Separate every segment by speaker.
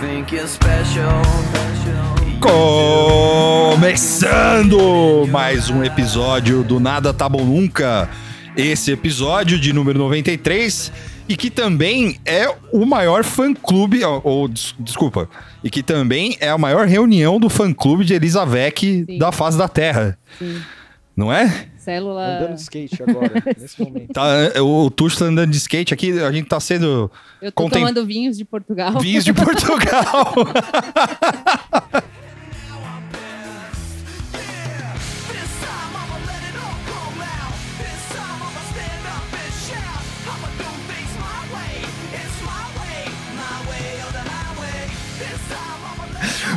Speaker 1: think you're special.
Speaker 2: Começando mais um episódio do Nada Tá Bom Nunca. Esse episódio de número 93 e que também é o maior fã-clube, ou, ou, des- desculpa, e que também é a maior reunião do fã-clube de Elizavec
Speaker 3: Sim.
Speaker 2: da face da Terra.
Speaker 3: Sim.
Speaker 2: Não é?
Speaker 3: Célula.
Speaker 4: Andando de skate agora, nesse momento.
Speaker 2: Tá, o Tuxo tá andando de skate aqui, a gente tá sendo
Speaker 3: Eu tô
Speaker 2: contem-
Speaker 3: tomando vinhos de Portugal.
Speaker 2: vinhos de Portugal.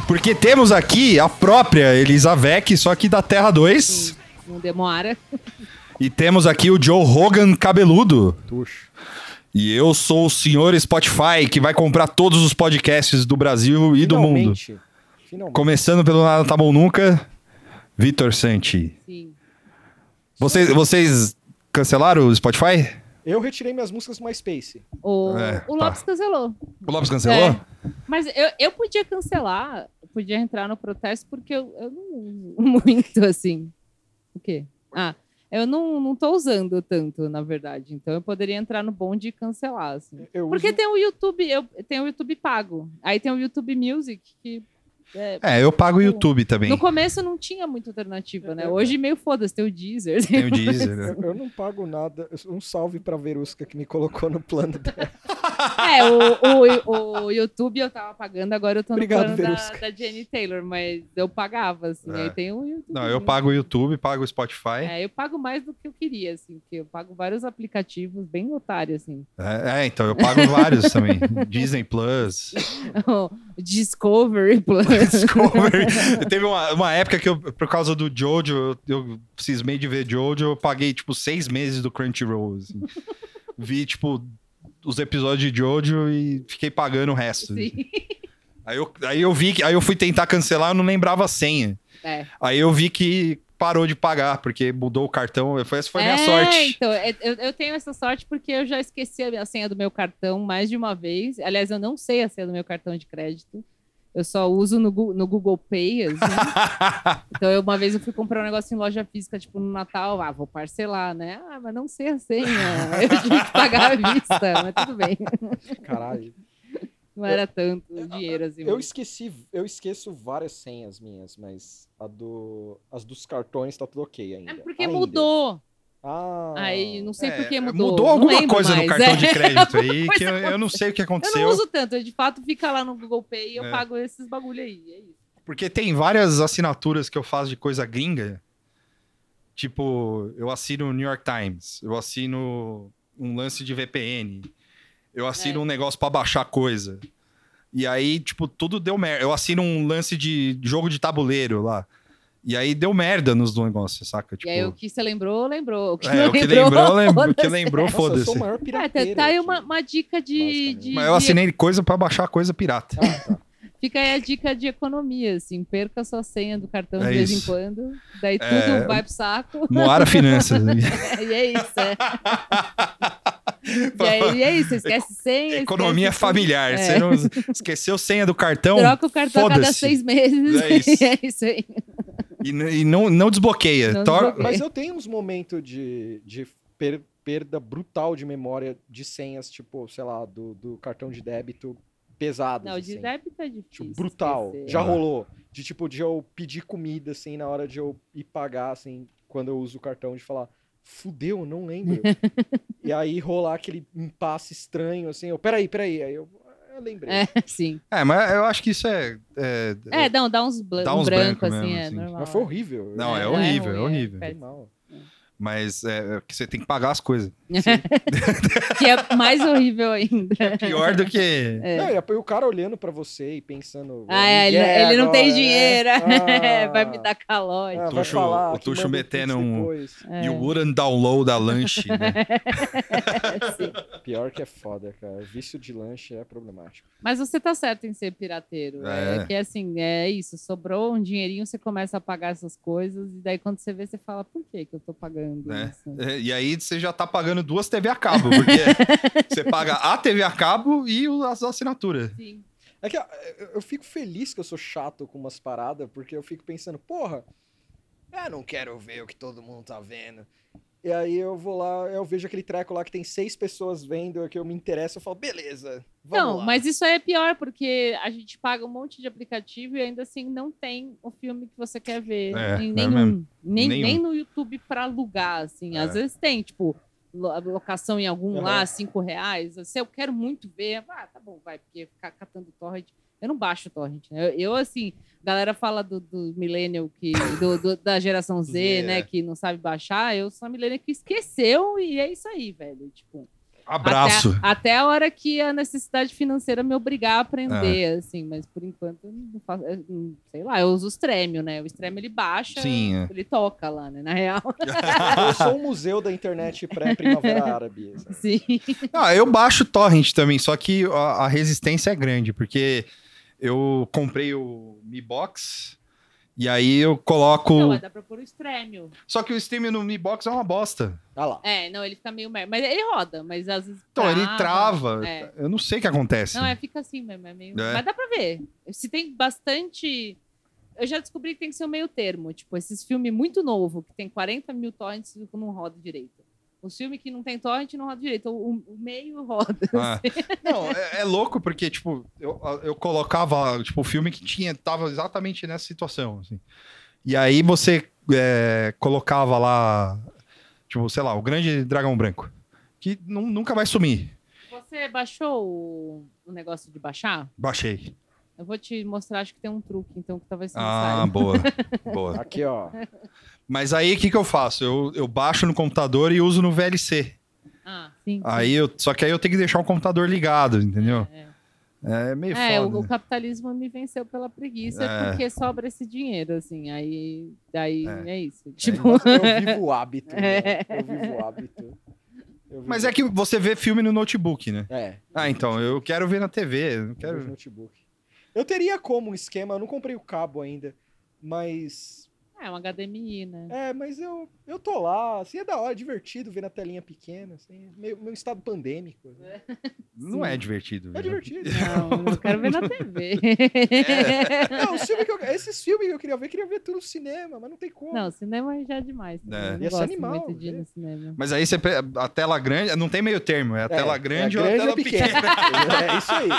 Speaker 2: Porque temos aqui a própria Elizavec, só que da Terra 2.
Speaker 3: Não demora.
Speaker 2: E temos aqui o Joe Rogan cabeludo.
Speaker 4: Tuxo.
Speaker 2: E eu sou o senhor Spotify, que vai comprar todos os podcasts do Brasil e do mundo.
Speaker 4: Finalmente. Finalmente.
Speaker 2: Começando pelo Nada Tá Bom Nunca, Vitor Santi.
Speaker 3: Sim.
Speaker 2: Vocês, vocês cancelaram o Spotify?
Speaker 4: Eu retirei minhas músicas do MySpace.
Speaker 3: O,
Speaker 2: É,
Speaker 3: o
Speaker 2: tá.
Speaker 3: Lopes cancelou.
Speaker 2: O Lopes cancelou?
Speaker 3: É. Mas eu, eu podia cancelar, eu podia entrar no protesto, porque eu, eu não uso muito assim. O quê? Ah, eu não, não tô usando tanto, na verdade. Então eu poderia entrar no bonde e cancelar. Assim.
Speaker 4: Eu
Speaker 3: Porque
Speaker 4: uso...
Speaker 3: tem o YouTube, eu tem o YouTube pago. Aí tem o YouTube Music, que é,
Speaker 2: É, eu pago o YouTube
Speaker 3: no
Speaker 2: também.
Speaker 3: começo não tinha muita alternativa, né?
Speaker 4: É, é,
Speaker 3: Hoje meio foda-se, tem o Deezer.
Speaker 2: Tem o Deezer. né?
Speaker 4: Eu, eu não pago nada. Um salve pra Verusca que me colocou no plano dela.
Speaker 3: É, o, o, o YouTube eu tava pagando, agora eu tô
Speaker 4: Obrigado,
Speaker 3: no plano da,
Speaker 4: Verusca.
Speaker 3: da Jenny Taylor, mas eu pagava, assim.
Speaker 2: É.
Speaker 3: Aí tem o YouTube.
Speaker 2: Não, eu pago o YouTube, pago o Spotify.
Speaker 3: É, eu pago mais do que eu queria, assim, porque eu pago vários aplicativos bem otário, assim.
Speaker 2: É, é, então eu pago vários também. Disney Plus,
Speaker 3: O Discovery Plus.
Speaker 2: Discovery. Teve uma, uma época que eu, por causa do Jojo, eu, eu cismei de ver Jojo, eu paguei tipo seis meses do Crunchyroll. assim. Vi, tipo, os episódios de Jojo e fiquei pagando o resto.
Speaker 3: Sim.
Speaker 2: Aí eu, aí eu vi que aí eu fui tentar cancelar, eu não lembrava a senha.
Speaker 3: É.
Speaker 2: Aí eu vi que parou de pagar, porque mudou o cartão. Foi, essa foi a minha
Speaker 3: É,
Speaker 2: sorte.
Speaker 3: Então, é, eu, eu tenho essa sorte porque eu já esqueci a minha senha do meu cartão mais de uma vez. Aliás, eu não sei a senha do meu cartão de crédito. Eu só uso no, Gu- no Google Pay. assim. então, eu- uma vez eu fui comprar um negócio em loja física, tipo no Natal. Ah, vou parcelar, né? Ah, mas não sei a senha. Eu tive que pagar à vista, mas tudo bem.
Speaker 4: Caralho.
Speaker 3: Não era tanto dinheiro assim.
Speaker 4: Eu
Speaker 3: mas-
Speaker 4: esqueci, eu esqueço várias senhas minhas, mas a do, as dos cartões tá tudo ok ainda.
Speaker 3: É porque
Speaker 4: Ainda.
Speaker 3: mudou.
Speaker 4: Ah.
Speaker 3: Aí, não sei
Speaker 2: É,
Speaker 3: por que mudou.
Speaker 2: Mudou
Speaker 3: Não
Speaker 2: alguma
Speaker 3: lembro
Speaker 2: coisa no
Speaker 3: mais.
Speaker 2: cartão
Speaker 3: É.
Speaker 2: de crédito aí,
Speaker 3: Alguma
Speaker 2: que eu,
Speaker 3: coisa
Speaker 2: eu não sei o que
Speaker 3: Eu
Speaker 2: aconteceu.
Speaker 3: não uso tanto, eu, de fato fica lá no Google Pay e eu
Speaker 2: É.
Speaker 3: pago esses bagulho aí. É isso.
Speaker 2: Porque tem várias assinaturas que eu faço de coisa gringa. Tipo, eu assino o New York Times, eu assino um lance de VPN, eu assino
Speaker 3: É.
Speaker 2: um negócio pra baixar coisa. E aí, tipo, tudo deu merda. Eu assino um lance de jogo de tabuleiro lá. E aí deu merda nos negócios, saca? Tipo,
Speaker 3: E aí o que você lembrou, lembrou. O que
Speaker 2: é,
Speaker 3: não
Speaker 2: o que lembrou, lembrou, o que
Speaker 3: foda-se.
Speaker 2: lembrou,
Speaker 4: Nossa, eu
Speaker 2: foda-se.
Speaker 4: sou o maior
Speaker 3: Ah,
Speaker 4: pirateiro.
Speaker 3: tá, tá aí
Speaker 4: aqui.
Speaker 3: uma, uma dica de,
Speaker 4: Basicamente.
Speaker 3: de-
Speaker 2: Mas eu
Speaker 3: de-
Speaker 2: assinei coisa pra baixar coisa pirata.
Speaker 4: Ah, tá.
Speaker 3: Fica aí a dica de economia, assim. Perca sua senha do cartão
Speaker 2: É
Speaker 3: de vez
Speaker 2: isso.
Speaker 3: em quando. Daí tudo
Speaker 2: É.
Speaker 3: vai pro saco.
Speaker 2: Moara Finanças.
Speaker 3: e é isso. É. E, aí, e é isso. Esquece senha.
Speaker 2: Economia
Speaker 3: esquece
Speaker 2: familiar.
Speaker 3: É.
Speaker 2: Você não esqueceu senha do cartão
Speaker 3: tudo. Troca o cartão a cada
Speaker 2: foda-se.
Speaker 3: seis meses.
Speaker 2: É isso.
Speaker 3: é isso aí.
Speaker 2: e, n- e não, não desbloqueia.
Speaker 3: Não
Speaker 2: Tor-
Speaker 3: desbloqueia.
Speaker 4: Mas eu tenho uns momentos de, de per- perda brutal de memória de senhas, tipo, sei lá, do, do cartão de débito pesado.
Speaker 3: Não, de débito é difícil.
Speaker 4: Tipo, brutal.
Speaker 3: esquecer.
Speaker 4: Já
Speaker 2: Ah.
Speaker 4: rolou. De tipo, de eu pedir comida, assim, na hora de eu ir pagar, assim, quando eu uso o cartão, de falar, fudeu, não lembro. e aí rolar aquele impasse estranho, assim, eu, peraí, peraí. Aí eu, "Ah, lembrei.
Speaker 3: É, sim.
Speaker 2: É, mas eu acho que isso é. é-
Speaker 3: É, não, dá uns, blan-
Speaker 2: Dá
Speaker 3: um
Speaker 2: uns
Speaker 3: branco,
Speaker 2: branco
Speaker 3: assim,
Speaker 2: mesmo,
Speaker 3: é
Speaker 2: assim.
Speaker 3: normal.
Speaker 4: Mas foi horrível. eu-
Speaker 2: Não, é
Speaker 3: É,
Speaker 2: horrível,
Speaker 3: é
Speaker 2: é
Speaker 3: ruim,
Speaker 2: horrível.
Speaker 3: é.
Speaker 4: Foi mal.
Speaker 2: Mas é, é que você tem que pagar as coisas.
Speaker 3: que é mais horrível ainda.
Speaker 2: Pior do que.
Speaker 3: É.
Speaker 4: Não, e a- e o cara olhando pra você e pensando.
Speaker 3: Ah, é, ele,
Speaker 4: "Yeah,
Speaker 3: ele não tem
Speaker 4: agora, né?
Speaker 3: dinheiro.
Speaker 4: Ah,
Speaker 3: vai me dar calote.
Speaker 4: ah, vai
Speaker 2: Tuxo-
Speaker 4: falar
Speaker 2: o
Speaker 4: que
Speaker 2: Tuxo
Speaker 4: manda
Speaker 2: metendo
Speaker 4: pix
Speaker 2: um-
Speaker 4: depois."
Speaker 3: É,
Speaker 2: You wouldn't download a lanche. Né?
Speaker 4: Ah.
Speaker 3: sim.
Speaker 4: Pior que é foda, cara. Vício de lanche é problemático.
Speaker 3: Mas você tá certo em ser pirateiro. É.
Speaker 2: É.
Speaker 3: que assim, é isso. Sobrou um dinheirinho, você começa a pagar essas coisas. E daí quando você vê, você fala, por que que eu tô pagando
Speaker 2: Né?
Speaker 3: isso?
Speaker 2: É, e aí você já tá pagando duas TV a cabo, porque você paga a TV a cabo e o- as assinaturas.
Speaker 3: Sim.
Speaker 4: É que ah, eu, eu fico feliz que eu sou chato com umas paradas, porque eu fico pensando, porra, eu não quero ver o que todo mundo tá vendo. E aí eu vou lá, eu vejo aquele treco lá que tem seis pessoas vendo, é que eu me interesso, eu falo, beleza, vamos
Speaker 3: Não,
Speaker 4: lá.
Speaker 3: mas isso aí é pior, porque a gente paga um monte de aplicativo e ainda assim não tem o filme que você quer ver.
Speaker 2: É,
Speaker 3: em
Speaker 2: é
Speaker 3: nenhum,
Speaker 2: mesmo.
Speaker 3: nem,
Speaker 2: Nenhum.
Speaker 3: nem no YouTube pra alugar, assim. Às
Speaker 2: É.
Speaker 3: vezes tem, tipo, lo- a locação em algum
Speaker 4: Aham.
Speaker 3: lá, cinco reais. Assim, eu quero muito ver. Ah, tá bom, vai, porque ficar catando torrent. Eu não baixo torrent, né? Eu, eu, assim, a galera fala do, do millennial, que, do- do- da geração Z,
Speaker 4: Z,
Speaker 3: né,
Speaker 4: é.
Speaker 3: que não sabe baixar. Eu sou a millennial que esqueceu e é isso aí, velho. Tipo,
Speaker 2: Abraço.
Speaker 3: até, até a hora que a necessidade financeira me obrigar a
Speaker 2: É.
Speaker 3: aprender, assim, mas por enquanto eu não faço, eu não- sei lá, eu uso o Stremio, né? O Stremio ele baixa,
Speaker 2: Sim, é.
Speaker 3: ele toca lá, né? Na real,
Speaker 4: Eu sou o museu da internet pré-primavera árabe. sabe?
Speaker 3: sim.
Speaker 2: Ah, eu baixo torrent também, só que a, a resistência é grande, porque eu comprei o Mi Box e aí eu
Speaker 3: Não, é-
Speaker 2: coloco.
Speaker 3: mas dá pra pôr o Stremio.
Speaker 2: Só que o stream no Mi Box é uma bosta.
Speaker 4: Ah lá.
Speaker 3: É, não, ele fica meio merda, mas ele roda, mas às vezes
Speaker 2: Então ele trava.
Speaker 3: é.
Speaker 2: Eu não sei o que acontece.
Speaker 3: Não, é, fica assim mesmo, é meio...
Speaker 2: É.
Speaker 3: Mas dá pra ver. Se tem bastante... Eu já descobri que tem que ser um meio termo. Tipo, esses filmes muito novo que tem 40 mil torrents, não roda direito. Os filmes que não tem torrent, não roda direito. O, o meio roda.
Speaker 2: Ah. Não, é, é louco porque, tipo, eu, eu colocava, tipo, o filme que tinha, tava exatamente nessa situação, assim. E aí você é, colocava lá, tipo, sei lá, o Grande Dragão Branco, que nu- nunca vai sumir.
Speaker 3: Você baixou o, o negócio de baixar?
Speaker 2: Baixei.
Speaker 3: Eu vou te mostrar, acho que tem um truque, então, que talvez você não
Speaker 2: Ah,
Speaker 3: saiba.
Speaker 2: boa, boa.
Speaker 4: Aqui, ó.
Speaker 2: Mas aí, o que que eu faço? Eu, eu baixo no computador e uso no VLC.
Speaker 3: Ah, sim. sim.
Speaker 2: Aí eu, só que aí eu tenho que deixar o computador ligado, entendeu?
Speaker 3: É,
Speaker 2: É meio
Speaker 3: É, o, o
Speaker 2: foda.
Speaker 3: capitalismo me venceu pela preguiça,
Speaker 2: É.
Speaker 3: porque sobra esse dinheiro, assim. Aí, daí é, isso. Tipo, É.
Speaker 4: Nossa, eu vivo o hábito. né? Eu vivo o hábito. Eu vivo-
Speaker 2: Mas é que você vê filme no notebook, né?
Speaker 4: É,
Speaker 2: Ah, então, eu quero ver na TV, eu não
Speaker 4: eu vejo
Speaker 2: quero...
Speaker 4: notebook. Eu teria como um esquema, eu não comprei o cabo ainda, mas.
Speaker 3: é um HDMI, né?
Speaker 4: É, mas eu, eu tô lá, assim, é da hora, é divertido ver na telinha pequena, assim, meu, meu estado pandêmico. né?
Speaker 2: Não é divertido.
Speaker 4: É
Speaker 2: viu?
Speaker 4: divertido.
Speaker 3: Não, eu quero ver na TV.
Speaker 4: Não, os filmes que eu, esses filmes que eu queria ver, eu queria ver tudo no cinema, mas não tem como.
Speaker 3: Não, cinema já é demais. também,
Speaker 2: É.
Speaker 3: Eu não
Speaker 4: Ia ser
Speaker 3: gosto
Speaker 4: animal,
Speaker 3: muito de ir
Speaker 4: né?
Speaker 3: no cinema.
Speaker 2: Mas aí você pe- a tela grande, não tem meio termo, é a tela grande
Speaker 4: é
Speaker 2: ou a
Speaker 4: grande
Speaker 2: tela
Speaker 4: ou pequena.
Speaker 2: pequena.
Speaker 4: é isso aí.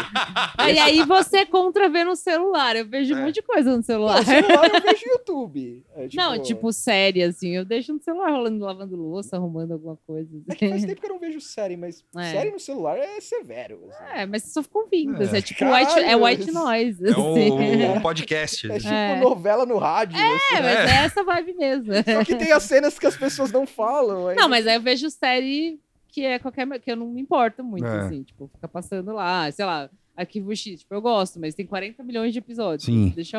Speaker 3: Ah, e aí você contra ver no celular. Eu vejo
Speaker 2: É.
Speaker 3: um monte de coisa no celular.
Speaker 4: No celular eu vejo YouTube. É,
Speaker 3: Não, tipo série, assim. Eu deixo no celular rolando, lavando louça, arrumando alguma coisa. assim.
Speaker 4: É que faz tempo que eu não vejo série, mas
Speaker 3: É.
Speaker 4: série no celular é severo. assim.
Speaker 3: É, mas só ficam ouvindo. assim, É, tipo
Speaker 4: Caralho,
Speaker 3: white, é white
Speaker 4: isso-
Speaker 3: noise.
Speaker 2: É
Speaker 3: assim.
Speaker 2: o, o podcast.
Speaker 4: É tipo
Speaker 3: É.
Speaker 4: novela no rádio. assim.
Speaker 3: É, mas é essa vibe mesmo.
Speaker 4: Só que tem as cenas que as pessoas não falam. aí-
Speaker 3: Não, mas aí eu vejo série que é qualquer. que eu não me importo muito,
Speaker 2: É.
Speaker 3: assim. Tipo, fica passando lá, sei lá. Arquivo X, tipo, eu gosto, mas tem 40 milhões de episódios.
Speaker 2: Sim.
Speaker 3: Deixa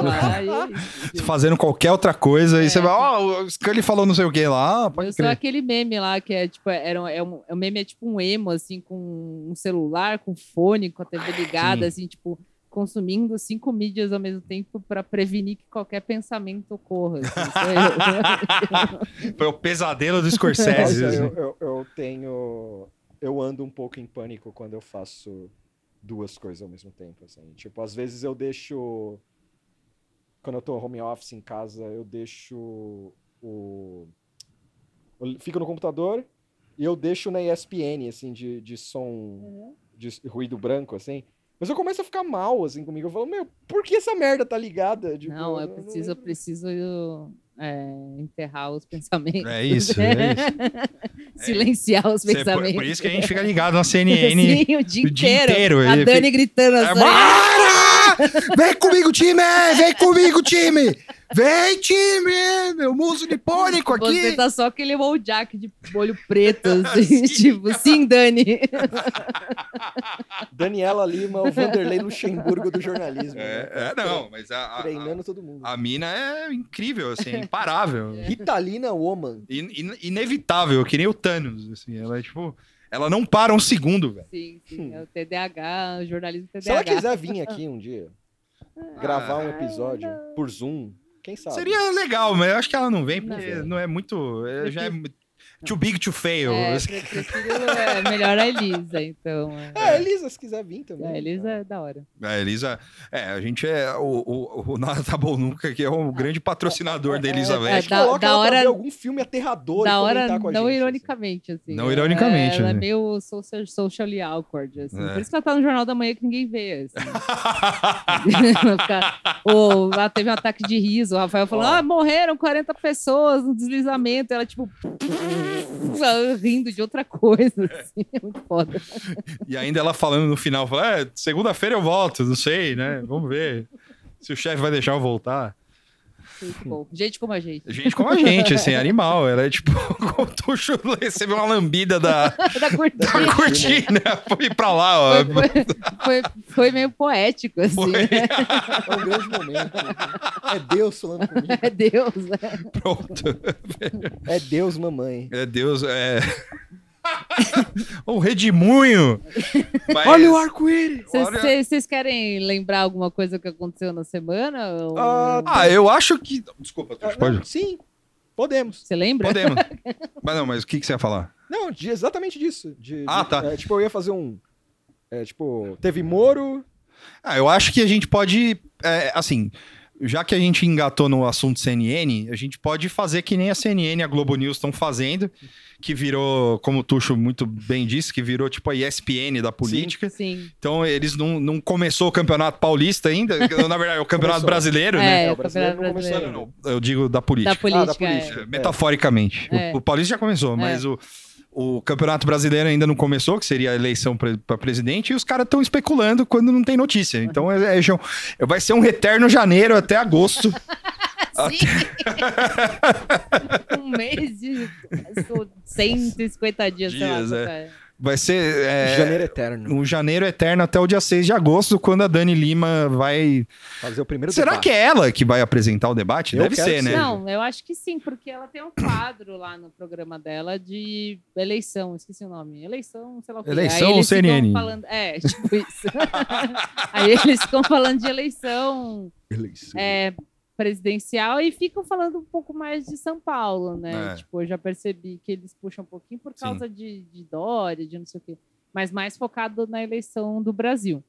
Speaker 3: lá. aí é isso, assim.
Speaker 2: Fazendo qualquer outra coisa, e
Speaker 3: É.
Speaker 2: você vai, ó, o Scully falou não sei o que lá, ah,
Speaker 3: eu
Speaker 2: pode
Speaker 3: sou
Speaker 2: crer.
Speaker 3: aquele meme lá que é tipo, era um, é um, é um meme é tipo um emo, assim, com um celular, com fone, com a TV ligada,
Speaker 2: Sim.
Speaker 3: assim, tipo, consumindo cinco mídias ao mesmo tempo para prevenir que qualquer pensamento ocorra. assim, sou eu.
Speaker 2: Foi é o pesadelo do
Speaker 4: Nossa,
Speaker 2: Scorsese. assim.
Speaker 4: eu, eu- eu tenho. Eu ando um pouco em pânico quando eu faço duas coisas ao mesmo tempo. Assim. Tipo, às vezes eu deixo. Quando eu tô home office em casa, eu deixo o. Eu fico no computador e eu deixo na ESPN, assim, de, de som.
Speaker 3: Uhum.
Speaker 4: De s- ruído branco, assim. Mas eu começo a ficar mal, assim, comigo. Eu falo, meu, por que essa merda tá ligada? Tipo,
Speaker 3: não, eu
Speaker 4: não
Speaker 3: preciso, eu
Speaker 4: lembro.
Speaker 3: preciso é, enterrar os pensamentos.
Speaker 2: É isso, é isso.
Speaker 3: É. Silenciar os
Speaker 2: Você- por,
Speaker 3: pensamentos.
Speaker 2: por isso que a gente fica ligado na CNN
Speaker 3: Sim, o dia
Speaker 2: o dia
Speaker 3: inteiro.
Speaker 2: inteiro.
Speaker 3: A
Speaker 2: ele
Speaker 3: Dani
Speaker 2: fica-
Speaker 3: gritando
Speaker 2: É,
Speaker 3: assim.
Speaker 2: Bora! Vem comigo, time! Vem comigo, time! Vem, time! Meu muso nipônico
Speaker 3: Você
Speaker 2: aqui!
Speaker 3: tá só aquele old jack de olho preto, assim, tipo, sim, Dani.
Speaker 4: Daniela Lima, o Vanderlei Luxemburgo do jornalismo. né?
Speaker 2: É, é, não, mas a, a-
Speaker 4: Treinando todo mundo.
Speaker 2: a, a mina é incrível, assim, é imparável.
Speaker 4: Ritalina Woman.
Speaker 2: In- in- inevitável, que nem o Thanos, assim, ela é tipo... Ela não para um segundo, velho.
Speaker 3: Sim, sim, é o TDAH, o jornalismo TDAH.
Speaker 4: Se ela quiser vir aqui um dia, gravar um episódio por Zoom, quem sabe?
Speaker 2: Seria legal, mas eu acho que ela não vem,
Speaker 3: Não.
Speaker 2: porque não, é muito... é, já é, mu- Too big to fail. assim,
Speaker 3: É, pre- prefiro, é, melhor a Elisa, então.
Speaker 4: É,
Speaker 3: É,
Speaker 4: Elisa, se quiser vir também.
Speaker 3: a Elisa é da hora.
Speaker 2: A Elisa. É, a gente é. O, o, o Nada Tá Bom Nunca, que é um grande patrocinador da Elisa
Speaker 4: É,
Speaker 3: É,
Speaker 2: Vest.
Speaker 3: da-
Speaker 4: coloca
Speaker 3: da
Speaker 4: ela pra
Speaker 3: hora-
Speaker 4: ver algum filme aterrador e
Speaker 3: da hora,
Speaker 4: comentar com a gente.
Speaker 3: não
Speaker 4: assim.
Speaker 3: ironicamente, assim.
Speaker 2: Não
Speaker 3: Ela-
Speaker 2: ironicamente,
Speaker 3: Ela é
Speaker 2: né?
Speaker 3: meio social, socially awkward, assim.
Speaker 2: É.
Speaker 3: Por isso que ela tá no Jornal da Manhã que ninguém vê, assim. Ela fica- Ou ela teve um ataque de riso, o Rafael falou,
Speaker 4: Ó.
Speaker 3: ah, morreram 40 pessoas no deslizamento. E ela, tipo, rindo de outra coisa, assim. É muito foda.
Speaker 4: é.
Speaker 2: E ainda ela falando no final, fala, é, segunda-feira eu volto, não sei, né? Vamos ver se o chefe vai deixar eu voltar. Hum.
Speaker 3: Muito bom. Gente como a gente.
Speaker 2: Gente como a gente, assim, animal. Ela é tipo, quando o Chulo recebeu uma lambida da,
Speaker 3: Da
Speaker 2: da
Speaker 3: cortina.
Speaker 4: né?
Speaker 2: cortina, foi pra lá, ó.
Speaker 3: Foi, foi- foi- foi meio poético, assim.
Speaker 2: Foi.
Speaker 3: né?
Speaker 4: É um grande momento. né? É Deus falando comigo.
Speaker 3: É Deus, né?
Speaker 2: Pronto.
Speaker 4: É Deus, mamãe.
Speaker 2: É Deus, é. um redemoinho. Mas-
Speaker 4: Olha o arco-íris!
Speaker 3: Vocês-
Speaker 2: Olha-
Speaker 3: Vocês vocês querem lembrar alguma coisa que aconteceu na semana? Ou-
Speaker 4: Ah,
Speaker 2: Ah, eu acho que. Desculpa,
Speaker 4: Ah,
Speaker 2: Tuxo,
Speaker 4: não,
Speaker 2: pode.
Speaker 4: Sim, podemos.
Speaker 3: Você lembra?
Speaker 2: Podemos. Mas não, mas o que, que você ia falar?
Speaker 4: Não, de- exatamente disso. de-
Speaker 2: Ah,
Speaker 4: de-
Speaker 2: tá.
Speaker 4: é, tipo, eu ia fazer um. é, tipo, teve Moro.
Speaker 2: Ah, eu acho que a gente pode, é, assim, já que a gente engatou no assunto CNN, a gente pode fazer que nem a CNN e a Globo News estão fazendo, que virou, como o Tuxo muito bem disse, que virou tipo a ESPN da política.
Speaker 3: Sim.
Speaker 2: Então eles não, não começou o Campeonato Paulista ainda, na verdade é o Campeonato
Speaker 4: Começou.
Speaker 2: Brasileiro, né?
Speaker 3: É,
Speaker 4: né?
Speaker 3: o Campeonato
Speaker 4: Não começou
Speaker 3: Brasileiro.
Speaker 4: ainda.
Speaker 2: Não, Eu digo da política.
Speaker 3: Da política.
Speaker 4: política.
Speaker 2: É, Metaforicamente.
Speaker 3: É.
Speaker 2: O, o Paulista já começou, mas o, o Campeonato Brasileiro ainda não começou, que seria a eleição para presidente, e os caras estão especulando quando não tem notícia. Então é, é, João, vai ser um reterno janeiro até agosto.
Speaker 3: É. Sim. um mês de 150 dias, sei lá,
Speaker 2: Dias, é.
Speaker 3: quanto é.
Speaker 2: Vai ser é,
Speaker 4: Janeiro Eterno.
Speaker 2: um janeiro eterno até o dia 6 de agosto, quando a Dani Lima vai.
Speaker 4: Fazer o primeiro
Speaker 2: Será
Speaker 4: debate.
Speaker 2: que é ela que vai apresentar o debate?
Speaker 4: Eu
Speaker 2: Deve
Speaker 4: quero
Speaker 2: ser,
Speaker 4: que
Speaker 2: né?
Speaker 4: seja.
Speaker 3: Não, eu acho que sim, porque ela tem um quadro lá no programa dela de eleição, esqueci o nome. Eleição, sei lá o que.
Speaker 2: Eleição CNN.
Speaker 3: Falando, é, tipo isso. Aí eles ficam falando de eleição é, presidencial e ficam falando um pouco mais de São Paulo, né?
Speaker 2: É.
Speaker 3: Tipo, eu já percebi que eles puxam um pouquinho por causa de, de Dória, de não sei o quê. Mas mais focado na eleição do Brasil.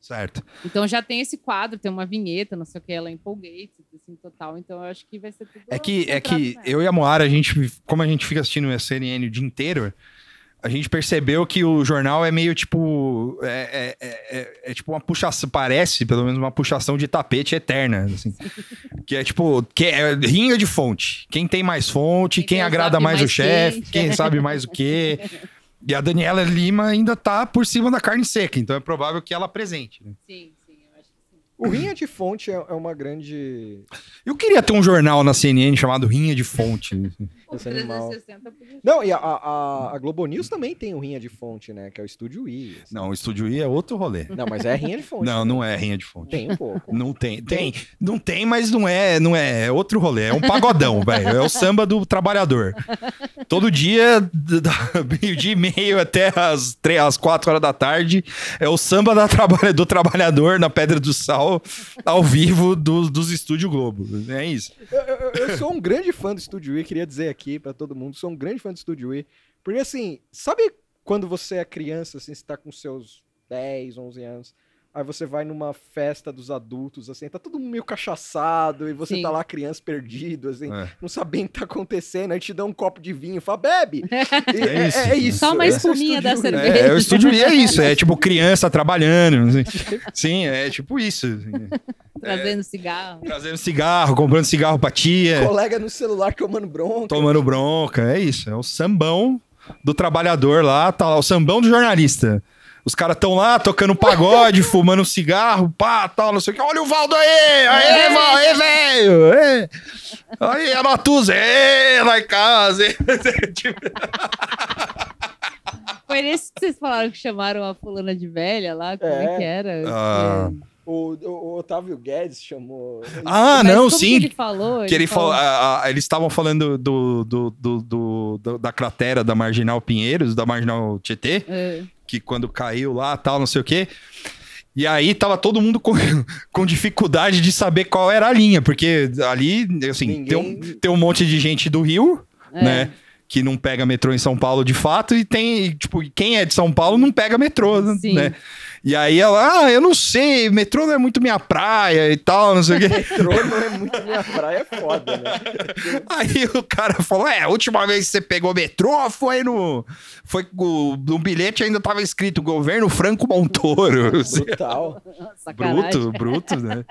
Speaker 2: Certo.
Speaker 3: Então já tem esse quadro, tem uma vinheta, não sei o que, ela empolgate, assim, total. Então eu acho que vai ser tudo.
Speaker 2: É que, é
Speaker 3: centrado
Speaker 2: que
Speaker 3: nela.
Speaker 2: eu e a Moara, a gente, como a gente fica assistindo a CNN o dia inteiro, a gente percebeu que o jornal é meio tipo. É, é- é- é- é tipo uma puxação. Parece, pelo menos, uma puxação de tapete eterna. assim. que é tipo. Que é rinha de fonte. Quem tem mais fonte,
Speaker 3: Quem
Speaker 2: quem,
Speaker 3: tem o
Speaker 2: agrada
Speaker 3: zap
Speaker 2: mais, o
Speaker 3: mais
Speaker 2: chefe,
Speaker 3: quente.
Speaker 2: quem sabe mais o quê. E a Daniela Lima ainda tá por cima da carne seca, então é provável que ela apresente. né?
Speaker 3: Sim, sim, eu acho que sim.
Speaker 4: O Rinha de Fonte é, é uma grande.
Speaker 2: Eu queria ter um jornal na CNN chamado Rinha de Fonte.
Speaker 3: O
Speaker 4: Esse animal.
Speaker 3: 360 podia
Speaker 4: Não, e a, a, a Globo News também tem o Rinha de Fonte, né? Que é o Estúdio I. assim.
Speaker 2: Não, o Estúdio I é outro rolê.
Speaker 4: Não, mas é Rinha de Fonte.
Speaker 2: Não, não é Rinha de Fonte.
Speaker 4: Tem um pouco.
Speaker 2: Não tem, tem, não tem, mas não é, não é, é outro rolê, é um pagodão, velho, é o samba do trabalhador. Todo dia, d- da- meio-dia e meio até as, tre- às quatro horas da tarde, é o samba da trabalha- do trabalhador na Pedra do Sal, ao vivo do- dos Estúdio Globo, é isso.
Speaker 4: Eu, eu- eu sou um grande fã do Studio E, queria dizer aqui pra todo mundo, sou um grande fã do Studio E. Porque assim, sabe quando você é criança, assim, você tá com seus 10, 11 anos, aí você vai numa festa dos adultos, assim, tá todo mundo meio cachaçado, e você
Speaker 3: Sim.
Speaker 4: tá lá criança perdido, assim,
Speaker 2: É.
Speaker 4: não sabendo o que tá acontecendo, aí te dá um copo de vinho, fala, bebe! E
Speaker 2: É isso.
Speaker 3: Só uma
Speaker 4: esse é o
Speaker 3: espuminha da
Speaker 4: Studio E.
Speaker 3: cerveja.
Speaker 2: É, é o Estúdio I é isso, é tipo criança trabalhando, assim. sim, é tipo isso. assim.
Speaker 3: trazendo cigarro.
Speaker 2: Trazendo cigarro, comprando cigarro pra tia.
Speaker 4: É. Colega no celular tomando bronca.
Speaker 2: Tomando bronca, é isso. É o sambão do trabalhador lá, tá lá, o sambão do jornalista. Os caras estão lá tocando pagode, fumando um cigarro, pá, tal, não sei o que. Olha o Valdo aí! Aê, Valdo, aí, velho! aê! Aí, a Matuza, aê, lá em casa! aê. Tipo,
Speaker 3: Foi nesse que vocês falaram que chamaram a fulana de velha lá, como é,
Speaker 4: É.
Speaker 3: que era?
Speaker 2: Ah,
Speaker 3: É.
Speaker 4: O, o- o Otávio Guedes chamou.
Speaker 2: ah,
Speaker 3: Mas
Speaker 2: não,
Speaker 3: como
Speaker 2: sim.
Speaker 3: Que ele falou.
Speaker 2: Que ele então? falou, a- a- eles estavam falando do, do, do- do- do- da cratera da Marginal Pinheiros, da Marginal Tietê.
Speaker 3: É.
Speaker 2: que quando caiu lá, tal, não sei o quê. E aí tava todo mundo com, com dificuldade de saber qual era a linha, porque ali, assim,
Speaker 4: Ninguém-
Speaker 2: tem, um, tem um monte de gente do Rio,
Speaker 3: É.
Speaker 2: né? que não pega metrô em São Paulo de fato, e tem, e, tipo, quem é de São Paulo não pega metrô, né?
Speaker 3: Sim.
Speaker 2: E aí ela, ah, eu não sei, metrô não é muito minha praia e tal, não sei o quê.
Speaker 4: Metrô não é muito minha praia, é foda, né?
Speaker 2: Aí o cara falou: É, a última vez que você pegou metrô foi no. Foi o, no bilhete ainda tava escrito governo Franco Montoro. Assim,
Speaker 4: Brutal.
Speaker 3: Sacanagem.
Speaker 2: bruto, bruto, né?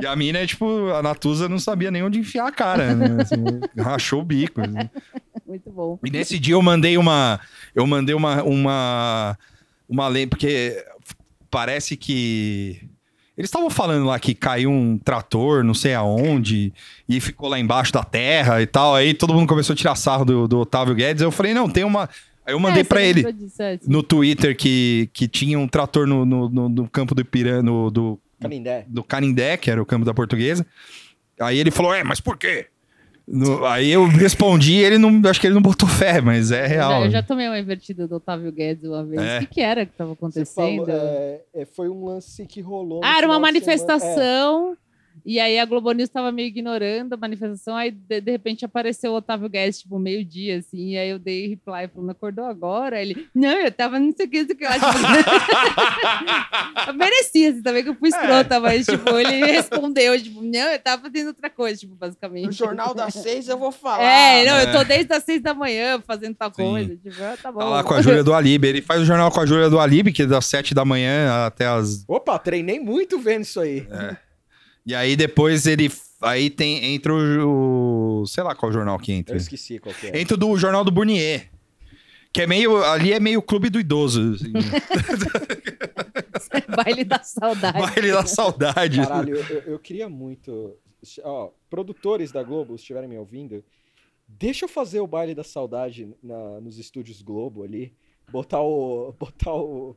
Speaker 2: E a mina, tipo, a Natuza não sabia nem onde enfiar a cara, né? Assim, rachou o bico. assim.
Speaker 3: Muito bom.
Speaker 2: E nesse dia eu mandei uma. Eu mandei uma. Uma, uma lei, porque parece que. Eles estavam falando lá que caiu um trator, não sei aonde, e ficou lá embaixo da terra e tal. Aí todo mundo começou a tirar sarro do, do Otávio Guedes. Eu falei, não, tem uma. Aí eu mandei
Speaker 3: É,
Speaker 2: pra
Speaker 3: você
Speaker 2: ele
Speaker 3: lembrou disso antes.
Speaker 2: no Twitter que, que tinha um trator no, no, no- no campo do Ipiranga, no- do,
Speaker 4: Canindé.
Speaker 2: do Canindé, que era o campo da portuguesa. Aí ele falou, é, mas por quê? No- aí eu respondi, ele não. Acho que ele não botou fé, mas é
Speaker 3: Eu já-
Speaker 2: real.
Speaker 3: Eu já tomei uma invertida do Otávio Guedes uma vez. O
Speaker 2: É.
Speaker 3: que, que era que estava
Speaker 4: Você
Speaker 3: acontecendo?
Speaker 4: falou, é, é, foi um lance que rolou. no
Speaker 3: ah, era uma
Speaker 4: final de semana. é.
Speaker 3: manifestação. E aí a Globo News estava meio ignorando a manifestação. Aí, de, de repente, apareceu o Otávio Guedes, tipo, meio-dia, assim. E aí eu dei reply, falando, acordou agora? Ele, não, eu tava não sei o que, não sei o que. Eu, acho." eu merecia, assim, também, que eu fui
Speaker 4: É.
Speaker 3: escrota. Mas, tipo, ele respondeu, tipo, não, eu tava fazendo outra coisa, tipo,
Speaker 4: É.
Speaker 3: basicamente.
Speaker 4: No Jornal das Seis eu vou falar. né?
Speaker 3: É, não,
Speaker 2: É.
Speaker 3: eu tô desde as seis da manhã fazendo tal
Speaker 2: Sim.
Speaker 3: coisa. Tipo, ah, tá bom.
Speaker 2: Tá lá com a Júlia do Alibe. Ele faz o jornal com a Júlia do Alibe, que é das 7 da manhã até as.
Speaker 4: Opa, treinei muito vendo isso aí.
Speaker 2: É. E aí depois ele. Aí tem. Entra o. o- Sei lá qual jornal que entra.
Speaker 4: Eu esqueci qual que é.
Speaker 2: Entra o do jornal do Burnier. Que é meio. Ali é meio clube do idoso. assim.
Speaker 3: Baile da saudade.
Speaker 2: Baile da saudade. né?
Speaker 4: Caralho, eu, eu- eu queria muito. Ó, produtores da Globo, se estiverem me ouvindo, deixa eu fazer o baile da saudade na- nos estúdios Globo ali. Botar o. Botar o.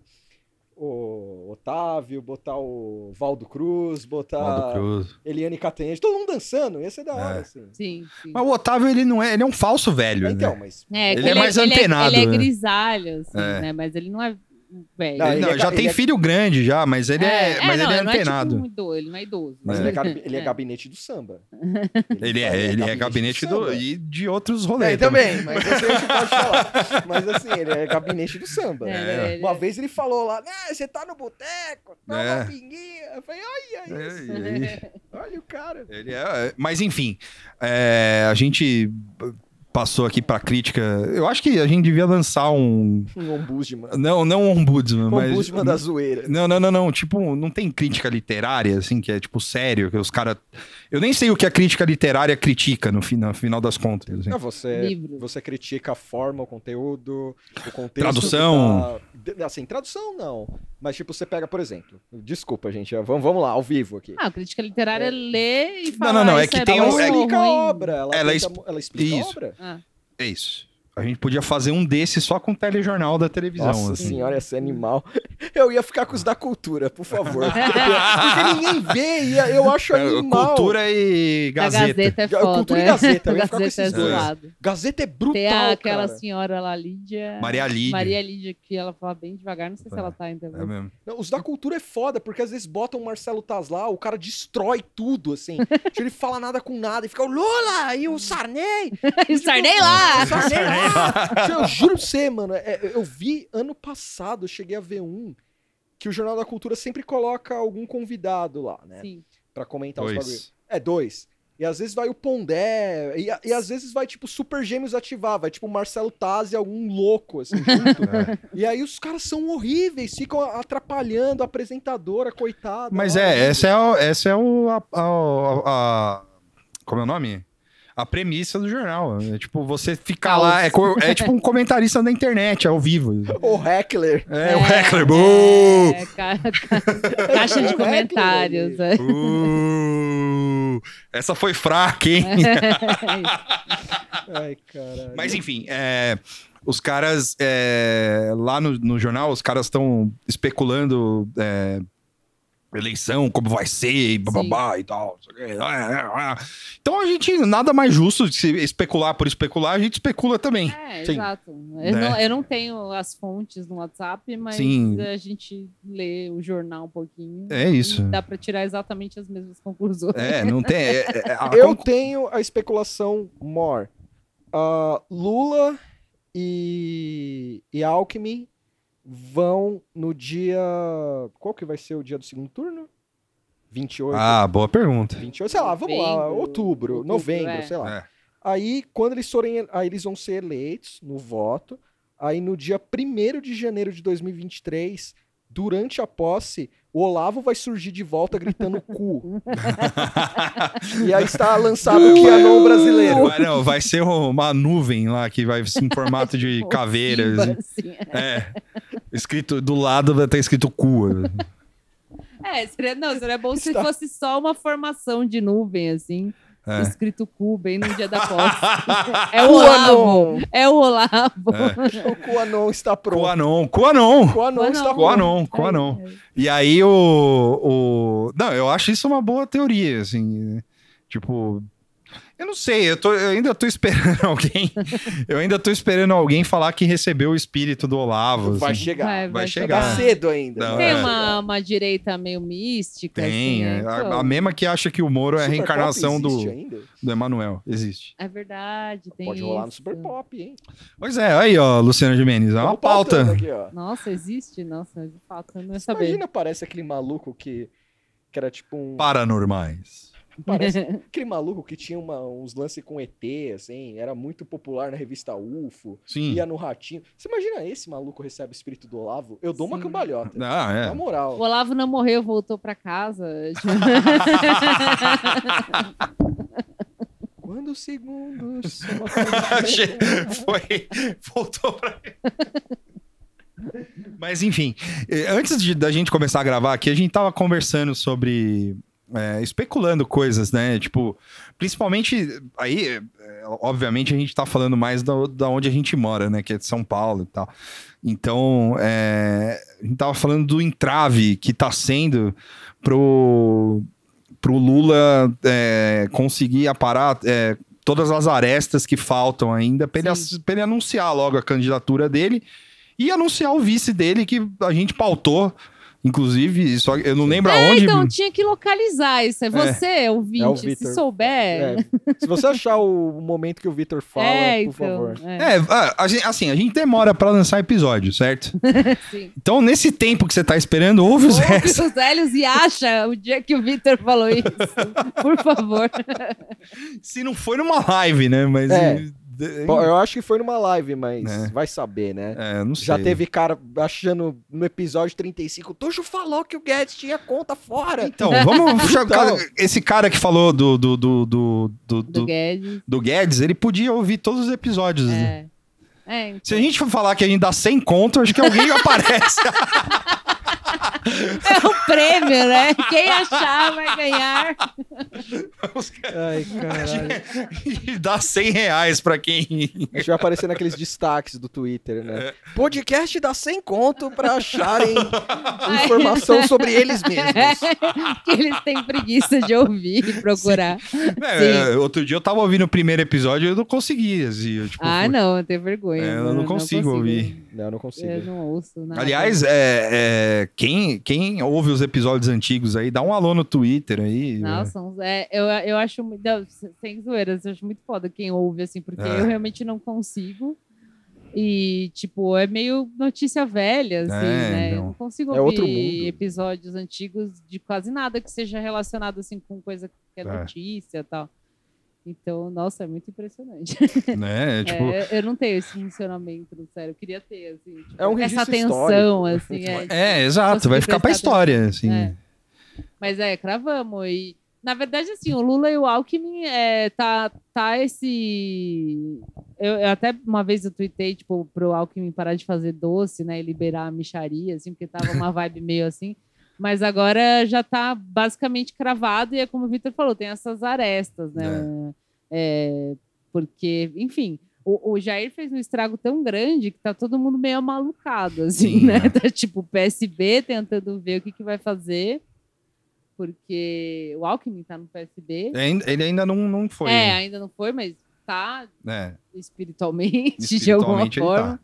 Speaker 4: O Otávio, botar o Valdo Cruz, botar
Speaker 2: Valdo Cruz.
Speaker 4: Eliane Catanhede, todo mundo dançando, ia ser da hora,
Speaker 2: É.
Speaker 4: assim.
Speaker 3: Sim, sim.
Speaker 2: Mas o Otávio, ele não é. Ele é um falso velho.
Speaker 4: Então,
Speaker 2: né?
Speaker 4: mas.
Speaker 3: É,
Speaker 2: Ele
Speaker 3: que
Speaker 2: é mais antenado,
Speaker 3: Ele é,
Speaker 2: né?
Speaker 3: grisalho, assim,
Speaker 2: É.
Speaker 3: né? Mas ele não é velho.
Speaker 4: Não,
Speaker 2: Ele,
Speaker 4: ele
Speaker 2: não,
Speaker 4: é-
Speaker 2: já
Speaker 4: ele
Speaker 2: tem
Speaker 4: é-
Speaker 2: filho grande já, mas ele é. mas ele é
Speaker 3: não
Speaker 2: antenado.
Speaker 3: É tipo um idoso, ele não é idoso.
Speaker 4: Mas
Speaker 2: É.
Speaker 4: ele, é gabi- ele é
Speaker 3: É.
Speaker 4: gabinete do samba.
Speaker 2: Ele é, ele é gabinete do, e de outros rolês.
Speaker 4: É, também, mas esse a gente pode falar. Mas assim, ele é gabinete do samba.
Speaker 3: É,
Speaker 2: É.
Speaker 3: ele-
Speaker 4: Uma vez ele falou lá, né, você tá no boteco, toma
Speaker 2: É.
Speaker 4: pinguinha. Eu falei, olha isso,
Speaker 2: É, e-
Speaker 4: olha o cara.
Speaker 2: Ele é, é, mas enfim, é, a gente passou aqui pra crítica. Eu acho que a gente devia lançar um
Speaker 4: Um ombudsman.
Speaker 2: não, não um ombudsman,
Speaker 4: Um
Speaker 2: mas
Speaker 4: ombudsman da zoeira.
Speaker 2: Não, não, não, não, tipo, não tem crítica literária assim que é tipo sério, que os caras Eu nem sei o que a crítica literária critica no final, final das contas, assim.
Speaker 4: Não, você,
Speaker 3: Livro.
Speaker 4: você critica a forma, o conteúdo, o contexto. que
Speaker 2: Tradução.
Speaker 4: tá- de- Assim, tradução não. Mas tipo, você pega, por exemplo, desculpa, gente, vamos, vamos lá, ao vivo aqui.
Speaker 3: Ah, crítica literária é ler e falar.
Speaker 2: não, não, é
Speaker 3: isso
Speaker 2: que tem
Speaker 3: bom
Speaker 4: ela
Speaker 2: um-
Speaker 3: ou
Speaker 4: explica a
Speaker 3: ruim.
Speaker 4: obra. Ela,
Speaker 2: Ela
Speaker 4: tenta-
Speaker 2: exp-
Speaker 4: ela explica a
Speaker 2: Isso.
Speaker 4: obra.
Speaker 3: Ah,
Speaker 2: É isso. A gente podia fazer um desse só com o telejornal da televisão,
Speaker 4: Nossa
Speaker 2: assim.
Speaker 4: senhora, esse animal. Eu ia ficar com os da cultura, por favor. Porque ninguém vê, e eu acho
Speaker 2: É,
Speaker 4: animal.
Speaker 2: Cultura e
Speaker 3: a
Speaker 2: Gazeta.
Speaker 3: Gazeta é
Speaker 4: Ga-
Speaker 3: foda.
Speaker 4: Cultura e
Speaker 3: é.
Speaker 4: Gazeta, eu ia ficar com
Speaker 3: Gazeta é
Speaker 4: esses dois.
Speaker 3: zoado.
Speaker 4: Gazeta é
Speaker 3: Tem
Speaker 4: brutal,
Speaker 3: a- aquela
Speaker 4: cara.
Speaker 3: senhora lá, Lídia.
Speaker 2: Maria Lídia.
Speaker 3: Maria Lídia, que ela fala bem devagar, não sei se
Speaker 2: É.
Speaker 3: ela tá ainda.
Speaker 2: É mesmo.
Speaker 4: Não, os da cultura é foda, porque às vezes botam o Marcelo Taslau, o cara destrói tudo, assim. Tipo, ele fala nada com nada e fica o Lula e o Sarney.
Speaker 3: Estarnei lá!
Speaker 4: O
Speaker 2: É,
Speaker 4: Sarney
Speaker 2: Tá
Speaker 3: né?
Speaker 4: lá. Tipo, Eu juro pra você, mano. é, eu vi ano passado, eu cheguei a ver um, que o Jornal da Cultura sempre coloca algum convidado lá,
Speaker 2: É.
Speaker 4: né?
Speaker 3: Sim.
Speaker 4: Pra comentar os bagulhos.
Speaker 2: Dois.
Speaker 4: É, dois. E às vezes vai o Pondé, e, a- e às vezes vai, tipo, Super Gêmeos ativar, vai, tipo, o Marcelo Taz e algum louco, assim, junto.
Speaker 2: É.
Speaker 4: e aí os caras são horríveis, ficam atrapalhando a apresentadora, coitada.
Speaker 2: Mas
Speaker 4: lá,
Speaker 2: é,
Speaker 4: né?
Speaker 2: essa é, o, essa é o, a, a- a- Como é o nome? A premissa do jornal. É tipo, você ficar
Speaker 3: Caos.
Speaker 2: lá. É, co- é tipo um comentarista na internet, ao vivo.
Speaker 4: O heckler.
Speaker 2: É, o heckler. buh!
Speaker 3: É, ca- ca- caixa de comentários. é.
Speaker 2: Buh! Essa foi fraca,
Speaker 3: É
Speaker 2: hein?
Speaker 4: Ai, caralho.
Speaker 2: Mas enfim, é, os caras é, lá no, no jornal, os caras estão especulando é, eleição, como vai ser, e bababá e tal. não sei o quê. Então a gente, nada mais justo de se especular por especular, a gente especula também.
Speaker 3: É,
Speaker 2: Sim.
Speaker 3: exato. Eu,
Speaker 2: Né?
Speaker 3: não, eu não tenho as fontes no WhatsApp, mas
Speaker 2: Sim.
Speaker 3: a gente lê o jornal um pouquinho.
Speaker 2: É isso.
Speaker 3: E dá pra tirar exatamente as mesmas conclusões.
Speaker 2: É, não tem. é- é- a
Speaker 4: Eu
Speaker 2: con-
Speaker 4: tenho a especulação more. ah, Lula e, e Alckmin vão no dia. Qual que vai ser o dia do segundo turno? 28.
Speaker 2: Ah, boa pergunta.
Speaker 4: 28, sei lá, vamos lá,
Speaker 3: Novembro,
Speaker 4: outubro,
Speaker 3: outubro,
Speaker 4: novembro,
Speaker 3: é.
Speaker 4: sei lá.
Speaker 2: É.
Speaker 4: Aí, quando eles forem, aí eles vão ser eleitos no voto. Aí, no dia 1 de janeiro de 2023, durante a posse, o Olavo vai surgir de volta gritando cu. E aí está lançado o Kianon brasileiro.
Speaker 2: Vai, não, vai ser um, uma nuvem lá que vai em formato de caveiras. né?
Speaker 3: Pimba, assim.
Speaker 2: É. Escrito do lado vai estar escrito cu.
Speaker 3: É, seria, não, seria bom se
Speaker 4: Está-
Speaker 3: fosse só uma formação de nuvem, assim,
Speaker 2: Tá. É.
Speaker 3: escrito cu, bem no dia da posse. é o Olavo. É o Olavo.
Speaker 2: É.
Speaker 4: O Kuanon está pronto.
Speaker 2: Coanon, Coanon.
Speaker 4: Kuanon está pronto.
Speaker 2: Coanon, Coanon. E aí o, o. Não, eu acho isso uma boa teoria, assim. Tipo. Eu não sei, eu, tô- eu ainda tô esperando alguém. eu ainda tô esperando alguém falar que recebeu o espírito do Olavo.
Speaker 4: Vai
Speaker 2: assim.
Speaker 4: chegar.
Speaker 3: Vai,
Speaker 2: vai
Speaker 3: vai
Speaker 2: chegar.
Speaker 4: Tá
Speaker 3: chegar.
Speaker 4: cedo ainda.
Speaker 2: Não,
Speaker 4: mas
Speaker 2: é.
Speaker 3: Tem
Speaker 4: vai
Speaker 3: uma,
Speaker 4: chegar.
Speaker 3: uma direita meio mística.
Speaker 2: Tem.
Speaker 3: assim, né?
Speaker 2: é,
Speaker 3: Então,
Speaker 2: a, a mesma que acha que o Moro é a
Speaker 4: Super
Speaker 2: reencarnação
Speaker 4: Pop
Speaker 2: do,
Speaker 4: existe ainda?
Speaker 2: do Emanuel. Existe.
Speaker 3: É verdade, tem
Speaker 4: Pode rolar no
Speaker 3: isso.
Speaker 4: Super Pop, hein?
Speaker 2: Pois é, aí, ó, Luciano Jimenez. É uma
Speaker 4: Tamo pautando
Speaker 2: pauta.
Speaker 4: Aqui, ó.
Speaker 3: Nossa, existe? Nossa, de fato, eu não ia saber.
Speaker 4: Imagina, parece aquele maluco que, que era tipo um.
Speaker 2: Paranormais.
Speaker 4: Parece aquele maluco que tinha uma- uns lances com ET, assim, era muito popular na revista UFO,
Speaker 2: Sim.
Speaker 4: ia no Ratinho. Você imagina esse maluco recebe o espírito do Olavo? Eu dou uma
Speaker 3: Sim.
Speaker 4: cambalhota.
Speaker 2: Ah,
Speaker 4: Na
Speaker 2: é.
Speaker 3: O
Speaker 4: moral.
Speaker 3: Olavo não morreu, voltou pra casa.
Speaker 4: Quando os segundos. assim, né?
Speaker 2: Che- Foi. Voltou pra. Mas enfim, eh, antes de- da gente começar a gravar aqui, a gente tava conversando sobre. eh, especulando coisas, né? Tipo, principalmente. Aí, eh, obviamente, a gente tá falando mais da, da onde a gente mora, né? Que é de São Paulo e tal. Então, eh, a gente tava falando do entrave que tá sendo pro, pro Lula eh, conseguir aparar eh, todas as arestas que faltam ainda pra ele,
Speaker 3: Sim.
Speaker 2: ass- pra ele anunciar logo a candidatura dele e anunciar o vice dele que a gente pautou, inclusive, só eu não lembro aonde.
Speaker 3: então, tinha que localizar isso. É você, ouvinte,
Speaker 4: É o Vitor.
Speaker 3: se souber.
Speaker 4: É, se você achar o momento que o Vitor fala,
Speaker 3: É,
Speaker 4: por
Speaker 3: então.
Speaker 4: favor.
Speaker 3: é,
Speaker 2: É, a- a gen- assim, a gente demora pra lançar episódio, certo?
Speaker 3: sim.
Speaker 2: Então, nesse tempo que você tá esperando, ouve os
Speaker 3: Ouve
Speaker 2: restos.
Speaker 3: os velhos e acha o dia que o Vitor falou isso. Por favor.
Speaker 2: Se não foi numa live, né? Mas.
Speaker 4: É.
Speaker 2: eh,
Speaker 4: Bom, eu acho que foi numa live, mas
Speaker 2: É.
Speaker 4: vai saber, né?
Speaker 2: É, não sei.
Speaker 4: Já teve cara achando no episódio 35, Tuxo falou que o Guedes tinha conta fora.
Speaker 2: Então, vamos. puxar o
Speaker 4: Então.
Speaker 2: cara- esse cara que falou do, do, do, do, do,
Speaker 3: Do
Speaker 2: do-
Speaker 3: Guedes.
Speaker 2: do Guedes, ele podia ouvir todos os episódios. né?
Speaker 3: É. É, então.
Speaker 2: Se a gente for falar que a gente dá 100 conto, acho que alguém aparece.
Speaker 3: É o prêmio, né? Quem achar vai ganhar.
Speaker 4: Ai, caralho.
Speaker 2: e dá 100 reais pra quem.
Speaker 4: A gente vai aparecer naqueles destaques do Twitter, né?
Speaker 2: É.
Speaker 4: Podcast dá 100 conto pra acharem informação sobre eles mesmos.
Speaker 3: que eles têm preguiça de ouvir e procurar.
Speaker 2: É, outro dia eu tava ouvindo o primeiro episódio e eu não conseguia. Assim, eu, tipo,
Speaker 3: Ah,
Speaker 2: fui-
Speaker 3: não, eu tenho vergonha.
Speaker 2: É, eu não consigo ouvir.
Speaker 4: Não, eu não
Speaker 3: Eu
Speaker 4: consigo.
Speaker 3: não ouço nada.
Speaker 2: Aliás, é, é, quem, quem ouve os episódios antigos aí, dá um alô no Twitter aí.
Speaker 3: Nossa, é, eu, eu acho muito. não, Sem zoeiras, eu acho muito foda quem ouve, assim, porque
Speaker 2: É.
Speaker 3: eu realmente não consigo. E, tipo, é meio notícia velha, assim,
Speaker 2: É,
Speaker 3: né? Eu
Speaker 2: não.
Speaker 3: não consigo
Speaker 4: É outro
Speaker 3: ouvir
Speaker 4: mundo.
Speaker 3: episódios antigos de quase nada que seja relacionado, assim, com coisa que é,
Speaker 2: É.
Speaker 3: notícia e tal. Então, nossa, é muito impressionante.
Speaker 2: né? Tipo,
Speaker 3: É, eu não tenho esse funcionamento, no sério. Eu queria ter, assim. tipo,
Speaker 4: É um
Speaker 3: Essa
Speaker 4: registro
Speaker 3: atenção, assim. É,
Speaker 2: É, exato, vai
Speaker 3: Consegui
Speaker 2: ficar pra
Speaker 3: prestar
Speaker 2: história, assim.
Speaker 3: É. Mas é, cravamos. E, na verdade, assim, o Lula e o Alckmin é, tá, tá esse. Eu, eu até uma vez eu tuitei, tipo, pro Alckmin parar de fazer doce, né? E liberar a micharia, assim, porque tava uma vibe meio assim. Mas agora já tá basicamente cravado, e é como o Vitor falou, tem essas arestas, né? É, porque, enfim. O, o Jair fez um estrago tão grande que tá todo mundo meio malucado, assim,
Speaker 2: Sim,
Speaker 3: né?
Speaker 2: né?
Speaker 3: Tá tipo o PSB tentando ver o que, que vai fazer, porque o Alckmin tá no PSB.
Speaker 2: Ain- Ele ainda não, não É, foi.
Speaker 3: É,
Speaker 2: É,
Speaker 3: ainda não foi, mas tá
Speaker 2: né?
Speaker 3: espiritualmente, de alguma
Speaker 2: espiritualmente ele
Speaker 3: forma.
Speaker 2: tá.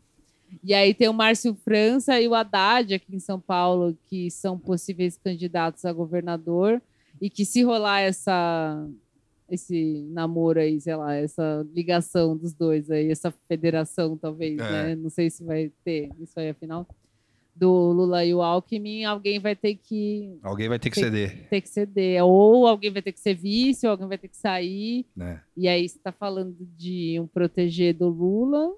Speaker 3: E aí tem o Márcio França e o Haddad aqui em São Paulo, que são possíveis candidatos a governador, e que se rolar essa, esse namoro aí, sei lá, essa ligação dos dois aí, essa federação, talvez,
Speaker 2: É.
Speaker 3: né? Não sei se vai ter isso aí, afinal. Do Lula e o Alckmin, alguém vai ter que,
Speaker 2: Alguém vai ter que
Speaker 3: Tem-
Speaker 2: ceder,
Speaker 3: ter que ceder. Ou alguém vai ter que ser vice, ou alguém vai ter que sair.
Speaker 2: né?
Speaker 3: E aí você tá falando de um proteger do Lula,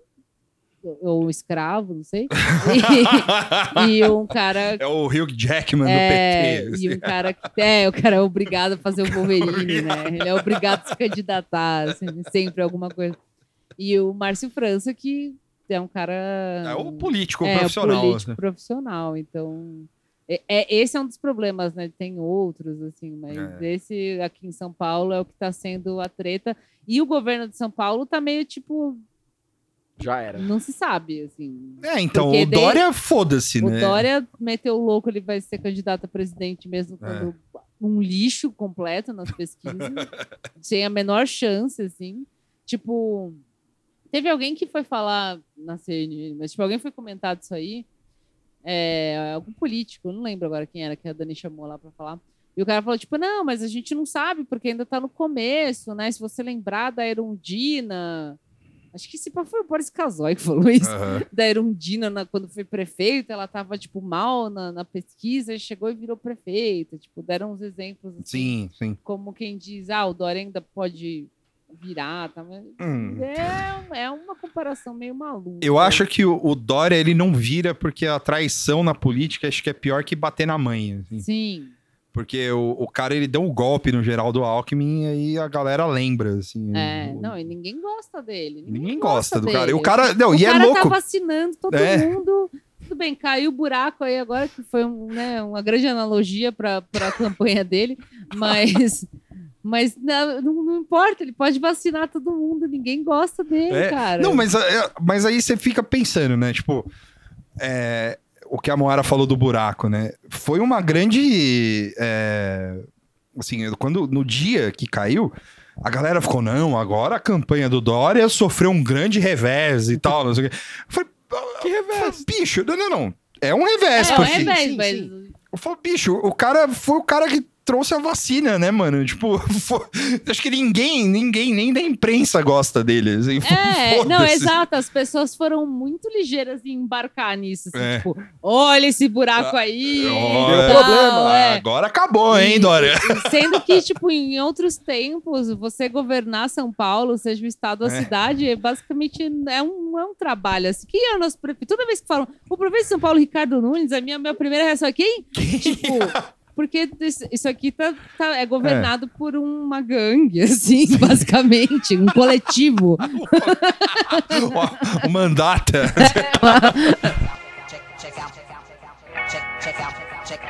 Speaker 3: ou um escravo, não sei. E, e um cara
Speaker 2: é o Hugh Jackman
Speaker 3: é,
Speaker 2: do PT.
Speaker 3: e um cara que é, o cara é obrigado a fazer o Wolverine, né? Ele é obrigado a se candidatar, assim, sempre alguma coisa. E o Márcio França, que é um cara.
Speaker 2: É o político
Speaker 3: é,
Speaker 2: profissional.
Speaker 3: político
Speaker 2: né?
Speaker 3: profissional. Então. É, é- esse é um dos problemas, né? Tem outros, assim, mas
Speaker 2: É.
Speaker 3: esse aqui em São Paulo é o que está sendo a treta. E o governo de São Paulo tá meio tipo.
Speaker 4: Já era.
Speaker 3: Não se sabe, assim.
Speaker 2: É, então,
Speaker 3: Porque
Speaker 2: o Dória, foda-se,
Speaker 3: O
Speaker 2: né?
Speaker 3: Dória meteu o louco, ele vai ser candidato a presidente mesmo quando um lixo completo nas pesquisas. sem a menor chance, assim. Tipo, teve alguém que foi falar na CNN, mas tipo, alguém foi comentar disso aí. É, algum político, eu não lembro agora quem era que a Dani chamou lá pra falar. E o cara falou, tipo, não, mas a gente não sabe, porque ainda tá no começo, né? Se você lembrar da Erundina. Acho que se pá, foi o Boris Casoy que falou isso
Speaker 2: Aham.
Speaker 3: da Erundina um na- quando foi prefeita, ela tava, tipo, mal na, na pesquisa e chegou e virou prefeita. Tipo, deram uns exemplos, assim,
Speaker 2: Sim, sim.
Speaker 3: como quem diz, ah, o Dória ainda pode virar, tá? Mas
Speaker 2: Hum.
Speaker 3: é, um- é uma comparação meio maluca.
Speaker 2: Eu acho que o, o Dória, ele não vira porque a traição na política acho que é pior que bater na mãe, assim.
Speaker 3: Sim,
Speaker 2: Porque o, o cara, ele deu um golpe no Geraldo Alckmin e aí a galera lembra, assim.
Speaker 3: é.
Speaker 2: o-
Speaker 3: Não, e ninguém gosta dele. Ninguém,
Speaker 2: Ninguém gosta do cara. E
Speaker 3: dele.
Speaker 2: o cara... Não,
Speaker 3: O
Speaker 2: e
Speaker 3: cara
Speaker 2: é louco.
Speaker 3: tá vacinando todo
Speaker 2: É.
Speaker 3: mundo. Tudo bem, caiu o buraco aí agora, que foi um, né, uma grande analogia para a campanha dele, mas, mas não, não- não importa, ele pode vacinar todo mundo, ninguém gosta dele,
Speaker 2: É.
Speaker 3: cara.
Speaker 2: Não, mas, é, mas aí você fica pensando, né? Tipo, é, o que a Moara falou do buraco, né? Foi uma grande. é, assim, quando no dia que caiu, a galera ficou, não, agora a campanha do Dória sofreu um grande revés e tal, não sei o quê. Foi,
Speaker 4: Que revés.
Speaker 2: bicho, não, não, não. É um revés,
Speaker 3: é,
Speaker 2: porque.
Speaker 3: é bem,
Speaker 4: sim,
Speaker 3: mas
Speaker 2: Eu falo, bicho, o cara foi o cara que trouxe a vacina, né, mano? Tipo, foi- acho que ninguém, ninguém, nem da imprensa gosta dele. assim,
Speaker 3: É,
Speaker 2: foda-se.
Speaker 3: não, exato. As pessoas foram muito ligeiras em embarcar nisso. assim,
Speaker 2: É.
Speaker 3: Tipo, olha esse buraco aí.
Speaker 2: Ó,
Speaker 3: e
Speaker 2: é.
Speaker 3: tal,
Speaker 4: problema.
Speaker 3: é.
Speaker 2: Agora acabou, hein,
Speaker 3: E-
Speaker 2: Dória?
Speaker 3: Sendo que, tipo, em outros tempos, você governar São Paulo, seja o estado ou a
Speaker 2: É.
Speaker 3: cidade, é basicamente é um, é um trabalho. Assim. Quem é o nosso prefeito? Toda vez que falam o prefeito de São Paulo, Ricardo Nunes, a minha, minha primeira reação é quem? Tipo, porque isso- isso aqui tá, tá- é governado por uma gangue, assim, basicamente, um coletivo.
Speaker 2: o mandata.
Speaker 5: check check out check check out check check out check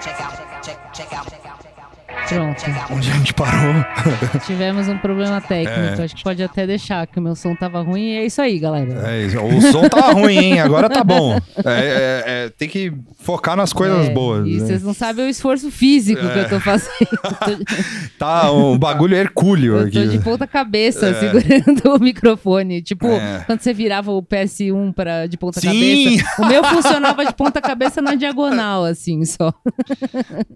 Speaker 5: check out check check out
Speaker 3: Pronto,
Speaker 5: check out
Speaker 2: Onde a gente parou?
Speaker 3: tivemos um problema técnico.
Speaker 2: É.
Speaker 3: Acho que pode até deixar, que o meu som tava ruim. E é isso aí, galera.
Speaker 2: É isso, o som tava ruim, hein? Agora tá bom. É, é, é, tem que focar nas coisas
Speaker 3: É,
Speaker 2: boas.
Speaker 3: E
Speaker 2: né? É.
Speaker 3: vocês não sabem o esforço físico que eu tô fazendo.
Speaker 2: Tá um bagulho hercúleo
Speaker 3: Eu
Speaker 2: aqui.
Speaker 3: tô de ponta cabeça
Speaker 2: É.
Speaker 3: segurando o microfone. Tipo,
Speaker 2: É.
Speaker 3: quando você virava o PS1 pra, de ponta
Speaker 2: Sim!
Speaker 3: cabeça, o meu funcionava de ponta cabeça na diagonal, assim, só.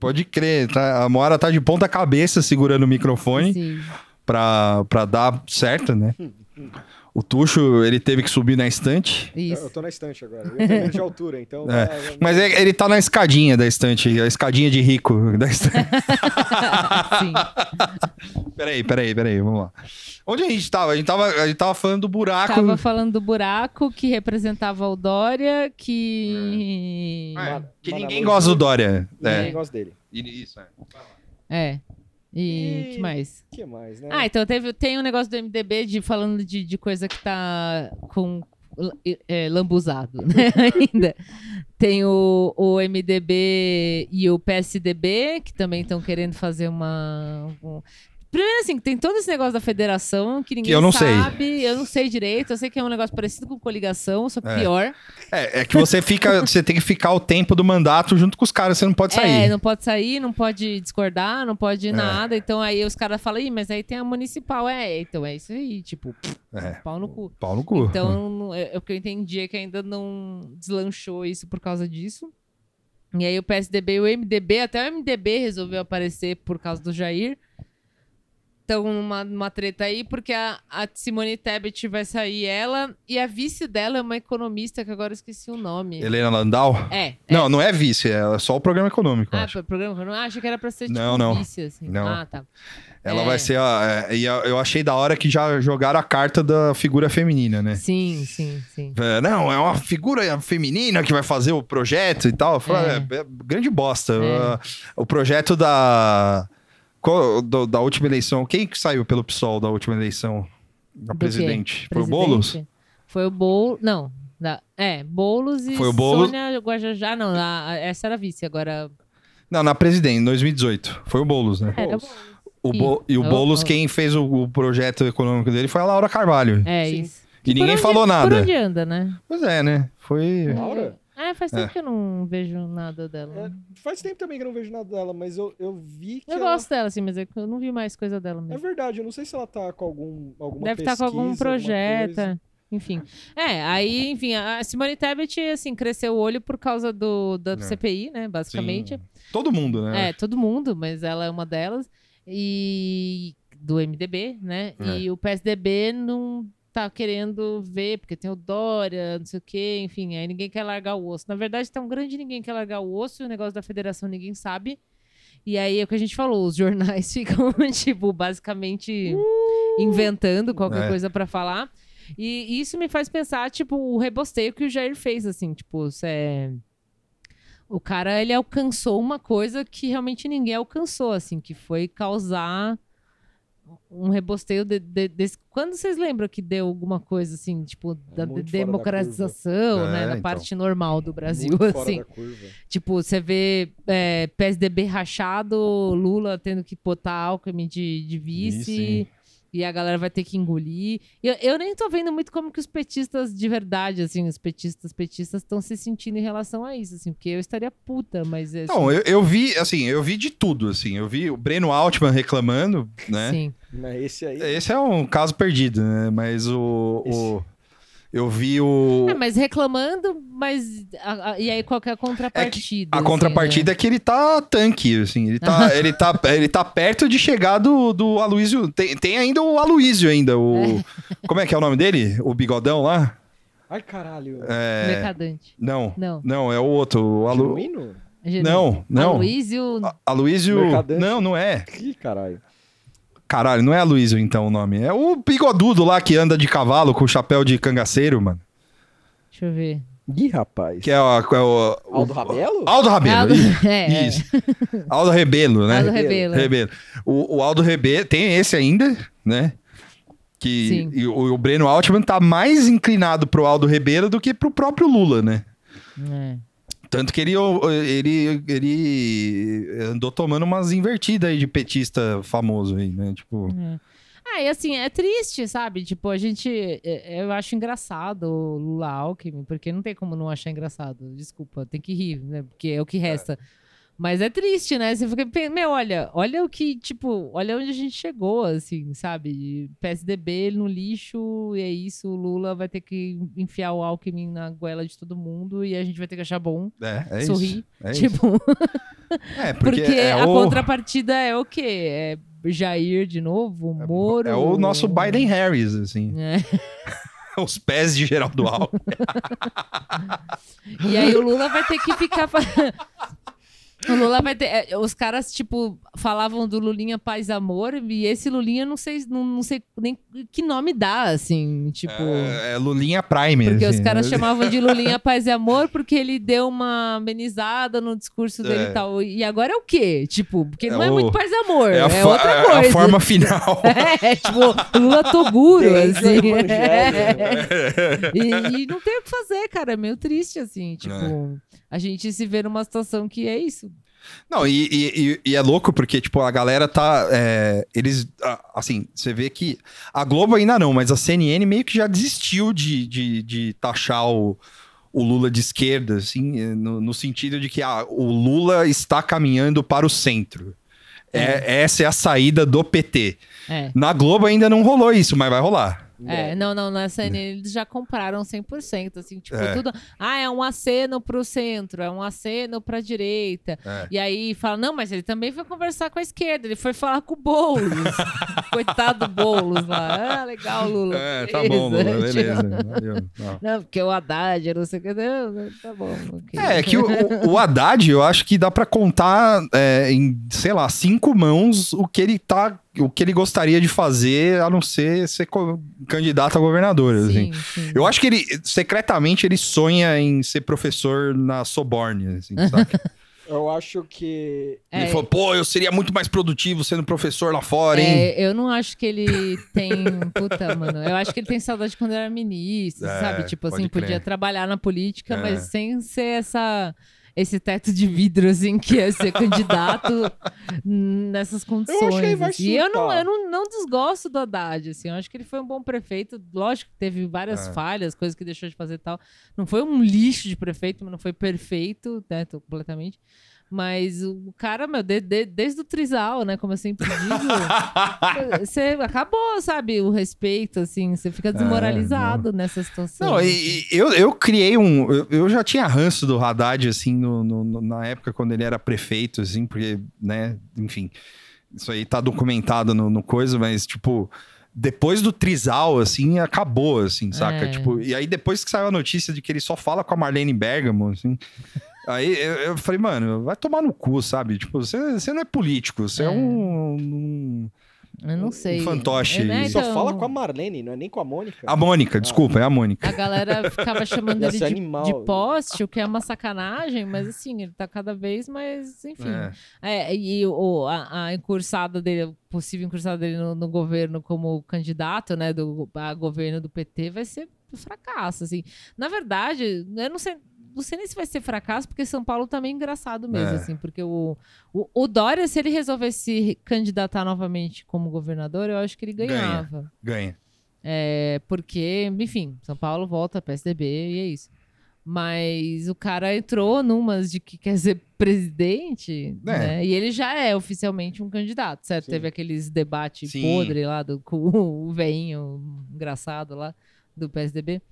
Speaker 2: Pode crer, tá- a Moara tá de ponta cabeça segurando o microfone.
Speaker 3: Assim.
Speaker 2: pra, pra dar certo, né? O Tuxo, ele teve que subir na estante.
Speaker 4: Eu
Speaker 3: Isso.
Speaker 4: tô na estante agora. Eu tenho de altura, então.
Speaker 2: É,
Speaker 4: tá-
Speaker 2: Mas ele, ele tá na escadinha da estante, a escadinha de rico da estante.
Speaker 3: Sim.
Speaker 2: peraí, peraí, peraí, vamos lá. Onde a gente tava? A gente tava, a gente tava falando do buraco.
Speaker 3: Tava falando do buraco que representava o Dória, que.
Speaker 2: É, que
Speaker 4: Mano,
Speaker 2: ninguém
Speaker 4: hoje-
Speaker 2: gosta do Dória.
Speaker 4: Ninguém
Speaker 2: É.
Speaker 4: gosta dele.
Speaker 2: E- Isso, é.
Speaker 3: É. E.
Speaker 4: E-
Speaker 3: que mais?
Speaker 4: O que mais,
Speaker 2: É.
Speaker 4: né?
Speaker 3: Ah, então teve, tem um negócio do MDB de falando de, de coisa que tá com é, lambuzado, né? Ainda. Tem o, o MDB e o PSDB, que também estão querendo fazer uma. um- Primeiro, assim, tem todo esse negócio da federação que ninguém
Speaker 2: eu não sei.
Speaker 3: sabe, eu não sei direito. Eu sei que é um negócio parecido com coligação, só que
Speaker 2: É.
Speaker 3: pior.
Speaker 2: É, é que você fica, você tem que ficar o tempo do mandato junto com os caras, você não pode
Speaker 3: É,
Speaker 2: sair. É.
Speaker 3: não pode sair, não pode discordar, não pode nada. Então aí os caras falam, Ih, mas aí tem a municipal. É, então é isso aí, tipo,
Speaker 2: É,
Speaker 3: pau no cu.
Speaker 2: pau no cu.
Speaker 3: Então, não- é- é o que eu entendi é que ainda não deslanchou isso por causa disso. E aí o PSDB e o MDB, até o MDB resolveu aparecer por causa do Jair. estão numa, numa treta aí, porque a, a Simone Tebet vai sair ela, e a vice dela é uma economista que agora eu esqueci o nome.
Speaker 2: Helena Landau?
Speaker 3: É. é.
Speaker 2: Não, não é vice, é só o programa econômico, eu
Speaker 3: Ah,
Speaker 2: acho.
Speaker 3: foi programa? Eu não acho que era pra ser tipo
Speaker 2: Não, não.
Speaker 3: vice, assim.
Speaker 2: Não.
Speaker 3: Ah, tá.
Speaker 2: Ela
Speaker 3: é.
Speaker 2: vai ser a. é, E a- eu achei da hora que já jogaram a carta da figura feminina, né?
Speaker 3: Sim, sim, sim.
Speaker 2: É, não, é uma figura feminina que vai fazer o projeto e tal. Eu falo,
Speaker 3: É.
Speaker 2: é, é grande bosta. Ah,
Speaker 3: É.
Speaker 2: O projeto da. qual- do- da última eleição. Quem que saiu pelo PSOL da última eleição? A
Speaker 3: Do
Speaker 2: presidente.
Speaker 3: quê?
Speaker 2: Foi o Boulos?
Speaker 3: Presidente? Foi o Boulos. Não. da- É, Boulos e
Speaker 2: Foi o Boulos.
Speaker 3: Sônia Guajajá. Não, a- a- essa era a vice, agora.
Speaker 2: Não, na presidente, em 2018. Foi o Boulos, né?
Speaker 3: Era
Speaker 4: Boulos.
Speaker 2: O Bo- E o
Speaker 3: Oh,
Speaker 2: Boulos,
Speaker 3: oh.
Speaker 2: quem fez o, o projeto econômico dele foi a Laura Carvalho.
Speaker 3: É
Speaker 4: Sim.
Speaker 3: isso.
Speaker 2: E
Speaker 3: Por
Speaker 2: ninguém
Speaker 3: onde-
Speaker 2: falou
Speaker 3: Por
Speaker 2: nada.
Speaker 3: onde anda, né?
Speaker 2: Pois é, né? Foi.
Speaker 4: Laura? É,
Speaker 3: É, faz tempo que eu não vejo nada dela.
Speaker 4: Faz tempo também que eu não vejo nada dela, mas eu, eu vi que
Speaker 3: eu
Speaker 4: ela...
Speaker 3: gosto dela, assim, mas eu eu não vi mais coisa dela
Speaker 4: É
Speaker 3: mesmo.
Speaker 4: verdade, eu não sei se ela tá com algum, alguma
Speaker 3: Deve estar com algum
Speaker 4: pesquisa, alguma
Speaker 3: projeto.
Speaker 4: coisa.
Speaker 3: é. Enfim. É, aí, enfim, a a Simone Tebet, assim, cresceu o olho por causa do, da
Speaker 2: É.
Speaker 3: CPI, né, basicamente.
Speaker 2: Sim. Todo mundo, né?
Speaker 3: É, todo mundo, mas ela é uma delas. E do MDB, né?
Speaker 2: É.
Speaker 3: E o PSDB não tá querendo ver, porque tem o Dória, não sei o quê, enfim, aí ninguém quer largar o osso. Na verdade, tá um grande ninguém quer largar o osso, e o negócio da federação ninguém sabe. E aí é o que a gente falou, os jornais ficam, tipo, basicamente inventando qualquer
Speaker 2: Uh! É.
Speaker 3: coisa pra falar. E isso me faz pensar, tipo, o rebosteio que o Jair fez, assim, tipo, isso é... O cara, ele alcançou uma coisa que realmente ninguém alcançou, assim, que foi causar um rebosteio de, de- desse... Quando vocês lembram que deu alguma coisa, assim, tipo, da
Speaker 4: É muito fora da
Speaker 3: democratização,
Speaker 2: curva.
Speaker 3: né,
Speaker 2: É,
Speaker 3: da
Speaker 2: então.
Speaker 3: parte normal do Brasil,
Speaker 4: Muito fora
Speaker 3: assim.
Speaker 4: da curva.
Speaker 3: Tipo, você vê é, PSDB rachado, Lula tendo que botar Alckmin de, de vice.
Speaker 2: Vice.
Speaker 3: E a galera vai ter que engolir. Eu, eu nem tô vendo muito como que os petistas de verdade, assim, os petistas petistas estão se sentindo em relação a isso, assim, porque eu estaria puta, mas é.
Speaker 2: Não, eu, eu vi, assim, eu vi de tudo, assim. Eu vi o Breno Altman reclamando, né?
Speaker 3: assim, Sim.
Speaker 4: Mas esse aí...
Speaker 2: Esse é um caso perdido, né? Mas o. o- eu vi o.
Speaker 3: É, mas reclamando, mas. a- a- e aí qual que é a contrapartida?
Speaker 2: A
Speaker 3: assim,
Speaker 2: contrapartida é que ele tá tanque, assim, ele tá, ele tá, ele tá perto de chegar do, do Aloysio. Tem, tem ainda o Aloysio ainda, o. Como é que é o nome dele? O bigodão lá?
Speaker 4: Ai, caralho.
Speaker 3: né?
Speaker 2: É,
Speaker 3: Mercadante.
Speaker 2: não,
Speaker 3: Não.
Speaker 2: não, é o outro. O Alu...
Speaker 4: Genuíno?
Speaker 2: Não, não.
Speaker 3: Aloysio.
Speaker 2: A- Aloysio.
Speaker 4: Mercadante.
Speaker 2: Não, não é.
Speaker 4: Ih, caralho.
Speaker 2: Caralho, não é Aloysio então o nome. É o bigodudo lá que anda de cavalo com o chapéu de cangaceiro, mano.
Speaker 3: Deixa eu ver.
Speaker 4: Ih, rapaz.
Speaker 2: Que é o. que é o- o-
Speaker 4: Aldo Rabelo?
Speaker 2: Aldo Rabelo.
Speaker 3: Aldo-
Speaker 2: isso.
Speaker 3: é,
Speaker 2: Isso. Aldo Rebelo, né?
Speaker 3: Aldo Rebelo.
Speaker 4: Rebelo.
Speaker 3: é.
Speaker 2: Rebelo. O, o Aldo Rebelo tem esse ainda, né? Que
Speaker 3: Sim.
Speaker 2: e o, o Breno Altman tá mais inclinado pro Aldo Rebelo do que pro próprio Lula, né?
Speaker 3: É.
Speaker 2: Tanto que ele, ele, ele andou tomando umas invertidas aí de petista famoso aí, né? Tipo,
Speaker 3: Ah, e assim, é triste, sabe? Tipo, a gente. é- Eu acho engraçado o Lula Alckmin, porque não tem como não achar engraçado. Desculpa, tem que rir, né? Porque é o que resta. Mas é triste, né? Você fica, pe- meu, olha, olha o que, tipo, olha onde a gente chegou, assim, sabe? PSDB no lixo, e é isso, o Lula vai ter que enfiar o Alckmin na goela de todo mundo e a gente vai ter que achar bom.
Speaker 2: é, é isso.
Speaker 3: sorrir.
Speaker 2: É, isso.
Speaker 3: tipo,
Speaker 2: É, porque,
Speaker 3: porque,
Speaker 2: é o,
Speaker 3: a contrapartida é o quê? É Jair de novo? Moro?
Speaker 2: é o nosso Biden Harris, assim.
Speaker 3: É.
Speaker 2: Os pés de
Speaker 3: Tipo,
Speaker 2: Geraldo Alckmin.
Speaker 3: E aí o Lula vai ter que ficar. fa- O Lula vai ter. é, Os caras, tipo, falavam do Lulinha Paz e Amor, e esse Lulinha não sei, não, não sei nem que nome dá, assim, tipo.
Speaker 2: É, é Lulinha Prime.
Speaker 3: Porque os
Speaker 2: assim,
Speaker 3: caras
Speaker 2: né?
Speaker 3: chamavam de Lulinha Paz e Amor porque ele deu uma amenizada no discurso dele
Speaker 2: É.
Speaker 3: e tal. E agora é o quê? Tipo, porque não
Speaker 2: É
Speaker 3: é
Speaker 2: o-
Speaker 3: muito Paz e Amor,
Speaker 2: É
Speaker 3: é,
Speaker 2: a, fa- é
Speaker 3: outra
Speaker 2: a
Speaker 3: coisa.
Speaker 2: forma final.
Speaker 3: É, tipo, Lula Toguro,
Speaker 4: Desde o
Speaker 3: assim.
Speaker 4: Evangelho, né?
Speaker 3: É. E, e não tem o que fazer, cara. É meio triste, assim. Tipo,
Speaker 2: é?
Speaker 3: a gente se vê numa situação que é isso.
Speaker 2: Não, e, e- e- e é louco porque, tipo, a galera tá. é, eles. a- Assim, você vê que. A Globo ainda não, mas a CNN meio que já desistiu de, de, de taxar o, o Lula de esquerda, assim, é, no, no sentido de que ah, o Lula está caminhando para o centro. É, Essa é a saída do PT.
Speaker 3: É.
Speaker 2: Na Globo ainda não rolou isso, mas vai rolar.
Speaker 4: Em
Speaker 3: É,
Speaker 4: breve.
Speaker 3: não, não, na CNN eles já compraram 100%, assim, tipo,
Speaker 2: É.
Speaker 3: tudo, ah, é um aceno pro centro, é um aceno pra direita,
Speaker 2: É.
Speaker 3: e aí fala, não, mas ele também foi conversar com a esquerda, ele foi falar com o Boulos, coitado do Boulos lá, ah, legal, Lula.
Speaker 2: É, tá bom, Lula,
Speaker 3: Beleza.
Speaker 2: beleza. Valeu. Não.
Speaker 3: Não, porque o Haddad, não sei o que, não, não, tá bom. ok.
Speaker 2: É, que o, o- o Haddad, eu acho que dá pra contar é, em, sei lá, cinco mãos o que ele tá, o que ele gostaria de fazer, a não ser ser co- candidato a governador, assim.
Speaker 3: Sim, sim.
Speaker 2: Eu acho que ele, secretamente, ele sonha em ser professor na Soborne, assim, sabe?
Speaker 4: Eu acho que.
Speaker 2: Ele
Speaker 3: É.
Speaker 2: falou, pô, eu seria muito mais produtivo sendo professor lá fora, hein?
Speaker 3: É, eu não acho que ele tem. Puta, mano. Eu acho que ele tem saudade quando era ministro,
Speaker 2: É,
Speaker 3: sabe? Tipo assim,
Speaker 2: pode crer.
Speaker 3: podia trabalhar na política,
Speaker 2: É.
Speaker 3: mas sem ser essa. Esse teto de vidro, assim, que é ser candidato nessas condições.
Speaker 4: acho que ele vai
Speaker 3: assim. E eu não,
Speaker 4: surtar.
Speaker 3: eu não, não desgosto do Haddad, assim. Eu acho que ele foi um bom prefeito. Lógico que teve várias
Speaker 2: É.
Speaker 3: falhas, coisas que deixou de fazer e tal. Não foi um lixo de prefeito, mas não foi perfeito, né? tô completamente. Mas o cara, meu, de- de- desde o Trizal, né? Como eu sempre
Speaker 2: É,
Speaker 3: digo. Você acabou, sabe, o respeito, assim, você fica desmoralizado nessa situação.
Speaker 2: É, Não, e, e eu, eu criei um. Eu, eu já tinha ranço do Haddad, assim, no- no- no- na época quando ele era prefeito, assim, porque, né, enfim. Isso aí tá documentado no, no coisa, mas, tipo, depois do Trizal, assim, acabou, assim, saca?
Speaker 3: É.
Speaker 2: Tipo, e aí depois que saiu a notícia de que ele só fala com a Marlene Bergamo, assim. Aí eu, eu falei, mano, vai tomar no cu, sabe? Tipo, você, você não é político, você é,
Speaker 3: É.
Speaker 2: um- um
Speaker 3: eu não sei.
Speaker 2: um fantoche.
Speaker 3: É, né,
Speaker 4: Só
Speaker 3: então,
Speaker 4: fala com a Marlene, não é nem com a Mônica.
Speaker 2: A Mônica, desculpa, é a Mônica.
Speaker 3: a galera ficava chamando
Speaker 4: Ia
Speaker 3: ele
Speaker 4: ser
Speaker 3: de,
Speaker 4: animal.
Speaker 3: de poste, o que é uma sacanagem, mas assim, ele tá cada vez mais, enfim.
Speaker 2: É.
Speaker 3: É, e o, a, a incursada dele, a possível incursada dele no, no governo como candidato, né, do a governo do PT, vai ser um fracasso, assim. Na verdade, eu não sei, não sei nem se vai ser fracasso, porque São Paulo tá meio engraçado
Speaker 2: É.
Speaker 3: mesmo, assim, porque o, o, o Dória, se ele resolvesse candidatar novamente como governador, eu acho que ele
Speaker 2: Ganha.
Speaker 3: ganhava.
Speaker 2: Ganha.
Speaker 3: É, porque, enfim, São Paulo volta, PSDB e é isso. Mas o cara entrou numas de que quer ser presidente,
Speaker 2: É.
Speaker 3: né? E ele já é oficialmente um candidato, certo?
Speaker 4: Sim.
Speaker 3: Teve aqueles debates
Speaker 2: Sim.
Speaker 3: podre lá do, com o veinho engraçado lá do PSDB.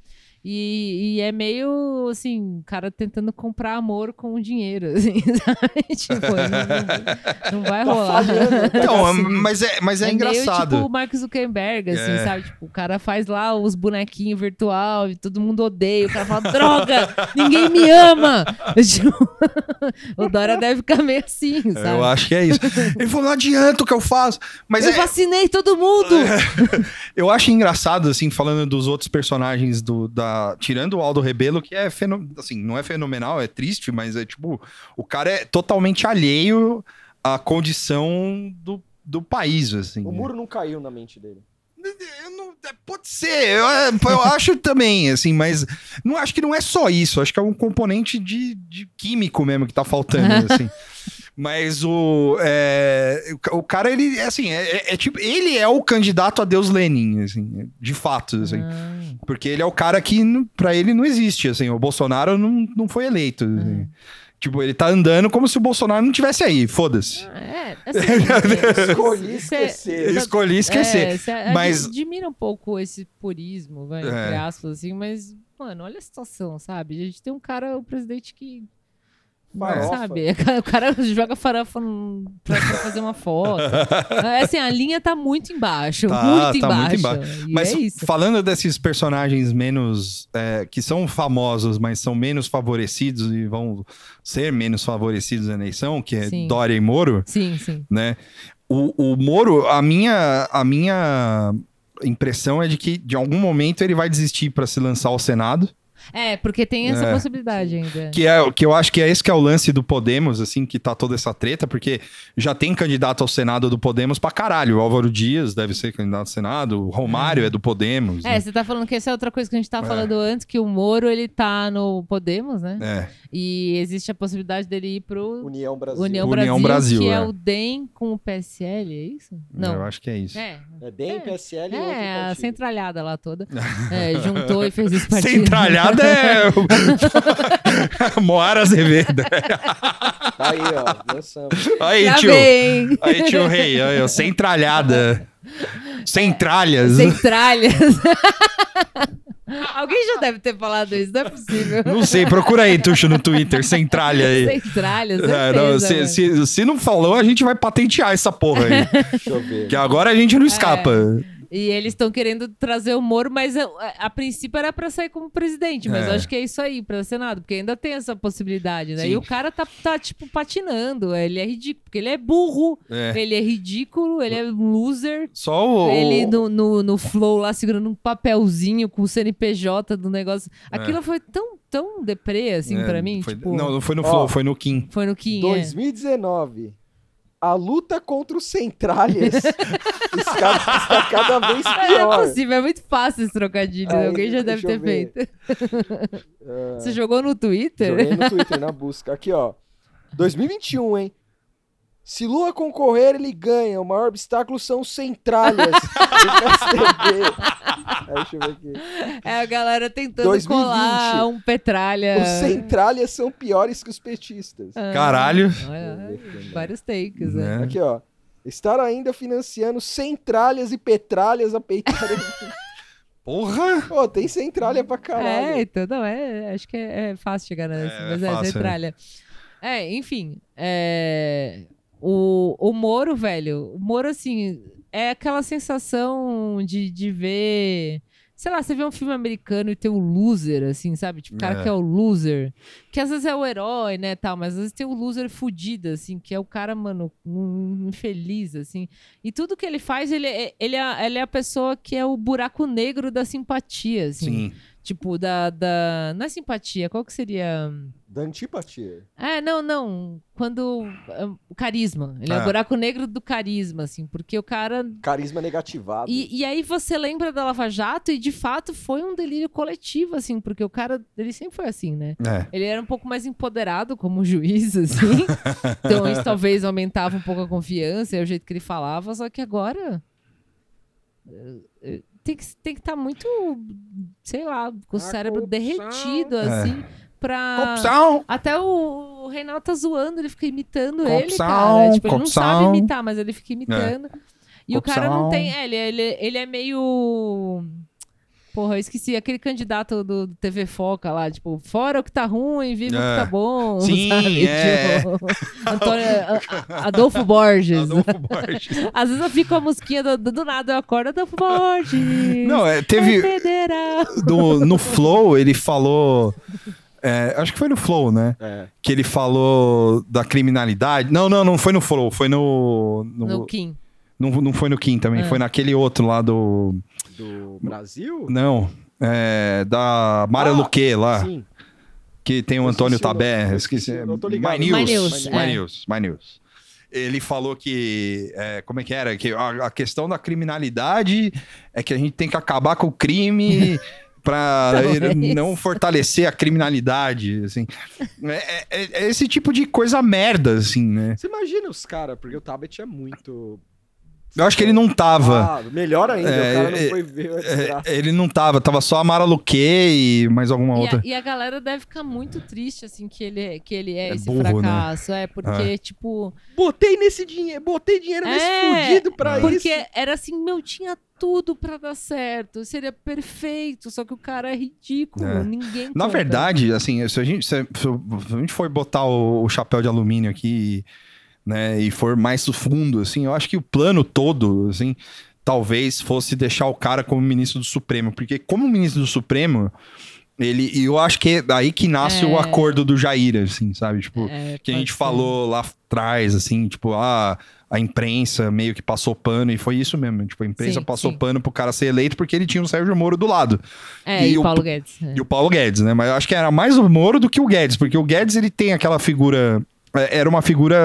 Speaker 3: E, e é meio assim, o cara tentando comprar amor com o dinheiro, assim, sabe? Tipo, não, não vai
Speaker 4: Tá
Speaker 3: rolar.
Speaker 4: falhando. tá
Speaker 2: Então,
Speaker 4: assim.
Speaker 2: mas é, mas é, engraçado.
Speaker 3: Meio, tipo o Mark Zuckerberg, assim,
Speaker 2: É.
Speaker 3: sabe? Tipo, o cara faz lá os bonequinhos virtual e todo mundo odeia. O cara fala, droga, ninguém me ama. Tipo, o Dora deve ficar meio assim, sabe?
Speaker 2: Eu acho que é isso. Ele falou, não adianta o que eu faço. Mas
Speaker 3: Eu
Speaker 2: é-
Speaker 3: vacinei todo mundo!
Speaker 2: eu acho engraçado, assim, falando dos outros personagens do. Da, tirando o Aldo Rebelo, que é feno- assim, não é fenomenal, é triste, mas é tipo, o cara é totalmente alheio à condição do, do país, assim.
Speaker 4: O muro não caiu na mente dele.
Speaker 2: Eu não- é, pode ser, eu, é, eu acho também, assim, mas não acho que não é só isso, acho que é um componente de, de químico mesmo que tá faltando, assim. Mas o, é, o ca- o cara, ele, é assim, é, é- é tipo, ele é o candidato a Deus Lenin, assim, de fato, assim.
Speaker 3: Ah,
Speaker 2: Porque ele é o cara que, não- pra ele, não existe, assim, o Bolsonaro não, não foi eleito, assim.
Speaker 3: É.
Speaker 2: Tipo, ele tá andando como se o Bolsonaro não tivesse aí, foda-se.
Speaker 3: é, assim,
Speaker 4: Escolhi
Speaker 3: isso é-
Speaker 4: esquecer.
Speaker 2: Eu escolhi esquecer.
Speaker 3: É, cê ad-
Speaker 2: mas-
Speaker 3: admira um pouco esse purismo, vai, entre
Speaker 2: É.
Speaker 3: aspas, assim, mas, mano, olha a situação, sabe? A gente tem um cara, o presidente que.
Speaker 4: Farofa.
Speaker 3: Sabe? O cara joga farofa num- pra, pra fazer uma foto. É, assim, a linha tá muito embaixo.
Speaker 2: Tá,
Speaker 3: muito,
Speaker 2: tá muito
Speaker 3: embaixo. E
Speaker 2: Mas
Speaker 3: é isso.
Speaker 2: falando desses personagens menos. é, que são famosos, mas são menos favorecidos e vão ser menos favorecidos na eleição, que é
Speaker 3: Sim.
Speaker 2: Dória e Moro,
Speaker 3: Sim, sim.
Speaker 2: né? O, o Moro, a minha, a minha impressão é de que de algum momento ele vai desistir para se lançar ao Senado,
Speaker 3: É, porque tem essa
Speaker 2: É.
Speaker 3: possibilidade ainda.
Speaker 2: que é o que eu acho que é esse que é o lance do Podemos, assim, que tá toda essa treta, porque já tem candidato ao Senado do Podemos pra caralho. O Álvaro Dias deve ser candidato ao Senado, o Romário é do Podemos.
Speaker 3: Uhum. É, você tá falando que essa é outra coisa que a gente tava
Speaker 2: É.
Speaker 3: falando antes, que o Moro, ele tá no Podemos, né?
Speaker 2: né? É.
Speaker 3: E existe a possibilidade dele ir pro
Speaker 4: União Brasil.
Speaker 3: União,
Speaker 2: União
Speaker 3: Brasil,
Speaker 2: Brasil,
Speaker 3: que é.
Speaker 2: é.
Speaker 3: o DEM com o PSL, é isso?
Speaker 2: Eu
Speaker 3: Não.
Speaker 2: acho que é isso.
Speaker 3: É.
Speaker 4: É bem
Speaker 3: É.
Speaker 4: PSL e outro
Speaker 3: É, a
Speaker 4: partido.
Speaker 3: centralhada lá toda. É, juntou e fez esse partido.
Speaker 2: Centralhada é. Moara Azevedo.
Speaker 4: Tá aí, ó. Lançamos.
Speaker 2: Aí,
Speaker 3: Já
Speaker 2: tio.
Speaker 3: vem.
Speaker 2: Aí, tio Rei. Aí, ó, Centralhada. Sem tralhas.
Speaker 3: Sem tralhas. Alguém já deve ter falado isso, não é possível.
Speaker 2: Não sei, procura aí, Tuxo, no Twitter, sem tralha aí.
Speaker 3: Sem tralhas,
Speaker 2: É, não,
Speaker 3: certeza,
Speaker 2: se,
Speaker 3: mano.
Speaker 2: se- se não falou, a gente vai patentear essa porra aí.
Speaker 4: Deixa eu ver.
Speaker 2: que agora a
Speaker 3: É.
Speaker 2: gente não escapa.
Speaker 3: E eles estão querendo trazer o Moro, mas eu- a, a princípio era pra sair como presidente, mas
Speaker 2: É.
Speaker 3: eu acho que é isso aí, pra Senado, porque ainda tem essa possibilidade, né?
Speaker 2: Sim.
Speaker 3: E o cara tá, tá, tipo, patinando, ele é ridículo, porque ele é burro,
Speaker 2: É.
Speaker 3: ele é ridículo, ele é um loser.
Speaker 2: Só o. É,
Speaker 3: Ele no, no, no flow lá segurando um papelzinho com o CNPJ do negócio. Aquilo foi tão, tão deprê, assim,
Speaker 2: é,
Speaker 3: pra mim.
Speaker 2: foi-
Speaker 3: tipo,
Speaker 2: Não, não foi no
Speaker 4: Ó.
Speaker 2: Flow, foi no Kim.
Speaker 3: Foi no Kim. é.
Speaker 4: 2019. A luta contra os centralhas está, está cada vez
Speaker 3: Mas Não é
Speaker 4: pior.
Speaker 3: possível, é muito fácil esse trocadilho.
Speaker 4: Aí,
Speaker 3: Alguém já deve
Speaker 4: É,
Speaker 3: ter
Speaker 4: deixa eu ver. É.
Speaker 3: feito. Você jogou no Twitter?
Speaker 4: Joguei no Twitter, na busca. Aqui, ó. 2021, hein? Se Lula concorrer, ele ganha. O maior obstáculo são os centralhas. do PSDB. Aí, deixa eu ver aqui.
Speaker 3: É a galera tentando
Speaker 4: 2020.
Speaker 3: colar um petralha.
Speaker 4: Os centralhas são piores que os petistas.
Speaker 3: Ah,
Speaker 2: Caralho.
Speaker 3: olha, vários takes, né?
Speaker 2: Né?
Speaker 4: Aqui, ó. Estar ainda financiando centralhas e petralhas a peitar.
Speaker 2: Porra!
Speaker 4: Pô, tem centralha pra
Speaker 3: É,
Speaker 4: caralho.
Speaker 3: então não, é, acho que é, é fácil chegar nessa,
Speaker 2: É,
Speaker 3: mas
Speaker 2: é
Speaker 3: é,
Speaker 2: fácil, né?
Speaker 3: centralha. É, enfim, é, o, o Moro, velho, o Moro, assim, é aquela sensação de, de ver, sei lá, você vê um filme americano e tem o loser, assim, sabe? Tipo, o cara
Speaker 2: É.
Speaker 3: que é o loser, que às vezes é o herói, né, tal, mas às vezes tem o loser fudido, assim, que é o cara, mano, um infeliz, assim. E tudo que ele faz, ele, é- ele, é, ele é a pessoa que é o buraco negro da simpatia, assim.
Speaker 2: Sim.
Speaker 3: Tipo, da, da. Não é simpatia, qual que seria.
Speaker 4: Da antipatia.
Speaker 3: É, não, não. Quando. ah, o carisma. Ele é
Speaker 2: Ah.
Speaker 3: o buraco negro do carisma, assim, porque o cara.
Speaker 4: Carisma negativado.
Speaker 3: E, e aí você lembra da Lava Jato e de fato foi um delírio coletivo, assim, porque o cara. Ele sempre foi assim, né?
Speaker 2: É.
Speaker 3: Ele era um pouco mais empoderado como juiz, assim. então isso talvez aumentava um pouco a confiança, é o jeito que ele falava, só que agora. eh, eh, Tem que estar tem que tá muito, sei lá, com o
Speaker 4: A
Speaker 3: cérebro
Speaker 4: corrupção.
Speaker 3: derretido, assim, pra.
Speaker 2: É. Corrupção!
Speaker 3: Até o, o Reinaldo tá zoando, ele fica imitando ele,
Speaker 2: Corrupção,
Speaker 3: cara. Tipo, ele não
Speaker 2: corrupção.
Speaker 3: sabe imitar, mas ele
Speaker 2: É.
Speaker 3: fica imitando. E o cara
Speaker 2: Corrupção.
Speaker 3: não tem. É, ele, ele, ele é meio. Porra, eu esqueci. Aquele candidato do, do TV Foca lá, tipo, fora o que tá ruim, viva o
Speaker 2: É.
Speaker 3: que tá bom.
Speaker 2: Sim,
Speaker 3: sabe?
Speaker 2: é.
Speaker 3: Tipo, Antônio, a- a- Adolfo Borges.
Speaker 2: Adolfo Borges.
Speaker 3: Às vezes eu fico com a musiquinha do, do, do nada, eu acordo Adolfo Borges.
Speaker 2: Não, é,
Speaker 3: é
Speaker 2: teve.
Speaker 3: federal.
Speaker 2: do- no Flow, ele falou. é, acho que foi no Flow, né?
Speaker 4: É.
Speaker 2: Que ele falou da criminalidade. Não, não, não foi no Flow, foi no. no-
Speaker 3: No Kim.
Speaker 2: não, não foi no Kim também,
Speaker 3: Ah.
Speaker 2: foi naquele outro lá do.
Speaker 4: Do Brasil?
Speaker 2: Não. É, da Mara
Speaker 4: Ah,
Speaker 2: Luque lá.
Speaker 4: Sim.
Speaker 2: Que tem o
Speaker 4: Eu
Speaker 2: Antônio
Speaker 4: esqueci o nome,
Speaker 2: Tabé,
Speaker 4: eu
Speaker 2: esqueci.
Speaker 4: esqueci, eu tô
Speaker 2: My
Speaker 4: ligado.
Speaker 2: News. My
Speaker 3: My
Speaker 2: News.
Speaker 3: News,
Speaker 2: My
Speaker 3: é.
Speaker 2: News. Ele falou que. é, como é que era? Que a, a questão da criminalidade é que a gente tem que acabar com o crime pra
Speaker 3: Talvez.
Speaker 2: ele não fortalecer a criminalidade. Assim. É, é- é- é esse tipo de coisa merda, assim, né?
Speaker 4: Você imagina os caras, porque o Tabet é muito.
Speaker 2: Eu acho que ele não tava.
Speaker 4: Ah, melhor ainda,
Speaker 2: É,
Speaker 4: o cara
Speaker 2: é,
Speaker 4: não foi ver a desgraça.
Speaker 2: É, ele não tava, tava só a Mara Luque e mais alguma
Speaker 3: E a-
Speaker 2: outra.
Speaker 3: E a, galera deve ficar muito triste, assim, que ele, que ele é,
Speaker 2: É
Speaker 3: esse
Speaker 2: burro, né?
Speaker 3: fracasso. É, porque, tipo.
Speaker 4: Botei nesse dinheiro, botei dinheiro
Speaker 3: É,
Speaker 4: nesse fudido pra
Speaker 3: Porque
Speaker 4: isso.
Speaker 3: era assim, meu, tinha tudo pra dar certo. Seria perfeito. Só que o cara é ridículo.
Speaker 2: É.
Speaker 3: Ninguém.
Speaker 2: Na
Speaker 3: compra.
Speaker 2: verdade, assim, se a gente, se, se a gente for botar o, o chapéu de alumínio aqui, né, e for mais fundo, assim, eu acho que o plano todo, assim, talvez fosse deixar o cara como ministro do Supremo, porque como ministro do Supremo, ele, e eu acho que é daí que nasce o
Speaker 3: É.
Speaker 2: acordo do Jair, assim, sabe, tipo,
Speaker 3: É,
Speaker 2: que a
Speaker 3: pode
Speaker 2: gente
Speaker 3: ser.
Speaker 2: falou lá atrás, assim, tipo, ah, a imprensa meio que passou pano, e foi isso mesmo, tipo, a imprensa
Speaker 3: Sim,
Speaker 2: passou
Speaker 3: sim.
Speaker 2: pano pro cara ser eleito porque ele tinha o Sérgio Moro do lado.
Speaker 3: É,
Speaker 2: e
Speaker 3: e,
Speaker 2: o-
Speaker 3: Paulo Guedes. é.
Speaker 2: E o Paulo Guedes, né? Mas eu acho que era mais o Moro do que o Guedes, porque o Guedes ele tem aquela figura. é, Era uma figura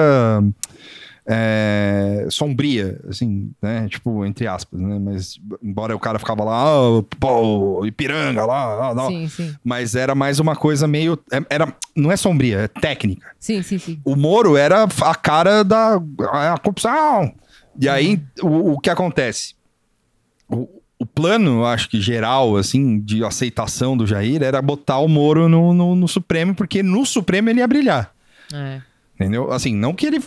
Speaker 2: é, sombria, assim, né? Tipo, entre aspas, né? Mas embora o cara ficava lá, ah, pô, Ipiranga lá, lá, lá.
Speaker 3: Sim, sim.
Speaker 2: Mas era mais uma coisa meio. é- Era, não é sombria, é técnica
Speaker 3: Sim, sim, sim.
Speaker 2: o Moro era a cara da a corrupção. E aí, o, o que acontece? O, o plano, eu acho que geral, assim, de aceitação do Jair era botar o Moro no, no, no Supremo, porque no Supremo ele ia brilhar.
Speaker 3: É.
Speaker 2: Entendeu? Assim, não que ele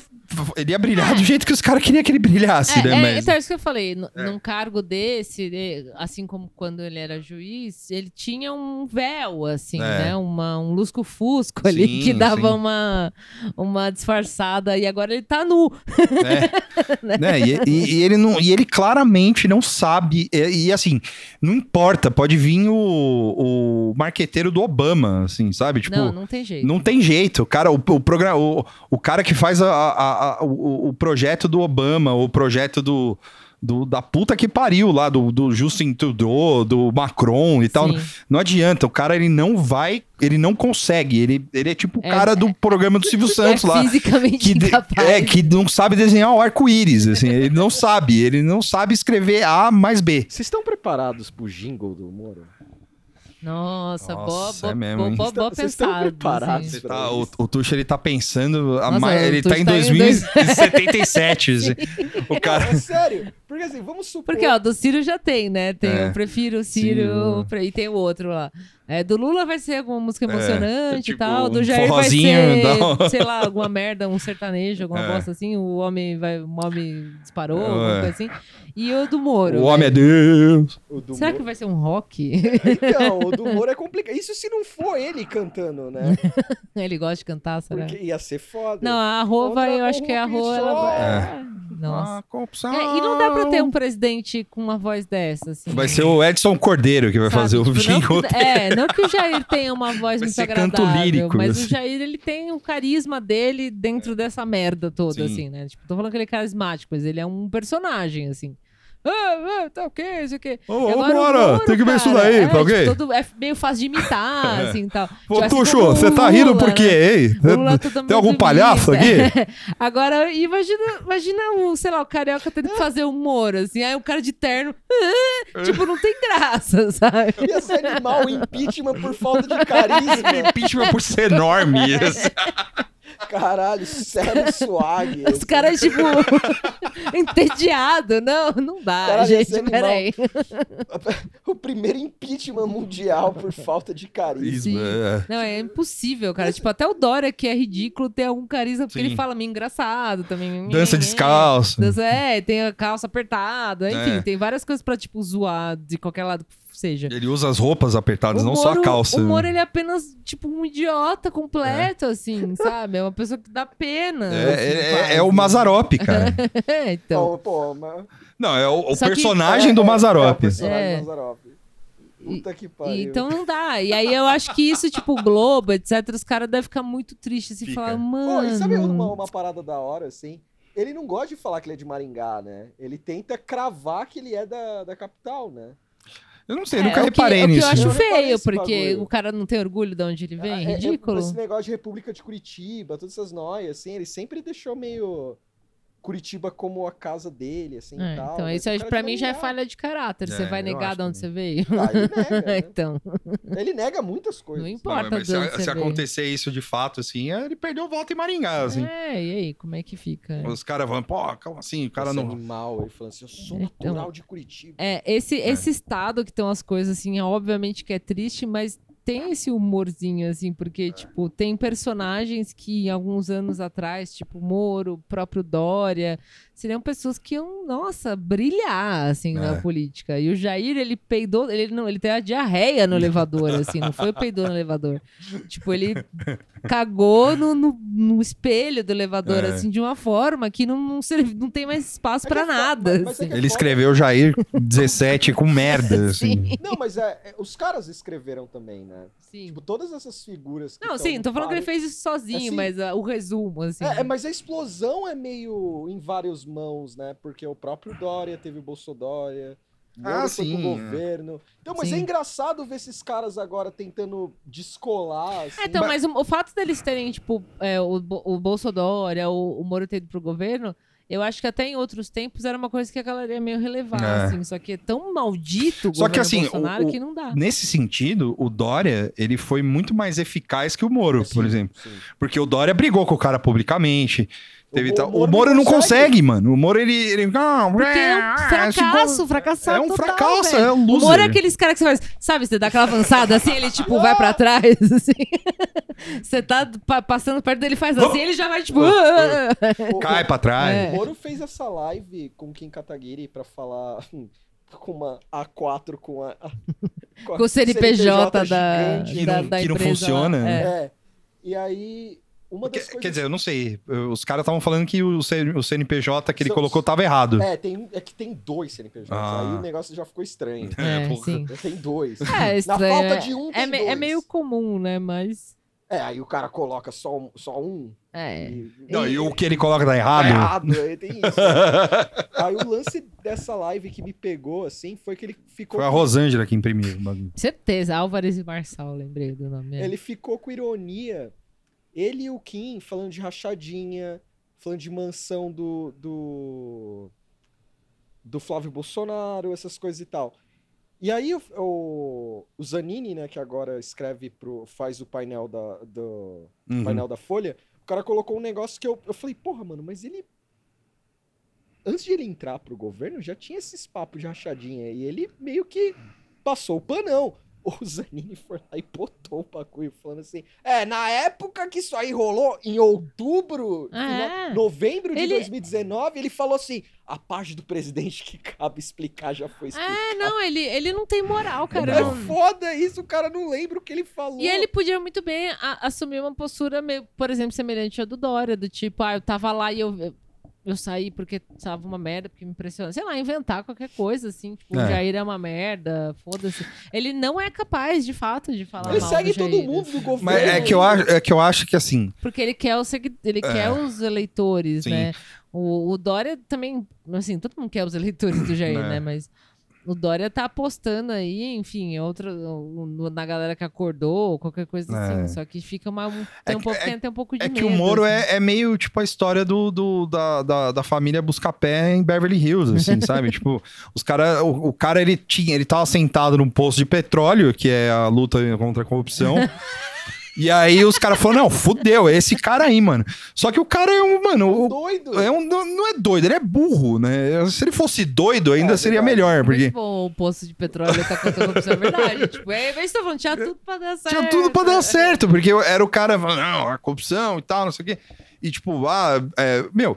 Speaker 2: ele ia brilhar do jeito que os caras queriam que ele brilhasse,
Speaker 3: É,
Speaker 2: né?
Speaker 3: é,
Speaker 2: Mas-
Speaker 3: Então, é isso que eu falei. N- Num cargo desse, de- assim como quando ele era juiz, ele tinha um véu, assim,
Speaker 2: É.
Speaker 3: né? Uma, um lusco-fusco ali
Speaker 2: Sim,
Speaker 3: que dava
Speaker 2: sim.
Speaker 3: uma, uma disfarçada. E agora ele tá nu.
Speaker 2: É, né? E, e- e ele não, e ele claramente não sabe. E, e, assim, não importa, pode vir o, o marqueteiro do Obama, assim, sabe? Tipo,
Speaker 3: não,
Speaker 2: não,
Speaker 3: não tem jeito.
Speaker 2: tem jeito. O cara, o, o, progra- o, o cara que faz a- a- a- o, o projeto do Obama, o projeto do. do- da puta que pariu lá, do, do Justin Trudeau, do Macron e tal.
Speaker 3: Sim.
Speaker 2: Não adianta, o cara ele não vai, ele não consegue. Ele, ele é tipo o
Speaker 3: É,
Speaker 2: cara do programa do Silvio Santos
Speaker 3: é
Speaker 2: lá
Speaker 3: fisicamente
Speaker 2: que de-
Speaker 3: incapaz.
Speaker 2: é que não sabe desenhar o arco-íris, assim, ele não sabe, ele não sabe escrever A mais B.
Speaker 4: Vocês estão preparados pro jingle do Moro?
Speaker 3: Nossa,
Speaker 2: Nossa, é
Speaker 3: boa, é
Speaker 2: mesmo, hein?
Speaker 3: boa, boa
Speaker 4: Vocês estão
Speaker 3: pensada.
Speaker 4: preparados?
Speaker 3: assim.
Speaker 2: Você tá- o, o Tuxa ele tá pensando, a
Speaker 3: Nossa,
Speaker 2: mais-
Speaker 3: o
Speaker 2: ele
Speaker 3: Tuxa
Speaker 2: tá em
Speaker 3: tá em
Speaker 2: 2077. assim. o cara
Speaker 4: É sério? Porque assim, vamos supor.
Speaker 3: Porque, ó, do Ciro já tem, né? Tem
Speaker 2: É.
Speaker 3: Eu Prefiro o Ciro,
Speaker 2: Ciro.
Speaker 3: pre- e tem o outro lá. É, do Lula vai ser alguma música emocionante
Speaker 2: tipo,
Speaker 3: e tal. Do
Speaker 2: um
Speaker 3: Jair vai
Speaker 2: forrozinho,
Speaker 3: ser,
Speaker 2: dá um-
Speaker 3: sei lá, alguma merda, um sertanejo, alguma
Speaker 2: É.
Speaker 3: bosta assim. O homem vai, um homem disparou,
Speaker 2: É.
Speaker 3: alguma coisa assim. E o do Moro.
Speaker 2: o homem é Deus.
Speaker 4: o do
Speaker 3: Será que
Speaker 4: Moro...
Speaker 3: vai ser um rock?
Speaker 4: Então, o do Moro é complicado. Isso se não for ele cantando, né?
Speaker 3: Ele gosta de cantar, será?
Speaker 4: Porque ia ser foda.
Speaker 3: é. Não, a Rô vai, eu acho que é a Rô, ela
Speaker 2: É.
Speaker 3: vai. Nossa.
Speaker 2: Ah, corrupção.
Speaker 3: É, e não dá pra ter um presidente com uma voz dessa, assim.
Speaker 2: Vai ser o Edson Cordeiro que vai
Speaker 3: Sabe?
Speaker 2: fazer o
Speaker 3: Tipo, não
Speaker 2: jingle.
Speaker 3: que- É, não que o Jair tenha uma
Speaker 2: Vai
Speaker 3: voz muito
Speaker 2: ser canto
Speaker 3: agradável,
Speaker 2: lírico,
Speaker 3: mas
Speaker 2: assim.
Speaker 3: o Jair, ele tem o carisma dele dentro dessa merda toda,
Speaker 2: Sim.
Speaker 3: assim, né? Tipo, tô falando que ele é carismático, mas ele é um personagem, assim. Ah, ah, tá ok, isso aqui.
Speaker 2: Ô, ô,
Speaker 3: Agora, o
Speaker 2: bora,
Speaker 3: Moro,
Speaker 2: tem que ver isso
Speaker 3: cara,
Speaker 2: daí,
Speaker 3: é,
Speaker 2: tá ok?
Speaker 3: tipo, todo- é meio fácil de imitar,
Speaker 2: É.
Speaker 3: assim, tal.
Speaker 2: Ô,
Speaker 3: Tipo, assim
Speaker 2: Tuxo,
Speaker 3: como o
Speaker 2: você tá rindo
Speaker 3: Lula,
Speaker 2: por quê,
Speaker 3: né?
Speaker 2: hein?
Speaker 3: O Lula todo mundo
Speaker 2: Tem algum
Speaker 3: imita.
Speaker 2: palhaço
Speaker 3: é.
Speaker 2: aqui?
Speaker 3: Agora, imagina, imagina o, sei lá, o carioca tendo que fazer humor, assim. Aí o cara de terno, tipo, não tem graça, sabe?
Speaker 4: Ia ser animal o impeachment por falta de carisma.
Speaker 2: Impeachment por ser enorme. assim.
Speaker 4: Caralho, sério swag.
Speaker 3: Os caras, tipo, entediado. Não, não dá,
Speaker 4: Caralho, esse
Speaker 3: gente,
Speaker 4: animal.
Speaker 3: peraí.
Speaker 4: O primeiro impeachment mundial por falta de carisma.
Speaker 2: Isso, é.
Speaker 3: Não, é impossível, cara. Tipo, até o Dória, que é ridículo, tem algum carisma, porque
Speaker 2: Sim.
Speaker 3: ele fala meio engraçado também.
Speaker 2: Dança descalço.
Speaker 3: Dança, é, tem a calça apertada, enfim,
Speaker 2: É.
Speaker 3: tem várias coisas pra, tipo, zoar de qualquer lado que seja.
Speaker 2: Ele usa as roupas apertadas,
Speaker 3: O
Speaker 2: Ah, não só a
Speaker 3: Moro-
Speaker 2: calça.
Speaker 3: O Moro, ele é apenas, tipo, um idiota completo, assim, sabe? É uma pessoa que dá pena. assim,
Speaker 2: É, é, é
Speaker 3: quase.
Speaker 2: o Mazarop, cara.
Speaker 3: É, então.
Speaker 4: Pô, pô, mas...
Speaker 2: Não, é o, o
Speaker 3: Só que-
Speaker 2: personagem
Speaker 4: É,
Speaker 2: do
Speaker 4: é, É, o
Speaker 2: Mazarop.
Speaker 4: personagem
Speaker 3: É.
Speaker 4: do Mazzaropi. Puta que pariu.
Speaker 3: Então não dá. E aí eu acho que isso, tipo, Globo, etc., os caras devem ficar muito tristes e
Speaker 2: Fica.
Speaker 3: falar,
Speaker 4: Pô,
Speaker 3: mano.
Speaker 4: e sabe uma, uma parada da hora, assim? Ele não gosta de falar que ele é de Maringá, né? Ele tenta cravar que ele é da, da capital, né?
Speaker 2: Eu não sei,
Speaker 3: É,
Speaker 2: nunca
Speaker 3: o que-
Speaker 2: reparei
Speaker 3: o que
Speaker 2: nisso. né?
Speaker 3: eu acho
Speaker 4: Eu reparei
Speaker 3: feio,
Speaker 4: esse
Speaker 3: porque
Speaker 4: bagulho.
Speaker 3: o cara não tem orgulho de onde ele vem, é,
Speaker 4: É, é,
Speaker 3: ridículo.
Speaker 4: esse negócio de República de Curitiba, todas essas noias, assim, ele sempre deixou meio Curitiba como a casa dele, assim,
Speaker 3: É,
Speaker 4: e tal.
Speaker 3: então,
Speaker 4: mas
Speaker 3: isso
Speaker 4: o
Speaker 3: aí,
Speaker 4: cara é de
Speaker 3: pra mim já é
Speaker 4: Maringá.
Speaker 3: falha de caráter.
Speaker 2: É,
Speaker 3: Você vai
Speaker 2: eu
Speaker 3: negar
Speaker 2: acho
Speaker 3: de onde você veio?
Speaker 4: Ah, ele nega,
Speaker 3: então,
Speaker 4: né? Ele nega muitas coisas.
Speaker 3: Não
Speaker 4: né?
Speaker 3: importa
Speaker 2: mas
Speaker 3: de onde
Speaker 2: se,
Speaker 3: você
Speaker 2: se
Speaker 3: veio.
Speaker 2: acontecer isso de fato, assim, é, ele perdeu o voto em Maringá, assim.
Speaker 3: É, e aí, como é que fica?
Speaker 2: Os caras vão, pô, calma assim, o cara
Speaker 4: Esse
Speaker 2: não.
Speaker 4: animal, ele falando assim, eu sou
Speaker 3: Então.
Speaker 4: natural de Curitiba.
Speaker 3: É, esse, esse estado que estão as coisas, assim, é, obviamente que é triste, mas tem esse humorzinho, assim,
Speaker 4: É.
Speaker 3: porque, tipo, tem personagens que alguns anos atrás, tipo, Moro, o próprio Dória, seriam pessoas que iam, nossa, brilhar, assim,
Speaker 2: É.
Speaker 3: na política. E o Jair, ele peidou, ele não, ele teve a diarreia no elevador, assim, não foi peidou no elevador. Tipo, ele cagou no, no- no espelho do elevador,
Speaker 2: É.
Speaker 3: assim, de uma forma que não, não, serve, não tem mais espaço
Speaker 4: É que
Speaker 3: pra
Speaker 4: é fo-
Speaker 3: nada.
Speaker 4: mas é
Speaker 3: assim.
Speaker 4: que é
Speaker 2: Ele escreveu Jair 17 com merda, assim.
Speaker 4: Não, mas é, é, os caras escreveram também, né?
Speaker 3: Sim.
Speaker 4: Tipo, todas essas figuras. que
Speaker 2: Então,
Speaker 3: Não,
Speaker 4: tão
Speaker 3: sim, tô falando que ele
Speaker 4: pare-
Speaker 3: fez isso sozinho,
Speaker 4: Assim-
Speaker 3: mas ah, o resumo, assim.
Speaker 4: É, é, mas a explosão é meio em várias mãos, né? Porque o próprio Dória teve o Bolsodória. Moro
Speaker 2: Ah,
Speaker 4: foi
Speaker 2: sim,
Speaker 4: pro
Speaker 2: é.
Speaker 4: governo. Então, mas
Speaker 3: Sim.
Speaker 4: é engraçado ver esses caras agora tentando descolar. Assim.
Speaker 3: É, então, mas o, o fato deles terem, tipo, é, o, Bo- o Bolsonaro, é, o, o Moro ter ido pro governo, eu acho que até em outros tempos era uma coisa que a galera ia meio relevar,
Speaker 2: É.
Speaker 3: assim. Só que é tão maldito o
Speaker 2: Só que,
Speaker 3: governo
Speaker 2: assim, o- o-
Speaker 3: Bolsonaro que não dá.
Speaker 2: Nesse sentido, o Dória, ele foi muito mais eficaz que o Moro, por exemplo. Porque o Dória brigou com o cara publicamente, Teve tal- o, Moro não consegue, mano. O Moro, ele... ele ah,
Speaker 3: Porque é um fracasso, fracassado
Speaker 2: É um
Speaker 3: total,
Speaker 2: fracasso,
Speaker 3: velho.
Speaker 2: é um
Speaker 3: O
Speaker 2: loser.
Speaker 3: Moro é aqueles caras que você faz, sabe, você dá aquela avançada assim, ele tipo vai pra trás, assim. Você tá pa- passando perto dele, faz assim, ele já vai tipo. É,
Speaker 4: O-
Speaker 2: Cai pra trás.
Speaker 4: O Moro fez essa live com Kim Kataguiri pra falar hum, com uma A4 com a. a-
Speaker 3: Com o CNPJ da-
Speaker 4: gigante, né?
Speaker 2: que
Speaker 3: da-
Speaker 2: não,
Speaker 3: da
Speaker 2: que não
Speaker 3: empresa lá,
Speaker 2: funciona. né?
Speaker 3: é.
Speaker 4: É. E aí, uma
Speaker 2: Que-
Speaker 4: das coisas.
Speaker 2: Quer dizer, eu não sei. Eu- Os caras estavam falando que o, C- o CNPJ que ele
Speaker 4: São-
Speaker 2: colocou tava errado.
Speaker 4: É, tem, é que tem dois CNPJs.
Speaker 2: Ah.
Speaker 4: Aí o negócio já ficou estranho.
Speaker 3: É,
Speaker 2: porra.
Speaker 3: sim.
Speaker 4: Tem dois.
Speaker 3: É,
Speaker 4: Na
Speaker 3: estranho.
Speaker 4: falta
Speaker 3: é.
Speaker 4: de um,
Speaker 3: é,
Speaker 4: tem
Speaker 3: me-
Speaker 4: dois.
Speaker 3: é meio comum, né? Mas.
Speaker 4: É, aí o cara coloca só um. Só um
Speaker 3: É.
Speaker 4: e-
Speaker 2: Não, e
Speaker 4: e-
Speaker 2: o que ele coloca tá errado.
Speaker 4: Tá errado, aí tem isso. aí o lance dessa live que me pegou, assim, foi que ele ficou.
Speaker 2: Foi a Rosângela que imprimiu. o bagulho.
Speaker 3: Certeza, Álvares e Marçal, lembrei do nome. é.
Speaker 4: Ele ficou com ironia. Ele e o Kim falando de rachadinha, falando de mansão do. do, do Flávio Bolsonaro, essas coisas e tal. E aí o, o, o Zanini, né, que agora escreve pro. faz o painel da, do
Speaker 2: Uhum.
Speaker 4: painel da Folha, o cara colocou um negócio que eu, eu falei, porra, mano, mas ele. Antes de ele entrar pro governo, já tinha esses papos de rachadinha. E ele meio que passou o panão. O Zanini foi lá e botou o bagulho, falando assim: É, na época que isso aí rolou, em outubro,
Speaker 3: Ah,
Speaker 4: fina- novembro de
Speaker 3: ele-
Speaker 4: 2019, ele falou assim: A parte do presidente que cabe explicar já foi explicada.
Speaker 3: É, não, ele, ele não tem moral, cara.
Speaker 4: É
Speaker 3: não-
Speaker 4: foda isso, o cara não lembra o que ele falou.
Speaker 3: E ele podia muito bem a- assumir uma postura, meio, por exemplo, semelhante à do Dória, do tipo, ah, eu tava lá e eu, eu, eu saí porque tava uma merda, porque me impressionou. Sei lá, inventar qualquer coisa, assim, tipo,
Speaker 2: É.
Speaker 3: o Jair é uma merda, foda-se. Ele não é capaz, de fato, de falar
Speaker 4: Ele
Speaker 3: mal
Speaker 4: segue
Speaker 3: do
Speaker 4: todo
Speaker 3: Jair,
Speaker 4: mundo
Speaker 3: assim,
Speaker 4: do governo.
Speaker 2: Mas é que, eu acho, é que eu acho que assim.
Speaker 3: Porque ele quer, o segui- ele quer os eleitores,
Speaker 2: É. Sim.
Speaker 3: né? O, o Dória também, assim, todo mundo quer os eleitores do Jair,
Speaker 2: Né.
Speaker 3: né? Mas o Dória tá apostando aí, enfim, outra, o- no- na galera que acordou, qualquer
Speaker 2: É.
Speaker 3: coisa assim. Só que fica uma, um, tem, um
Speaker 2: que-
Speaker 3: pouco,
Speaker 2: é-
Speaker 3: tem até um pouco de
Speaker 2: É que o
Speaker 3: medo,
Speaker 2: Moro
Speaker 3: assim.
Speaker 2: é, é meio tipo a história do, do- da, da, da família Buscapé em Beverly Hills, assim, sabe? tipo, os cara, o, o cara ele tinha, ele tava sentado num poço de petróleo, que é a luta contra a corrupção. e aí os caras falaram: não, fudeu, é esse cara aí, mano. Só que o cara é um, mano, o-
Speaker 4: Doido.
Speaker 2: é um, não não é doido, ele é burro, né? Se ele fosse doido, ainda
Speaker 4: É,
Speaker 2: seria
Speaker 4: verdade.
Speaker 2: melhor,
Speaker 3: Muito
Speaker 2: porque
Speaker 3: bom, Tipo, o poço de petróleo tá contando com é verdade. tipo, é, mas você tá falando, tinha tudo pra dar certo. É
Speaker 2: tinha tudo pra dar certo, porque eu- era o cara falando, não, a corrupção e tal, não sei o quê. E tipo, ah, é, meu,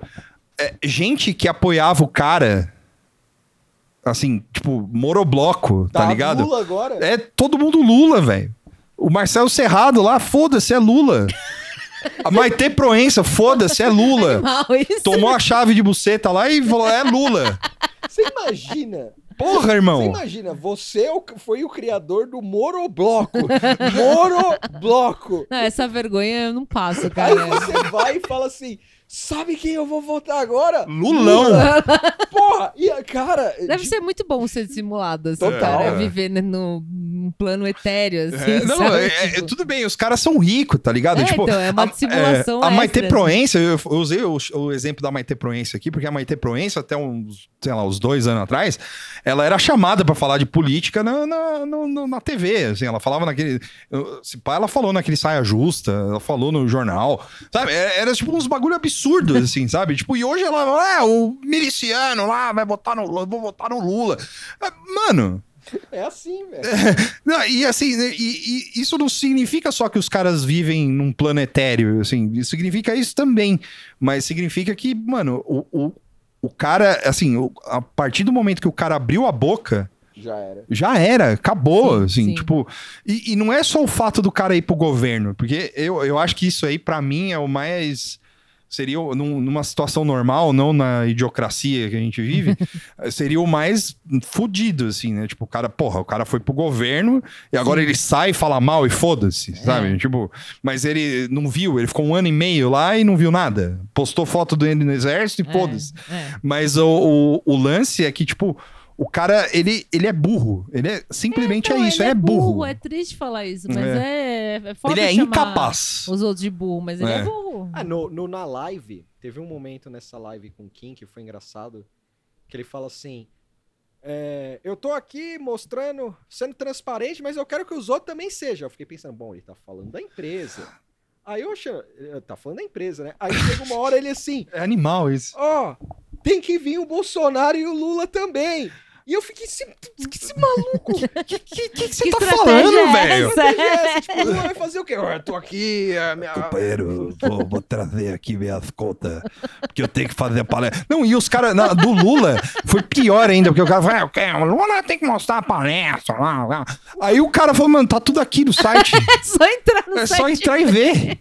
Speaker 2: é, gente que apoiava o cara, assim, tipo, morobloco, tá,
Speaker 4: Tá
Speaker 2: ligado?
Speaker 4: Lula agora.
Speaker 2: É todo mundo Lula, velho. O Marcelo Serrado lá, foda-se, é Lula. A Maite Proença, foda-se, é Lula.
Speaker 3: Mal isso.
Speaker 2: Tomou a chave de buceta lá e falou, é Lula.
Speaker 4: Você imagina?
Speaker 2: Porra, irmão.
Speaker 4: Você imagina, você é o- foi o criador do Morobloco. Morobloco.
Speaker 3: Não, essa vergonha eu não passo,
Speaker 4: Aí
Speaker 3: cara.
Speaker 4: você vai e fala assim: sabe quem eu vou votar agora?
Speaker 2: Lulão.
Speaker 4: Porra! E, a- cara,
Speaker 3: Deve
Speaker 4: de-
Speaker 3: ser muito bom ser simulado, assim,
Speaker 4: Total.
Speaker 3: cara.
Speaker 2: É.
Speaker 3: Viver né, no, num plano etéreo, assim.
Speaker 2: É, não,
Speaker 3: sabe?
Speaker 2: é, é,
Speaker 3: Tipo,
Speaker 2: tudo bem, os caras são ricos, tá ligado?
Speaker 3: É,
Speaker 2: tipo,
Speaker 3: então, é uma
Speaker 2: a,
Speaker 3: simulação
Speaker 2: a Maite
Speaker 3: extra. né?
Speaker 2: Proença, eu, eu usei o, o exemplo da Maite Proença aqui, porque a Maite Proença, até uns, sei lá, uns dois anos atrás, ela era chamada pra falar de política na, na, no- no- na TV, assim, ela falava naquele... eu- Se pá, ela falou naquele Saia Justa, ela falou no jornal, sabe? Era, era, tipo uns bagulho absurdos, assim, sabe? Tipo, e hoje ela, ah, o miliciano lá vai votar no Lula, vou votar no Lula. Ah, Mano...
Speaker 4: é assim, velho.
Speaker 2: Não, e assim, né, e- e isso não significa só que os caras vivem num planetário, assim, isso significa isso também, mas significa que, mano, o, o, o cara, assim, o- a partir do momento que o cara abriu a boca,
Speaker 4: Já era.
Speaker 2: já era, acabou,
Speaker 3: Sim,
Speaker 2: assim,
Speaker 3: sim.
Speaker 2: tipo, e, e não é só o fato do cara ir pro governo, porque eu, eu acho que isso aí, pra mim, é o mais... Seria, o- num- numa situação normal, não na idiocracia que a gente vive, eh, seria o mais fudido, assim, né? Tipo, o cara, porra, o cara foi pro governo e agora ele sai e fala mal e foda-se,
Speaker 3: É.
Speaker 2: sabe? Tipo, mas ele não viu, ele ficou um ano e meio lá e não viu nada. Postou foto dele no exército e
Speaker 3: é,
Speaker 2: foda-se.
Speaker 3: é.
Speaker 2: Mas o, o, o lance é que, tipo, o cara, ele, ele é burro. Ele é simplesmente é,
Speaker 3: Não,
Speaker 2: isso, ele
Speaker 3: ele
Speaker 2: é burro.
Speaker 3: É triste falar isso, mas é, é, foda
Speaker 2: ele é
Speaker 3: chamar
Speaker 2: incapaz.
Speaker 3: Os outros de burro, mas ele é,
Speaker 2: É.
Speaker 3: burro.
Speaker 4: Ah, no, no- na live, teve um momento nessa live com o Kim que foi engraçado, que ele fala assim: é, Eu tô aqui mostrando, sendo transparente, mas eu quero que os outros também sejam. Eu fiquei pensando, bom, ele tá falando da empresa. Aí eu achei, eh, tá falando da empresa, né? Aí chega uma hora ele assim,
Speaker 2: É animal isso.
Speaker 4: ó, tem que vir o Bolsonaro e o Lula também. E eu fiquei, esse, que esse maluco, o que, que, que você
Speaker 3: Que
Speaker 4: tá
Speaker 3: estratégia
Speaker 4: falando?
Speaker 2: falando,
Speaker 3: é
Speaker 2: velho?
Speaker 3: essa?
Speaker 4: Que é essa? Tipo, Lula vai fazer o quê? Eu tô aqui, a minha...
Speaker 2: Companheiro, vou, vou trazer aqui minhas contas, porque eu tenho que fazer a palestra. Não, e os caras na- do Lula foi pior ainda, porque o cara falou, "Ah, eu quero- o Lula tem que mostrar a palestra lá. lá." Aí o cara falou, mano, tá tudo aqui no site,
Speaker 3: É só entrar no
Speaker 2: é
Speaker 3: site.
Speaker 2: só entrar e ver.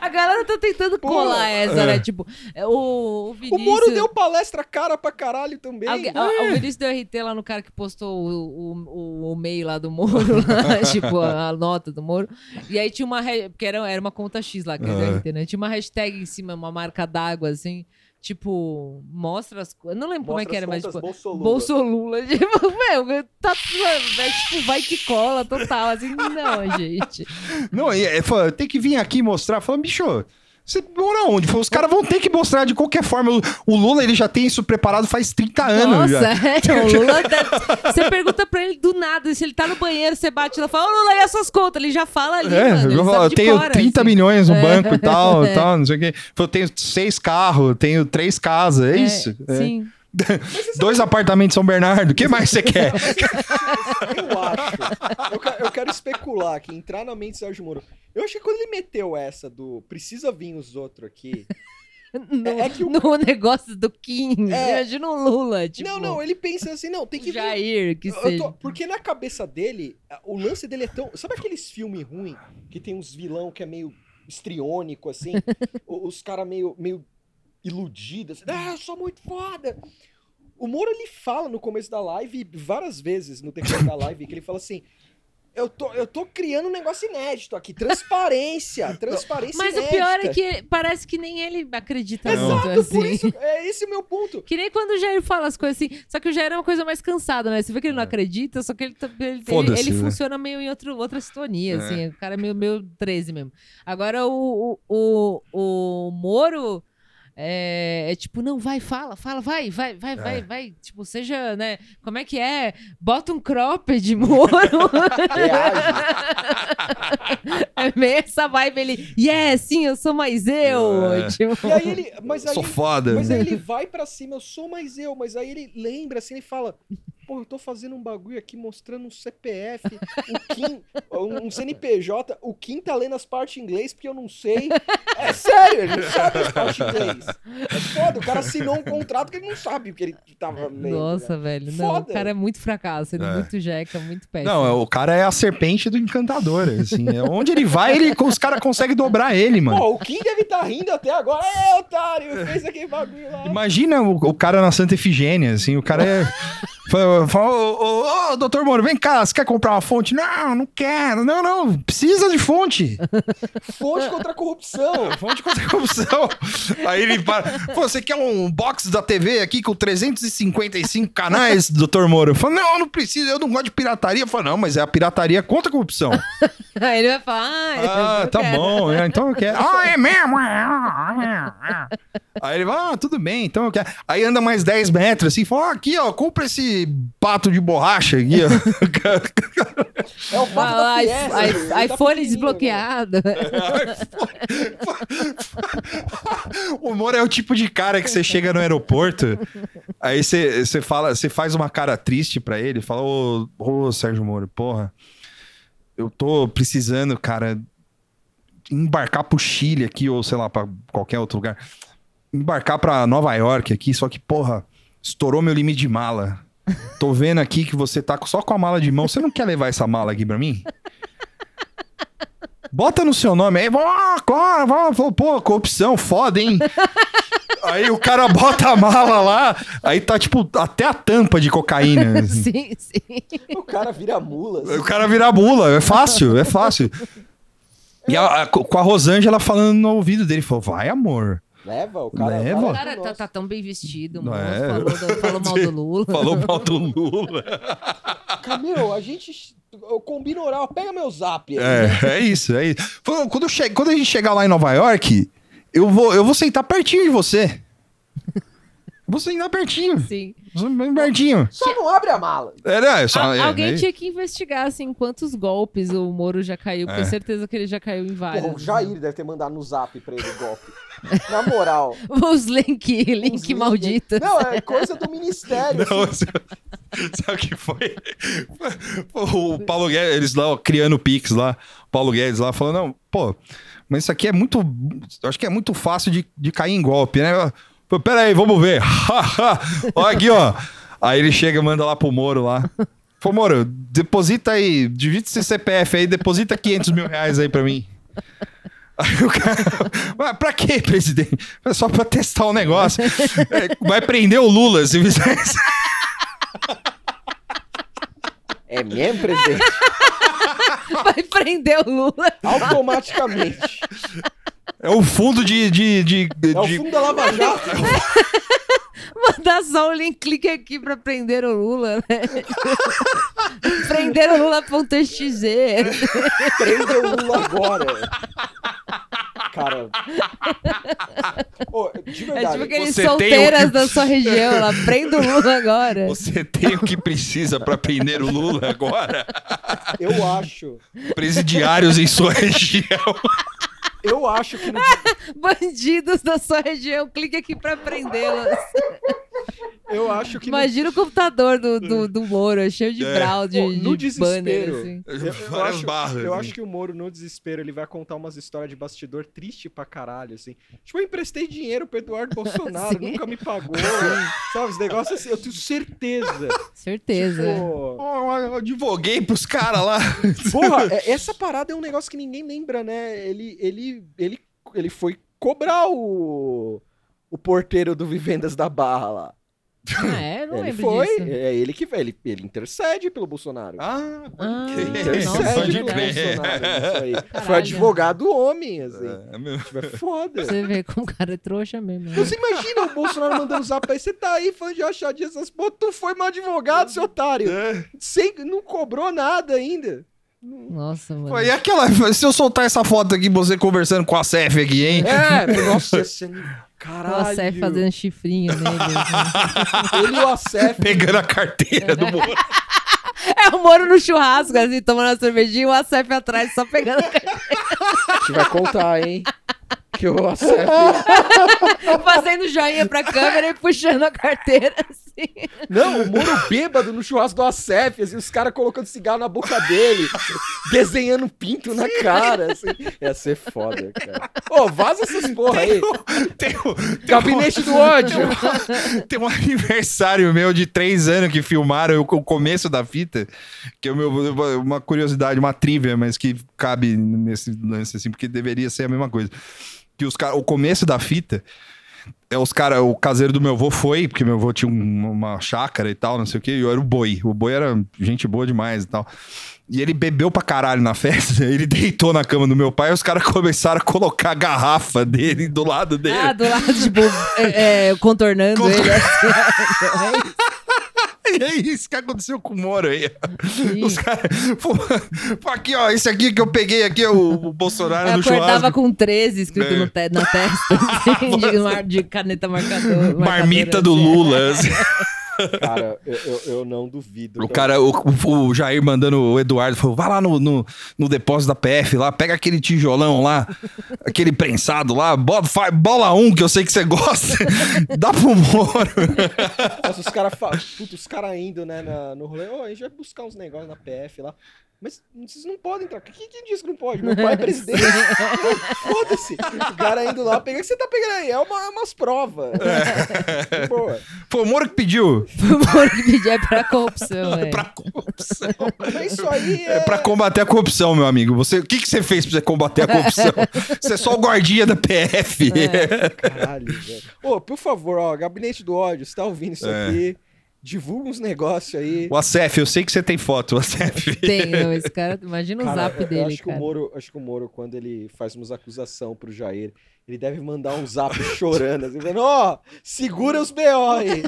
Speaker 3: A galera tá tentando
Speaker 4: Pô,
Speaker 3: colar essa,
Speaker 2: é.
Speaker 3: né? Tipo, é, o, o
Speaker 4: O
Speaker 3: Vinícius...
Speaker 4: Moro deu palestra cara pra caralho também. né?
Speaker 3: Alguém- a- O Vinícius deu RT lá no cara que postou o, o, o, o e-mail lá do Moro, lá, tipo, a, a nota do Moro. E aí tinha uma. re- Porque era, era uma conta X lá que ele
Speaker 2: Aham.
Speaker 3: deu RT, né? Tinha uma hashtag em cima, uma marca d'água, assim. Tipo, mostra as coisas. Não lembro como é que era, mas tipo. Bolsolula. Tipo, meu, tá, é, tipo, vai que cola total. Assim, não, gente.
Speaker 2: Não, e, é, falou, tem que vir aqui mostrar. Falou, bicho, você mora onde? Falou, os caras vão ter que mostrar de qualquer forma. O, o Lula, ele já tem isso preparado faz 30 anos.
Speaker 3: Nossa,
Speaker 2: já.
Speaker 3: é, o Lula. deve- Você pergunta pra ele do nada, se ele tá no banheiro, você bate lá e fala, ô Lula, e as suas contas? Ele já fala ali,
Speaker 2: É,
Speaker 3: mano. ele
Speaker 2: eu,
Speaker 3: sabe
Speaker 2: falo, eu
Speaker 3: de
Speaker 2: tenho
Speaker 3: cor,
Speaker 2: 30
Speaker 3: assim. É.
Speaker 2: milhões no banco e tal, tal, não sei o quê. Falou, eu tenho seis carros, tenho três casas, é, isso. É.
Speaker 3: Sim.
Speaker 4: é
Speaker 2: Dois apartamentos em São Bernardo, o que mais você quer?
Speaker 4: Eu acho. Eu, que- eu quero especular aqui, entrar na mente do Sérgio Moro. Eu achei que quando ele meteu essa do precisa vir os outros aqui.
Speaker 3: No,
Speaker 4: É- é que o-
Speaker 3: no negócio do Kim.
Speaker 4: É.
Speaker 3: Imagina o Lula, tipo.
Speaker 4: não, não, ele pensa assim, não, tem que
Speaker 3: o
Speaker 4: vir.
Speaker 3: Jair, que
Speaker 4: Eu tô-
Speaker 3: seja.
Speaker 4: porque na cabeça dele, o lance dele é tão. Sabe aqueles filmes ruins que tem uns vilão que é meio estriônico, assim? O- os caras meio, meio iludidos, assim, ah, eu sou muito foda. O Moro ele fala no começo da live, várias vezes no decorrer da live, que ele fala assim. Eu tô, eu tô criando um negócio inédito aqui. Transparência. Transparência
Speaker 3: Mas o
Speaker 4: inédita.
Speaker 3: pior é que parece que nem ele acredita muito
Speaker 4: Exato,
Speaker 3: assim.
Speaker 4: por isso. É esse o meu ponto.
Speaker 3: Que nem quando o Jair fala as coisas assim. Só que o Jair é uma coisa mais cansada, né? Você vê que ele não acredita, só que ele, tá- ele, ele,
Speaker 2: É. Foda-se,
Speaker 3: ele
Speaker 2: né?
Speaker 3: funciona meio em outro, outra sintonia,
Speaker 2: É.
Speaker 3: assim. O cara é meio, meio 13 mesmo. Agora o, o, o, o Moro. É, é tipo, não, vai, fala, fala, vai, vai, vai,
Speaker 2: É.
Speaker 3: vai, vai. Tipo, seja, né? Como é que é? Bota um cropped, Moro.
Speaker 4: Reage.
Speaker 3: é meio essa vibe, ele, yeah, sim, eu sou mais eu.
Speaker 2: É.
Speaker 3: Tipo,
Speaker 4: E aí ele. Mas aí
Speaker 2: Sou foda. né?
Speaker 4: Mas aí ele vai pra cima, eu sou mais eu, mas aí ele lembra assim, ele fala: Pô, eu tô fazendo um bagulho aqui mostrando um CPF, o Kim, um, um CNPJ, o Kim tá lendo as partes em inglês porque eu não sei. É sério, ele não sabe as partes em inglês. É foda, o cara assinou um contrato que ele não sabe o que ele tava lendo. né?
Speaker 3: Nossa, velho. Não,
Speaker 4: Foda.
Speaker 3: o cara é muito fracasso, ele é
Speaker 2: É.
Speaker 3: muito jeca, muito péssimo.
Speaker 2: Não, é, o cara é a serpente do encantador, assim. É onde ele vai, ele, os caras conseguem dobrar ele, mano.
Speaker 4: Pô, o Kim deve estar tá rindo até agora. É, otário, fez aquele bagulho lá.
Speaker 2: Imagina o, o cara na Santa Efigênia, assim, o cara é... Fala, fala, ô, ô, ô, doutor Moro, vem cá, você quer comprar uma fonte? Não, não quero, não, não, precisa de fonte.
Speaker 4: Fonte contra a corrupção.
Speaker 2: Fonte contra a corrupção. Aí ele para. Pô, você quer um box da TV aqui com 355 canais, doutor Moro? Eu falo, não, não precisa, eu não gosto de pirataria. Eu falo, não, mas é a pirataria contra a corrupção.
Speaker 3: Aí ele vai falar, ah,
Speaker 2: ah,
Speaker 3: eu
Speaker 2: tá
Speaker 3: quero.
Speaker 2: bom, é, então eu quero. Ah, é mesmo? é, ah, é, é. Aí ele fala, ah, tudo bem, então eu quero. Aí anda mais 10 metros assim, fala, ah, aqui, ó, compra esse pato de borracha aqui, ó.
Speaker 4: É o papo da
Speaker 3: Ah, i-
Speaker 4: Fiesp,
Speaker 3: i-
Speaker 4: ele tá
Speaker 3: iPhone
Speaker 4: pequenininho, né?
Speaker 3: desbloqueado.
Speaker 2: O Moro é o tipo de cara que você chega no aeroporto, aí você, você fala, você faz uma cara triste pra ele, fala, ô, ô Sérgio Moro, porra, eu tô precisando, cara, embarcar pro Chile aqui, ou sei lá, pra qualquer outro lugar. Embarcar pra Nova York aqui, só que, porra, estourou meu limite de mala. Tô vendo aqui que você tá só com a mala de mão. Você não quer levar essa mala aqui pra mim? Bota no seu nome aí. Ah, claro, vá." Falou, pô, corrupção, foda, hein? aí o cara bota a mala lá, aí tá, tipo, até a tampa de cocaína. assim.
Speaker 3: sim, sim.
Speaker 4: O cara vira mula. assim.
Speaker 2: O cara vira bula, é fácil, é fácil. E a- a- com a Rosângela falando no ouvido dele, falou, vai, amor.
Speaker 4: Leva, o cara.
Speaker 2: Leva.
Speaker 4: o
Speaker 3: O
Speaker 2: Pô,
Speaker 3: cara tá,
Speaker 4: nosso.
Speaker 3: tá tão bem vestido,
Speaker 2: Não
Speaker 3: mano.
Speaker 2: é?
Speaker 3: Falou, do- falou mal do Lula.
Speaker 2: Falou mal do Lula.
Speaker 4: Camilo, a gente eu combino oral, pega meu zap.
Speaker 2: É, é isso, é isso. Falou, quando, eu che- quando a gente chegar lá em Nova York, eu vou, eu vou sentar pertinho de você. Você ainda pertinho.
Speaker 6: Sim.
Speaker 2: Você bem pertinho.
Speaker 4: Só não abre a mala.
Speaker 2: É, não, é só-
Speaker 3: Al-
Speaker 2: é,
Speaker 3: alguém
Speaker 2: né?
Speaker 3: tinha que investigar, assim, quantos golpes o Moro já caiu. porque
Speaker 2: É.
Speaker 3: Com certeza que ele já caiu em vários. né?
Speaker 4: Porra, o Jair deve ter mandado no zap pra ele o golpe. Na moral.
Speaker 3: Os link, link
Speaker 4: Uns link-
Speaker 3: maldito.
Speaker 4: Não, é coisa do ministério.
Speaker 2: Não,
Speaker 4: assim.
Speaker 2: você- sabe o que foi? O Paulo Guedes, eles lá ó, criando o Pix lá, o Paulo Guedes lá falando, não, pô, mas isso aqui é muito, acho que é muito fácil de, de cair em golpe, né? Pô, Pera aí, vamos ver. ó aqui, ó. Aí ele chega e manda lá pro Moro lá. Pô, Moro, deposita aí, digite seu CPF aí, deposita 500 mil reais aí pra mim. Aí o cara. Mas pra quê, presidente? É só pra testar o negócio. É, vai prender o Lula se fizer isso.
Speaker 4: É mesmo, presidente?
Speaker 3: Vai prender o Lula.
Speaker 4: Automaticamente.
Speaker 2: É o fundo de. de, de,
Speaker 4: É o
Speaker 2: de-
Speaker 4: fundo da Lava Jato.
Speaker 3: Mandar só o link, clique aqui pra prender o Lula, né? prender o Lula.exe.
Speaker 4: Prenda o Lula agora. Cara. Ô, de
Speaker 3: É
Speaker 4: verdade.
Speaker 3: tipo aqueles
Speaker 2: Você tem o-
Speaker 3: solteiras da sua região lá. Prenda o Lula agora.
Speaker 2: Você tem o que precisa pra prender o Lula agora?
Speaker 4: Eu acho.
Speaker 2: Presidiários em sua região.
Speaker 4: Eu acho que no dia
Speaker 3: Bandidos da sua região, clique aqui pra prendê-los.
Speaker 4: Eu acho que. no-
Speaker 3: Imagina o computador do, do, do Moro, cheio de
Speaker 2: É.
Speaker 3: brau, de,
Speaker 4: Pô, no
Speaker 3: de
Speaker 4: desespero.
Speaker 3: banner, assim.
Speaker 4: Eu, eu
Speaker 2: Várias
Speaker 4: acho,
Speaker 2: barras,
Speaker 4: eu
Speaker 2: né?
Speaker 4: acho que o Moro, no desespero, ele vai contar umas histórias de bastidor triste pra caralho, assim. Tipo, eu emprestei dinheiro pro Eduardo Bolsonaro,
Speaker 3: Sim.
Speaker 4: nunca me pagou. Sabe, os negócios assim, eu tenho certeza.
Speaker 3: Certeza.
Speaker 4: Tipo,
Speaker 2: Ó, Eu advoguei pros caras lá.
Speaker 4: Porra, é- essa parada é um negócio que ninguém lembra, né? Ele, ele, ele, ele foi cobrar o, o porteiro do Vivendas da Barra lá.
Speaker 2: Tipo,
Speaker 3: Ah, é? Eu não
Speaker 4: ele
Speaker 3: lembro
Speaker 4: foi,
Speaker 3: disso.
Speaker 4: é ele que ele, ele intercede pelo Bolsonaro.
Speaker 2: Ah,
Speaker 3: Ah,
Speaker 2: que
Speaker 4: ele
Speaker 2: isso,
Speaker 3: nossa,
Speaker 4: intercede
Speaker 2: pode
Speaker 4: pelo
Speaker 2: crer.
Speaker 4: Bolsonaro. Isso aí. Foi
Speaker 3: Caralho.
Speaker 4: advogado homem, assim.
Speaker 2: é, meu.
Speaker 4: Tipo, é foda.
Speaker 3: Você vê como o cara é trouxa mesmo. né?
Speaker 4: Você imagina o Bolsonaro mandando zap aí, você tá aí fã de achadinha, essas porra, tu foi meu advogado, seu otário.
Speaker 2: É.
Speaker 4: Sem, não cobrou nada ainda.
Speaker 3: Nossa, mano.
Speaker 2: Pô, E aquela. Se eu soltar essa foto aqui, você conversando com a Cef aqui, hein?
Speaker 4: É, nossa, esse- caralho.
Speaker 3: Nossa, é fazendo chifrinho nele. assim.
Speaker 4: Ele e o Acef.
Speaker 2: Pegando a carteira do Moro.
Speaker 3: É o Moro no churrasco, assim, tomando a cervejinha e o Acef atrás, só pegando.
Speaker 4: A gente vai contar, hein? Que o Acef.
Speaker 3: fazendo joinha pra câmera e puxando a carteira, assim.
Speaker 4: Não, o Moro bêbado no churrasco do Acef, assim, os caras colocando cigarro na boca dele, desenhando pinto na cara, assim. Ia ser foda, cara. Ô, vaza essas porra aí.
Speaker 2: Tem um- tem um-
Speaker 4: Gabinete do ódio.
Speaker 2: Tem um aniversário meu de três anos que filmaram eu- o começo da fita, que é o meu- uma curiosidade, uma trivia, mas que cabe nesse lance assim, porque deveria ser a mesma coisa. Que os cara, o começo da fita é os cara, o caseiro do meu avô foi, porque meu avô tinha um- uma chácara e tal, não sei o quê, e eu era o boi. O boi era gente boa demais e tal. E ele bebeu pra caralho na festa, ele deitou na cama do meu pai, e os caras começaram a colocar a garrafa dele do lado dele.
Speaker 3: Ah, do lado, tipo, é, é, contornando
Speaker 2: Contor-
Speaker 3: ele. Assim.
Speaker 2: E é isso que aconteceu com o Moro aí.
Speaker 3: Ih.
Speaker 2: Os caras. Pô, pô, Aqui, ó, esse aqui que eu peguei aqui, é o, o Bolsonaro
Speaker 3: Eu
Speaker 2: do
Speaker 3: acordava
Speaker 2: churrasco.
Speaker 3: com 13 escrito
Speaker 2: É.
Speaker 3: no te- na testa, assim, de, mar- de caneta marcador.
Speaker 2: Marmita
Speaker 3: marcadora,
Speaker 2: do
Speaker 3: assim.
Speaker 2: Lula. assim.
Speaker 4: Cara, eu, eu- eu não duvido.
Speaker 2: O
Speaker 4: que-
Speaker 2: cara, o, o- o Jair mandando o Eduardo, falou: vai lá no, no, no depósito da PF lá, pega aquele tijolão lá, aquele prensado lá, bola, fa- bola um que eu sei que você gosta, dá pro Moro.
Speaker 4: Nossa, os caras Puta, os caras indo, né, na- no rolê. Ô, a gente vai buscar uns negócios na PF lá. Mas vocês não podem entrar. Quem, quem disse que não pode? Meu pai é presidente. Foda-se. O cara indo lá, pega o que você tá pegando aí. É uma, umas provas.
Speaker 2: É.
Speaker 4: De Boa.
Speaker 2: Foi o Moro que pediu
Speaker 3: Foi o Moro que pediu é pra corrupção, é.
Speaker 2: pra corrupção.
Speaker 4: Mas isso aí é.
Speaker 2: É pra combater a corrupção, meu amigo. Você, o que, que você fez pra você combater a corrupção? Você é só o guardinha da PF.
Speaker 3: É.
Speaker 4: Caralho, velho. Ô, por favor, ó, gabinete do ódio, você tá ouvindo isso
Speaker 2: É.
Speaker 4: aqui? Divulga uns negócios aí.
Speaker 2: O Acef, eu sei que você tem foto, o Acef.
Speaker 3: Tem, não, esse cara, imagina o
Speaker 4: Cara,
Speaker 3: zap
Speaker 4: eu- eu
Speaker 3: dele,
Speaker 4: acho que
Speaker 3: cara.
Speaker 4: o Moro, acho que o Moro, quando ele faz umas acusação pro Jair, ele Ele deve mandar um zap chorando, assim, falando, ó, segura os BO aí.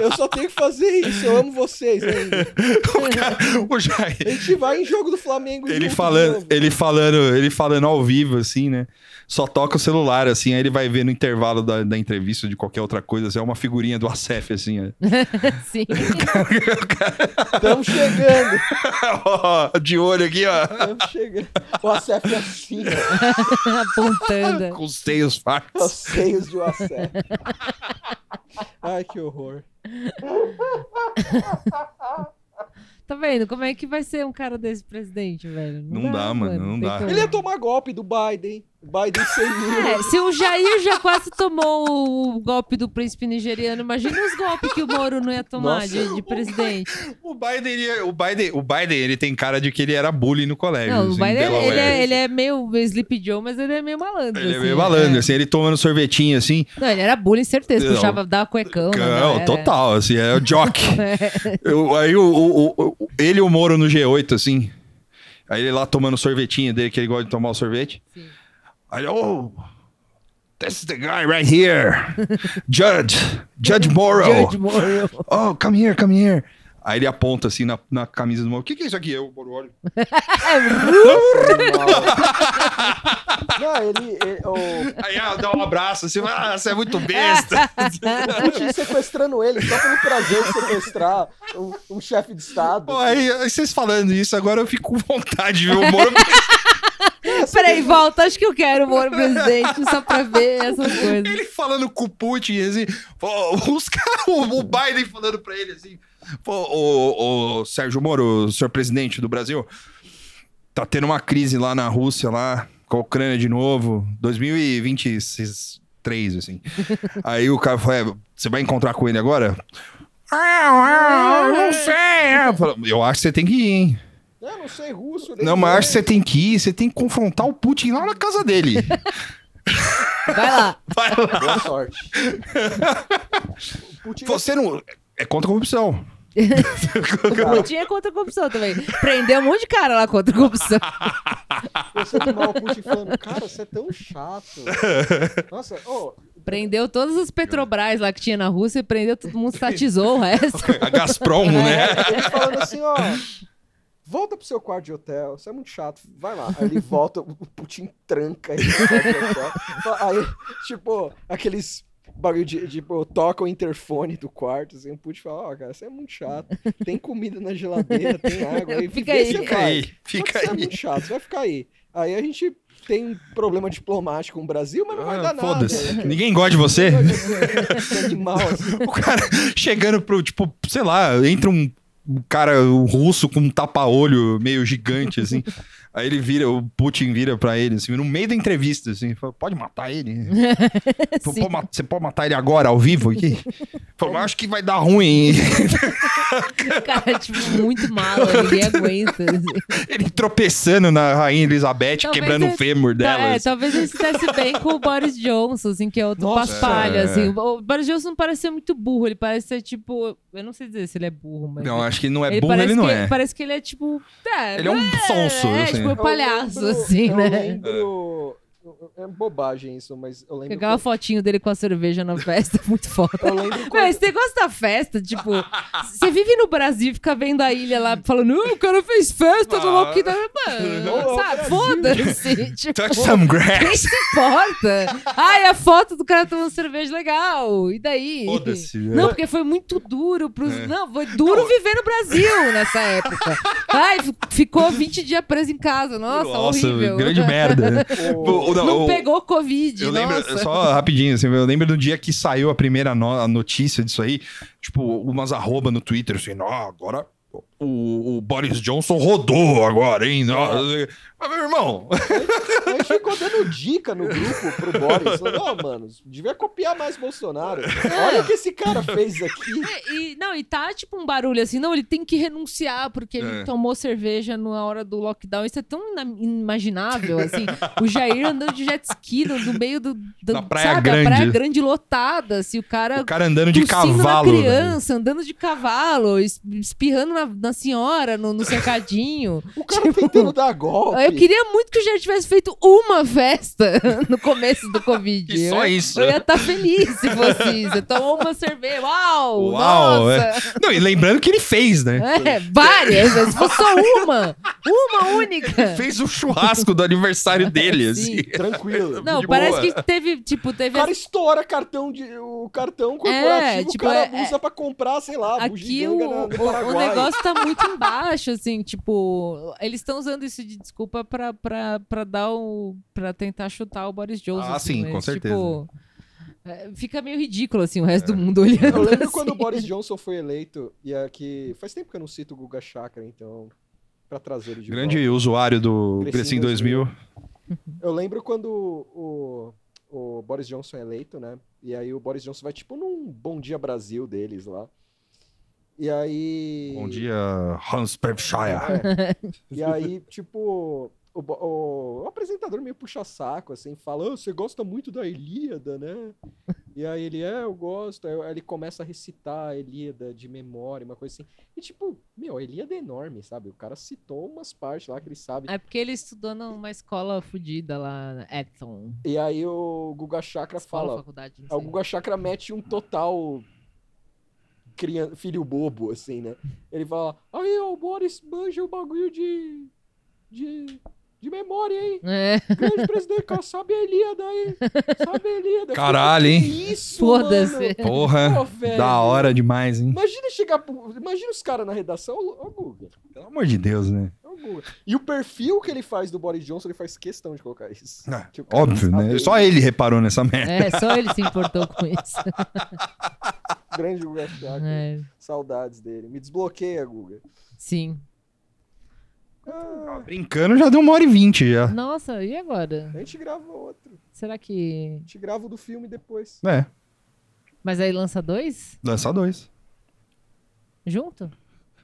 Speaker 4: Eu só tenho que fazer isso, eu amo vocês ainda.
Speaker 2: o, cara, o Jair,
Speaker 4: A gente vai em jogo do Flamengo.
Speaker 2: Ele
Speaker 4: junto de
Speaker 2: falando,
Speaker 4: novo.
Speaker 2: ele falando, ele falando ao vivo, assim, né? Só toca o celular, assim, aí ele vai ver no intervalo da, da entrevista de qualquer outra coisa, assim, é uma figurinha do Acef, assim, ó.
Speaker 3: Sim.
Speaker 4: Tamo chegando,
Speaker 2: Ó, de olho aqui, ó,
Speaker 4: tamo chegando. O Acef é assim, ó.
Speaker 3: Apontando.
Speaker 2: com os seios
Speaker 4: Os
Speaker 2: fartos.
Speaker 4: seios de o Acef. Ai, que horror.
Speaker 3: Tá vendo? Como é que vai ser um cara desse presidente, velho?
Speaker 2: Não dá, mano, não
Speaker 3: tem
Speaker 2: dá.
Speaker 3: como.
Speaker 4: Ele é ia tomar golpe do Biden. Biden sem mil.
Speaker 3: É, se o Jair já quase tomou o golpe do príncipe nigeriano, imagina os golpes que o Moro não ia tomar
Speaker 4: Nossa.
Speaker 3: de, de presidente.
Speaker 2: O Biden, ele, o Biden, o Biden, ele tem cara de que ele era bully no colégio.
Speaker 3: Não, o
Speaker 2: assim, em
Speaker 3: Biden, ele,
Speaker 2: Delaware.
Speaker 3: é, ele é meio Sleep Joe, mas ele é meio malandro.
Speaker 2: Ele é
Speaker 3: assim,
Speaker 2: meio
Speaker 3: né?
Speaker 2: malandro, assim, ele tomando sorvetinho, assim,
Speaker 3: Não, ele era bullying, certeza.
Speaker 2: Não.
Speaker 3: Puxava, dava cuecão. né,
Speaker 2: não,
Speaker 3: galera?
Speaker 2: total, assim, é o jock.
Speaker 3: É.
Speaker 2: Eu- aí o, o- o- o- ele e o Moro no G8, assim. Aí ele lá tomando o sorvetinho dele, que ele gosta de tomar o sorvete.
Speaker 3: Sim.
Speaker 2: Aí, oh, that's the guy right here. Judge, Judge Moro.
Speaker 3: George Moro.
Speaker 2: Oh, come here, come here. Aí ele aponta assim na, na camisa do Moro. O que, que é isso aqui? Eu, Moro, olha.
Speaker 4: Não, ele. ele o
Speaker 2: Aí ela dá um abraço assim, ah, você é muito besta.
Speaker 4: Putin sequestrando ele só pelo prazer de sequestrar um, um chefe de Estado.
Speaker 2: Pô, aí, aí vocês falando isso, agora eu fico com vontade de ver o Moro.
Speaker 3: Peraí, volta. Acho que eu quero o Moro presidente só pra ver essas coisas.
Speaker 2: Ele falando com o Putin, assim, pô, os caras, o o Biden falando pra ele, assim, pô, o, o Sérgio Moro, o senhor presidente do Brasil, tá tendo uma crise lá na Rússia, lá com a Ucrânia de novo, 2023, assim. Aí o cara fala, é, você vai encontrar com ele agora? Ah, eu não sei. Eu falo, Eu acho que você tem que ir, hein?
Speaker 4: Eu não sei russo. nem
Speaker 2: Não, mas eu acho que
Speaker 4: inglês.
Speaker 2: você tem que ir, você tem que confrontar o Putin lá na casa dele.
Speaker 3: Vai lá.
Speaker 2: Vai lá.
Speaker 4: Boa sorte. O Putin
Speaker 2: Você não. É contra a corrupção.
Speaker 3: O Putin é contra a corrupção também. Prendeu um monte de cara lá contra a corrupção.
Speaker 4: você mal o Putin falando, cara, você é tão chato. Nossa, ô,
Speaker 3: Prendeu todas as Petrobras lá que tinha na Rússia e prendeu todo mundo, estatizou o resto.
Speaker 2: A Gazprom, né?
Speaker 4: É, Ele falando assim, ó. Volta pro seu quarto de hotel, você é muito chato, vai lá. Aí ele volta, o Putin tranca ele no quarto de hotel. Aí, tipo, aqueles bagulho de, tipo, toca o interfone do quarto, assim, o Putin fala, ó, cara, você é muito chato. Tem comida na geladeira, tem água. Aí,
Speaker 3: Fica
Speaker 4: vê
Speaker 3: aí.
Speaker 4: se você
Speaker 2: Fica
Speaker 4: vai.
Speaker 2: aí, fica
Speaker 4: Você é
Speaker 2: aí.
Speaker 4: muito chato, você vai ficar aí. Aí a gente tem um problema diplomático com o Brasil, mas não vai dar
Speaker 2: Ah,
Speaker 4: nada.
Speaker 2: Foda-se.
Speaker 4: Aí,
Speaker 2: Ninguém gosta de você.
Speaker 4: esse Animal, assim.
Speaker 2: O cara chegando pro, tipo, sei lá, entra um um cara um russo com um tapa-olho meio gigante, assim. Aí ele vira, o Putin vira pra ele, assim, no meio da entrevista, assim, fala, pode matar ele? Pô,
Speaker 3: Sim.
Speaker 2: pô, ma- Você pode matar ele agora, ao vivo aqui? Fala, mas acho que vai dar ruim.
Speaker 3: Cara, tipo, muito mala, ninguém aguenta. assim.
Speaker 2: Ele tropeçando na rainha Elizabeth,
Speaker 3: Talvez
Speaker 2: quebrando
Speaker 3: ele-
Speaker 2: o fêmur
Speaker 3: Tá,
Speaker 2: dela. assim.
Speaker 3: é, talvez ele se desse bem com o Boris Johnson, assim, que é outro
Speaker 4: Nossa.
Speaker 3: paspalho,
Speaker 2: É.
Speaker 3: assim. O Boris Johnson não parece ser muito burro, ele parece ser, tipo... Eu não sei dizer se ele é burro, mas...
Speaker 2: Não, acho que não é
Speaker 3: ele
Speaker 2: burro,
Speaker 3: parece
Speaker 2: ele não
Speaker 3: que,
Speaker 2: é.
Speaker 3: Parece que ele é, tipo... é,
Speaker 2: Ele é um sonso,
Speaker 3: É,
Speaker 2: assim.
Speaker 3: tipo, um palhaço, assim,
Speaker 4: eu
Speaker 3: né?
Speaker 4: Lembro, É bobagem isso, mas eu lembro.
Speaker 3: Pegava a fotinho dele com a cerveja na festa, é muito foda.
Speaker 4: Eu lembro
Speaker 3: Meu,
Speaker 4: quando...
Speaker 3: esse negócio da festa, tipo, você vive no Brasil, fica vendo a ilha lá, falando, "Ah, o cara fez festa,
Speaker 2: Ah.
Speaker 3: tomou aqui, da- mano,
Speaker 4: Ô,
Speaker 3: sabe,
Speaker 4: Brasil.
Speaker 3: foda-se, tipo,
Speaker 2: Touch some grass.
Speaker 3: quem se importa? Ai, a foto do cara tomando cerveja, legal, e daí?
Speaker 2: Foda-se, né?
Speaker 3: Não, porque foi muito duro pros...
Speaker 2: É.
Speaker 3: Não, foi duro viver no Brasil nessa época. Ai, f- ficou 20 dias preso em casa, nossa, horrível.
Speaker 2: grande merda. né? O- o-
Speaker 3: Não,
Speaker 2: o-
Speaker 3: pegou Covid,
Speaker 2: Eu
Speaker 3: nossa.
Speaker 2: lembro, só rapidinho, assim, eu lembro do dia que saiu a primeira no- a notícia disso aí, tipo, umas arroba no Twitter, assim, ó, agora o, o Boris Johnson rodou agora, hein?
Speaker 3: É.
Speaker 2: Nó, Mas, meu irmão,
Speaker 4: A gente ficou dando dica no grupo pro Boris. Falando, ó, mano, devia copiar mais Bolsonaro. Olha o que esse cara fez aqui.
Speaker 3: É, E, não, e tá tipo um barulho assim, não, ele tem que renunciar porque ele
Speaker 2: É.
Speaker 3: tomou cerveja na hora do lockdown. Isso é tão ina- inimaginável, assim. o Jair andando de jet ski no, no meio do, do-
Speaker 2: Na Praia
Speaker 3: sabe,
Speaker 2: Grande.
Speaker 3: a Praia Grande lotada, assim, o cara,
Speaker 2: o cara andando de cavalo.
Speaker 3: tossindo
Speaker 2: né?
Speaker 3: na
Speaker 2: velho.
Speaker 3: criança, andando de cavalo, es- espirrando na, na senhora, no, no cercadinho.
Speaker 4: O cara tentando dar golpe.
Speaker 3: Tipo, Eu queria muito que eu já tivesse feito uma festa no começo do Covid.
Speaker 2: E só
Speaker 3: Eu-
Speaker 2: isso.
Speaker 3: Eu ia estar feliz se fosse isso. Tomou uma cerveja. Uau!
Speaker 2: Uau, é.
Speaker 3: nossa!
Speaker 2: Não, e lembrando que ele fez, né?
Speaker 3: É, várias, mas se fosse só uma, uma única.
Speaker 2: Fez o churrasco do aniversário dele,
Speaker 3: É. Sim.
Speaker 2: assim.
Speaker 4: Tranquilo.
Speaker 3: Não,
Speaker 2: de
Speaker 3: parece
Speaker 2: boa.
Speaker 3: que teve, tipo,
Speaker 4: O
Speaker 3: teve
Speaker 4: cara estoura cartão de, o cartão corporativo,
Speaker 3: tipo,
Speaker 4: o cara
Speaker 3: é-
Speaker 4: usa pra comprar, sei lá,
Speaker 3: Aqui o,
Speaker 4: bugiganga na- no
Speaker 3: o- o
Speaker 4: Paraguai.
Speaker 3: negócio tá muito embaixo, assim, tipo, eles estão usando isso de desculpa pra, pra, pra dar o. pra tentar chutar o Boris Johnson. assim,
Speaker 2: Ah, sim,
Speaker 3: mas,
Speaker 2: com certeza.
Speaker 3: Tipo, é, fica meio ridículo, assim, o resto do mundo olhando.
Speaker 4: É. Eu lembro
Speaker 3: assim.
Speaker 4: quando o Boris Johnson foi eleito, e aqui. Faz tempo que eu não cito o Guga Chakra, então. Pra trazer ele de
Speaker 2: Grande usuário do
Speaker 4: Cresci
Speaker 2: Grecin
Speaker 4: em
Speaker 2: 2000.
Speaker 4: 2000. volta. Eu lembro quando o, o Boris Johnson é eleito, né? E aí o Boris Johnson vai tipo num Bom Dia Brasil deles lá. E aí.
Speaker 2: Bom dia, Ah, Hans Perkshire.
Speaker 4: É. E aí, tipo, o, bo- o- o apresentador meio puxa saco, assim, fala, "Ah, você gosta muito da Ilíada, né? E aí ele, é, eu gosto. Aí ele começa a recitar a Ilíada de memória, uma coisa assim. E tipo, meu, a Ilíada é enorme, sabe? O cara citou umas partes lá que ele sabe.
Speaker 3: É porque ele estudou numa escola fodida lá, na Eton.
Speaker 4: E aí o Guga Chakra
Speaker 3: Escola,
Speaker 4: fala,
Speaker 3: faculdade, não sei.
Speaker 4: o Guga Chakra mete um total crian- filho bobo, assim, né? Ele fala, aí ó, o Boris manja o bagulho de... de... de memória, hein?
Speaker 3: É,
Speaker 4: Grande presidente, cara, sabe a Elida aí. Sabe a Elida.
Speaker 2: Caralho,
Speaker 4: Que
Speaker 2: hein?
Speaker 4: Isso,
Speaker 3: Foda-se.
Speaker 4: mano?
Speaker 2: Porra,
Speaker 4: Pô, velho.
Speaker 2: da hora demais, hein?
Speaker 4: Imagina chegar pro... Imagina os caras na redação. Ó, o Guga.
Speaker 2: Pelo amor de Deus, né?
Speaker 4: ó o Guga. E o perfil que ele faz do Boris Johnson, ele faz questão de colocar isso.
Speaker 2: Ah,
Speaker 4: Que o cara
Speaker 2: Óbvio,
Speaker 4: sabe
Speaker 2: né?
Speaker 4: ele.
Speaker 2: Só ele reparou nessa merda.
Speaker 3: é, só ele se importou com isso.
Speaker 4: Grande Guga Chakra.
Speaker 3: É,
Speaker 4: Saudades dele. Me desbloqueia, Guga.
Speaker 3: sim.
Speaker 4: Ah,
Speaker 2: Brincando já deu uma hora e vinte já.
Speaker 3: Nossa, e agora?
Speaker 4: a gente grava outro.
Speaker 3: Será que.
Speaker 4: A gente grava o do filme depois.
Speaker 2: É,
Speaker 3: Mas aí lança dois?
Speaker 2: lança dois.
Speaker 3: Junto?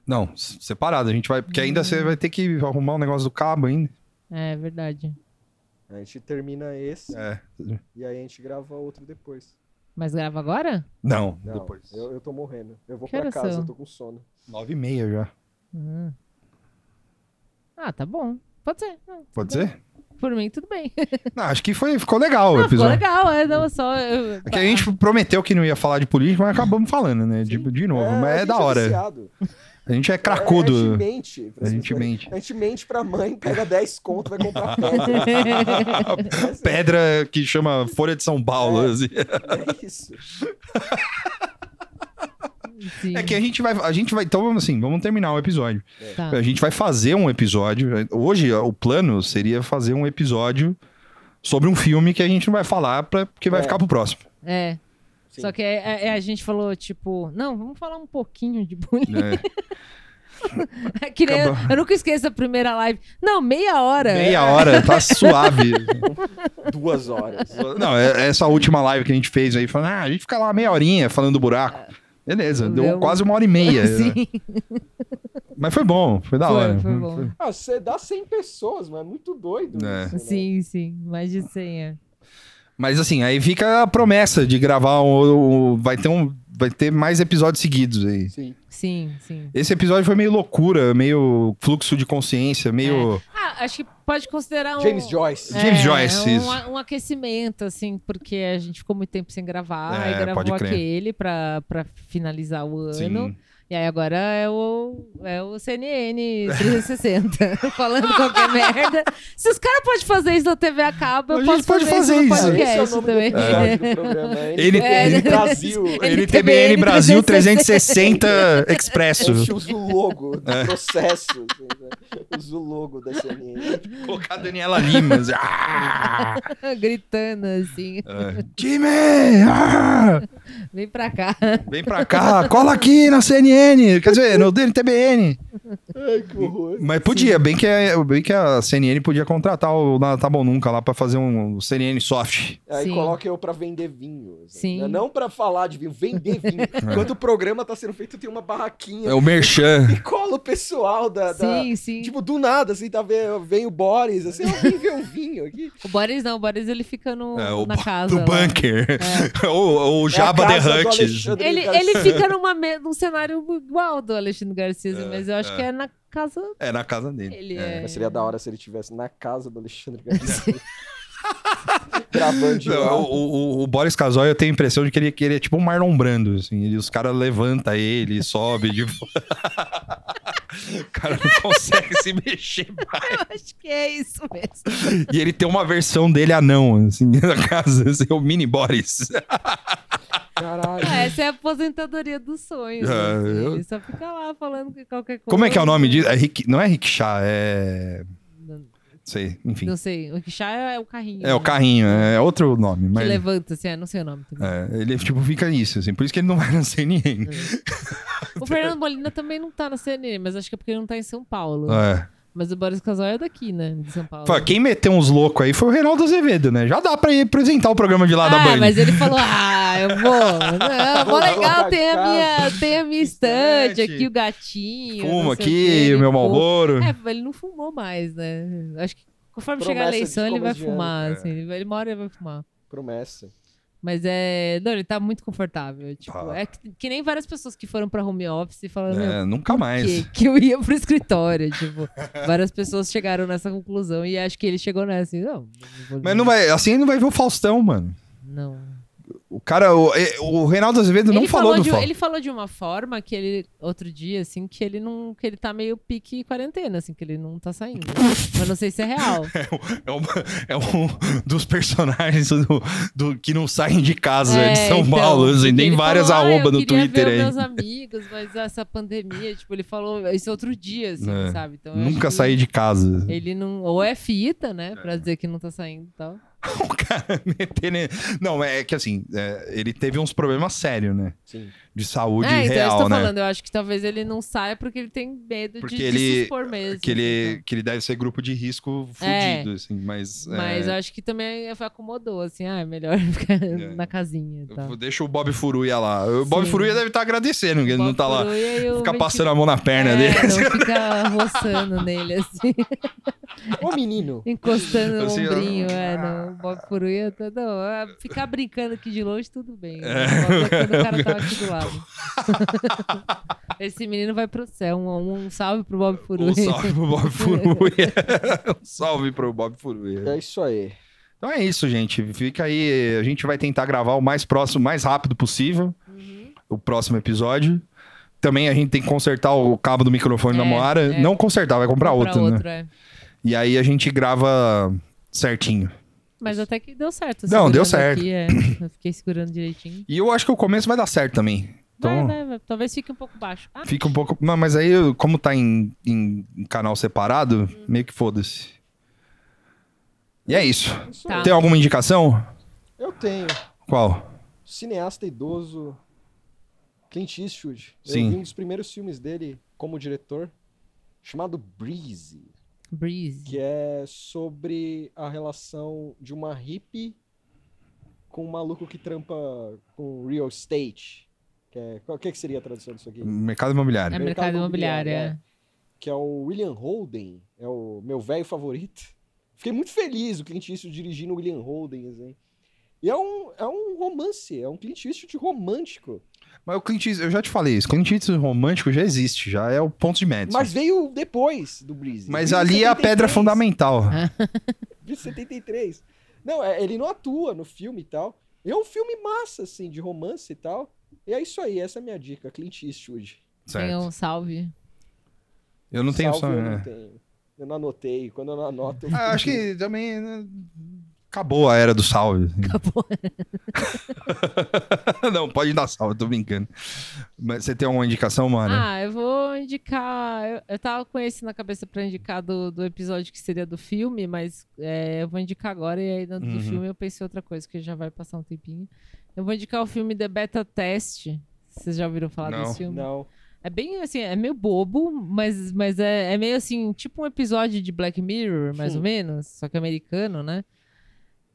Speaker 2: Não, s- separado. A gente vai. Porque ainda você vai ter que arrumar o negócio do cabo ainda.
Speaker 3: É verdade.
Speaker 4: A gente termina esse
Speaker 2: É.
Speaker 4: e aí a gente grava outro depois.
Speaker 3: Mas grava agora?
Speaker 2: Não,
Speaker 4: Não,
Speaker 2: depois.
Speaker 4: Eu, eu tô morrendo. Eu vou
Speaker 3: Que
Speaker 4: pra
Speaker 3: horas
Speaker 4: casa,
Speaker 3: são?
Speaker 4: eu tô com sono.
Speaker 2: Nove e meia já.
Speaker 3: Hum. Ah, tá bom. Pode ser. Não,
Speaker 2: Pode
Speaker 3: tudo bem.
Speaker 2: ser?
Speaker 3: Por mim, tudo bem.
Speaker 2: Não, acho que foi, ficou legal o
Speaker 3: Ah, ficou
Speaker 2: episódio.
Speaker 3: legal, é. Não, só. eu-
Speaker 2: É que a gente prometeu que não ia falar de política, mas acabamos falando, né? De, de novo.
Speaker 4: a
Speaker 2: mas é
Speaker 4: gente
Speaker 2: da hora.
Speaker 4: viciado.
Speaker 2: A gente é
Speaker 4: A gente
Speaker 2: cracudo.
Speaker 4: mente. pras
Speaker 2: A gente
Speaker 4: pessoas.
Speaker 2: mente.
Speaker 4: A gente mente pra mãe, pega 10 conto, vai comprar pedra.
Speaker 2: é, Pedra que chama Folha de São Paulo. assim.
Speaker 4: É isso.
Speaker 3: Sim,
Speaker 2: É que a gente vai. A gente vai. Então, vamos assim, vamos terminar o episódio.
Speaker 3: tá.
Speaker 2: A gente vai fazer um episódio. Hoje, o plano seria fazer um episódio sobre um filme que a gente não vai falar pra, porque vai
Speaker 4: É.
Speaker 2: ficar pro próximo.
Speaker 3: É.
Speaker 4: Sim.
Speaker 3: Só que é- é- a gente falou, tipo, não, vamos falar um pouquinho de bullying.
Speaker 2: né?
Speaker 3: É que nem-
Speaker 2: Acabou.
Speaker 3: eu nunca esqueço a primeira live. Não, meia hora.
Speaker 2: Meia hora, tá suave.
Speaker 4: Duas horas.
Speaker 2: não, é- essa última live que a gente fez aí, falando, ah, a gente fica lá meia horinha falando do buraco. Beleza, deu
Speaker 3: Deu-
Speaker 2: quase uma hora e meia. né?
Speaker 3: É. Sim,
Speaker 2: Mas foi bom, foi da hora.
Speaker 3: foi, foi bom.
Speaker 4: Ah, você dá 100 pessoas, mano. É muito doido.
Speaker 2: É.
Speaker 4: isso, né?
Speaker 3: Sim, sim. Mais de senha.
Speaker 2: Mas assim, aí fica a promessa de gravar um, um- vai ter um, vai ter mais episódios seguidos aí.
Speaker 4: Sim.
Speaker 3: Sim, sim.
Speaker 2: Esse episódio foi meio loucura, meio fluxo de consciência,
Speaker 4: É,
Speaker 2: meio
Speaker 3: Ah, acho que pode considerar um.
Speaker 4: James Joyce.
Speaker 2: James Joyce,
Speaker 3: um,
Speaker 2: isso.
Speaker 3: a- um aquecimento, assim, porque a gente ficou muito tempo sem gravar,
Speaker 2: É,
Speaker 3: aí
Speaker 2: pode
Speaker 3: gravou
Speaker 2: crer.
Speaker 3: aquele pra, pra finalizar o ano.
Speaker 2: Sim.
Speaker 3: E aí agora é o, é o CNN 360, falando qualquer merda. Se os caras podem fazer isso na TV a cabo,
Speaker 2: A
Speaker 3: eu
Speaker 2: gente
Speaker 3: posso
Speaker 2: pode
Speaker 3: fazer, isso no
Speaker 2: fazer isso.
Speaker 3: podcast
Speaker 4: Esse é o nome
Speaker 3: também.
Speaker 4: do episódio do programa.
Speaker 2: Ele-
Speaker 4: é,
Speaker 2: ele-
Speaker 4: Brasil.
Speaker 3: ele-
Speaker 2: NTBN Brasil 360
Speaker 4: A gente
Speaker 2: Expresso.
Speaker 4: usa o logo do
Speaker 2: É.
Speaker 4: processo. assim, né? Usa o logo da CNN.
Speaker 2: Colocar Daniela Lima. assim, "Ah!"
Speaker 3: Gritando assim,
Speaker 2: É, Time! ah,
Speaker 3: vem pra cá.
Speaker 2: Vem pra cá, cola aqui na CNN. Quer dizer, no NTBN.
Speaker 4: Ai, que horror.
Speaker 2: Mas podia, bem que, a- bem que a CNN podia contratar o Nada Tá Bom Nunca lá pra fazer um CNN Soft.
Speaker 4: Aí
Speaker 3: Sim.
Speaker 4: coloca eu pra vender vinho. assim,
Speaker 3: Sim.
Speaker 4: né? Não pra falar de vinho, vender vinho. Enquanto o programa tá sendo feito, tem uma barraquinha.
Speaker 2: É o Merchan.
Speaker 4: E cola o pessoal da. da-
Speaker 3: Sim, sim.
Speaker 4: Tipo, do nada, assim, tá vendo? Vem o Boris, assim, ó, vem ver o vinho aqui. É
Speaker 3: O Boris não, o Boris ele fica no,
Speaker 2: É, o
Speaker 3: na
Speaker 2: ba-
Speaker 3: casa.
Speaker 2: do
Speaker 3: lá.
Speaker 2: bunker. ou o
Speaker 4: É a
Speaker 2: Jabba
Speaker 4: casa
Speaker 2: The
Speaker 4: do
Speaker 2: Hutt.
Speaker 4: Alexandre
Speaker 3: Ele,
Speaker 4: Garcia.
Speaker 3: ele fica numa, me- num cenário igual do Alexandre Garcia, mas eu acho que é na casa
Speaker 2: É na casa dele.
Speaker 3: dele.
Speaker 2: É.
Speaker 3: é.
Speaker 4: Mas seria da hora se ele estivesse na casa do Alexandre Garcia. Gravando de lá.
Speaker 2: Não, é o, o- o Boris Casoy, eu tenho a impressão de que ele, que ele é tipo um Marlon Brando, assim. Ele, os caras levantam ele, sobe, tipo... o cara não consegue se mexer mais.
Speaker 3: Eu acho que é isso mesmo.
Speaker 2: E ele tem uma versão dele anão, assim, na casa. Assim, é o mini Boris.
Speaker 4: Caralho.
Speaker 3: Ah, essa é a aposentadoria dos sonhos. né?
Speaker 2: Ah, eu-
Speaker 3: Ele só fica lá falando que qualquer coisa.
Speaker 2: Como é que é o nome disso? É Rick- não é rickshaw, é...
Speaker 3: Não-
Speaker 2: sei, enfim.
Speaker 3: Não sei. O Kixá é o carrinho.
Speaker 2: É o
Speaker 3: né?
Speaker 2: carrinho, é outro nome,
Speaker 3: Que
Speaker 2: mas...
Speaker 3: levanta, assim, é, não sei o nome também.
Speaker 2: é, ele, tipo, fica isso, assim. Por isso que ele não vai na CNN. É.
Speaker 3: O Fernando Molina também não tá na CNN, mas acho que é porque ele não tá em São Paulo.
Speaker 2: É.
Speaker 3: Mas o Boris Casal é daqui, né? De São Paulo.
Speaker 2: Fala, Quem meteu uns loucos aí foi o Reinaldo Azevedo, né? Já dá pra ir apresentar o programa de lá
Speaker 3: ah,
Speaker 2: da Band.
Speaker 3: mas ele falou: Ah, eu vou. Não, mó legal, tem a
Speaker 4: Casa.
Speaker 3: minha, tem a minha
Speaker 2: Estante.
Speaker 3: estante aqui, o gatinho.
Speaker 2: Fuma
Speaker 3: não sei o
Speaker 2: aqui,
Speaker 3: quê, ele
Speaker 2: meu
Speaker 3: fuma.
Speaker 2: Malboro.
Speaker 3: É, mas ele não fumou mais, né? Acho que conforme chegar a
Speaker 4: Promessa de
Speaker 3: eleição, ele vai
Speaker 4: comediante.
Speaker 3: fumar.
Speaker 2: é.
Speaker 3: assim, ele, vai- ele mora e vai fumar.
Speaker 4: Promessa.
Speaker 3: Mas é. Não, ele tá muito confortável. Tipo,
Speaker 2: Tá.
Speaker 3: é que, que nem várias pessoas que foram pra home office e falaram, "Meu,
Speaker 2: É, nunca mais.
Speaker 3: que, que eu ia pro escritório. tipo, várias pessoas chegaram nessa conclusão e acho que ele chegou nessa. Assim, não, não vou-
Speaker 2: Mas não vai, assim ele não vai ver o Faustão, mano.
Speaker 3: Não.
Speaker 2: O cara, o, é, o Reinaldo Azevedo não
Speaker 3: ele
Speaker 2: falou, do
Speaker 3: de, um-
Speaker 2: Faustão.
Speaker 3: Ele falou de uma forma que ele, outro dia, assim, que ele não. que ele tá meio pique quarentena, assim, que ele não tá saindo. Mas não sei se é real.
Speaker 2: É, um, é um dos personagens do, do- que não saem de casa
Speaker 3: É,
Speaker 2: de São
Speaker 3: então,
Speaker 2: Paulo. Assim,
Speaker 3: porque
Speaker 2: tem
Speaker 3: ele
Speaker 2: várias
Speaker 3: falou, "Ah,
Speaker 2: arroba
Speaker 3: eu
Speaker 2: no
Speaker 3: queria
Speaker 2: Twitter
Speaker 3: ver
Speaker 2: aí.
Speaker 3: meus amigos, mas essa pandemia, tipo, ele falou isso outro dia, assim,
Speaker 2: É.
Speaker 3: sabe? Então, eu acho
Speaker 2: Nunca
Speaker 3: que
Speaker 2: saí de casa.
Speaker 3: Ele não. Ou é fita, né? Pra dizer que não tá saindo e tal.
Speaker 2: O cara metendo. Não, é que assim, é, ele teve uns problemas sérios, né?
Speaker 4: Sim.
Speaker 2: De saúde
Speaker 3: é, então eu
Speaker 2: real,
Speaker 3: estou
Speaker 2: né?
Speaker 3: falando. Eu acho que talvez ele não saia porque ele tem medo
Speaker 2: Porque
Speaker 3: de,
Speaker 2: ele-
Speaker 3: de se expor mesmo.
Speaker 2: Que ele,
Speaker 3: então.
Speaker 2: que ele deve ser grupo de risco
Speaker 3: É.
Speaker 2: fudido, assim, mas.
Speaker 3: Mas eu
Speaker 2: é,
Speaker 3: acho que também foi acomodou, assim, ah, é melhor ficar na casinha. Tá.
Speaker 2: Deixa o Bob Furuia lá. O Bob
Speaker 3: Sim.
Speaker 2: Furuia deve estar agradecendo que ele não tá lá. Ficar passando a mão na perna
Speaker 3: é,
Speaker 2: dele.
Speaker 3: Não fica roçando nele, assim,
Speaker 4: Ô, menino.
Speaker 3: encostando no
Speaker 2: Assim, ó.
Speaker 3: ombrinho. É, não, o Bob Furuia, tá- não, é, ficar brincando aqui de longe, tudo bem.
Speaker 2: É.
Speaker 3: Agora, Quando o cara tava aqui do lado. Esse menino vai pro céu. Um, um salve pro Bob Furuia.
Speaker 2: Um salve pro Bob Furuia. um salve pro Bob Furuia.
Speaker 4: É isso aí.
Speaker 2: Então é isso, gente. Fica aí. A gente vai tentar gravar o mais próximo, mais rápido possível.
Speaker 3: Uhum.
Speaker 2: O próximo episódio. Também a gente tem que consertar o cabo do microfone da
Speaker 3: É,
Speaker 2: Moara.
Speaker 3: é.
Speaker 2: Não consertar, vai comprar, outro, né?
Speaker 3: é.
Speaker 2: E aí a gente grava certinho.
Speaker 3: Mas até que deu certo. assim,
Speaker 2: Não, deu certo.
Speaker 3: segurando aqui, é. Eu fiquei segurando direitinho.
Speaker 2: E eu acho que o começo vai dar certo também. Então,
Speaker 3: Vai, vai, vai. Talvez fique um pouco baixo. Ah,
Speaker 2: fica um pouco. Não, mas aí, eu- como tá em, em- em canal separado, meio que foda-se. E é isso.
Speaker 4: Isso
Speaker 3: Tá.
Speaker 4: aí.
Speaker 2: Tem alguma indicação?
Speaker 4: Eu tenho.
Speaker 2: Qual?
Speaker 4: Cineasta idoso. Clint Eastwood.
Speaker 2: Sim.
Speaker 4: Eu vi um dos primeiros filmes dele como diretor. Chamado Breezy.
Speaker 3: Breeze.
Speaker 4: que é sobre a relação de uma hippie com um maluco que trampa com real estate. Que é, qual, que, que seria a tradução disso aqui?
Speaker 2: Mercado imobiliário.
Speaker 3: É mercado imobiliário, é.
Speaker 4: Que é o William Holden, é o meu velho favorito. Fiquei muito feliz o Clint Eastwood dirigindo o William Holden, assim. E é um, é um romance, é um Clint Eastwood romântico.
Speaker 2: Mas o Clint Eastwood, eu já te falei isso. Clint Eastwood romântico já existe, já é o ponto de média. Mas,
Speaker 4: Mas veio depois do Breezy.
Speaker 2: ali é a pedra
Speaker 4: 73.
Speaker 2: fundamental.
Speaker 3: Ah,
Speaker 4: de 73. Não, é- ele não atua no filme e tal. E é um filme massa, assim, de romance e tal. E é isso aí, essa é a minha dica, Clint Eastwood.
Speaker 3: Tem
Speaker 2: Certo.
Speaker 3: um salve.
Speaker 2: Eu não tenho.
Speaker 4: Salve,
Speaker 2: só-
Speaker 4: eu não
Speaker 2: é.
Speaker 4: tenho. Eu não anotei. Quando eu não anoto. eu-
Speaker 2: Ah, acho que também. né, Acabou a era do salve. assim.
Speaker 3: Acabou.
Speaker 2: não, pode dar salve, eu tô brincando. Mas você tem alguma indicação, mano?
Speaker 3: Ah, eu vou indicar. Eu, eu tava com esse na cabeça pra indicar do, do episódio que seria do filme, mas é, eu vou indicar agora e aí dentro
Speaker 2: Uhum.
Speaker 3: do filme eu pensei outra coisa que já vai passar um tempinho. Eu vou indicar o filme The Beta Test. Vocês já ouviram falar
Speaker 2: Não.
Speaker 3: desse filme?
Speaker 4: Não.
Speaker 3: É bem assim, é meio bobo, mas, mas é, é meio assim, tipo um episódio de Black Mirror, mais
Speaker 4: Sim.
Speaker 3: ou menos, só que americano, né?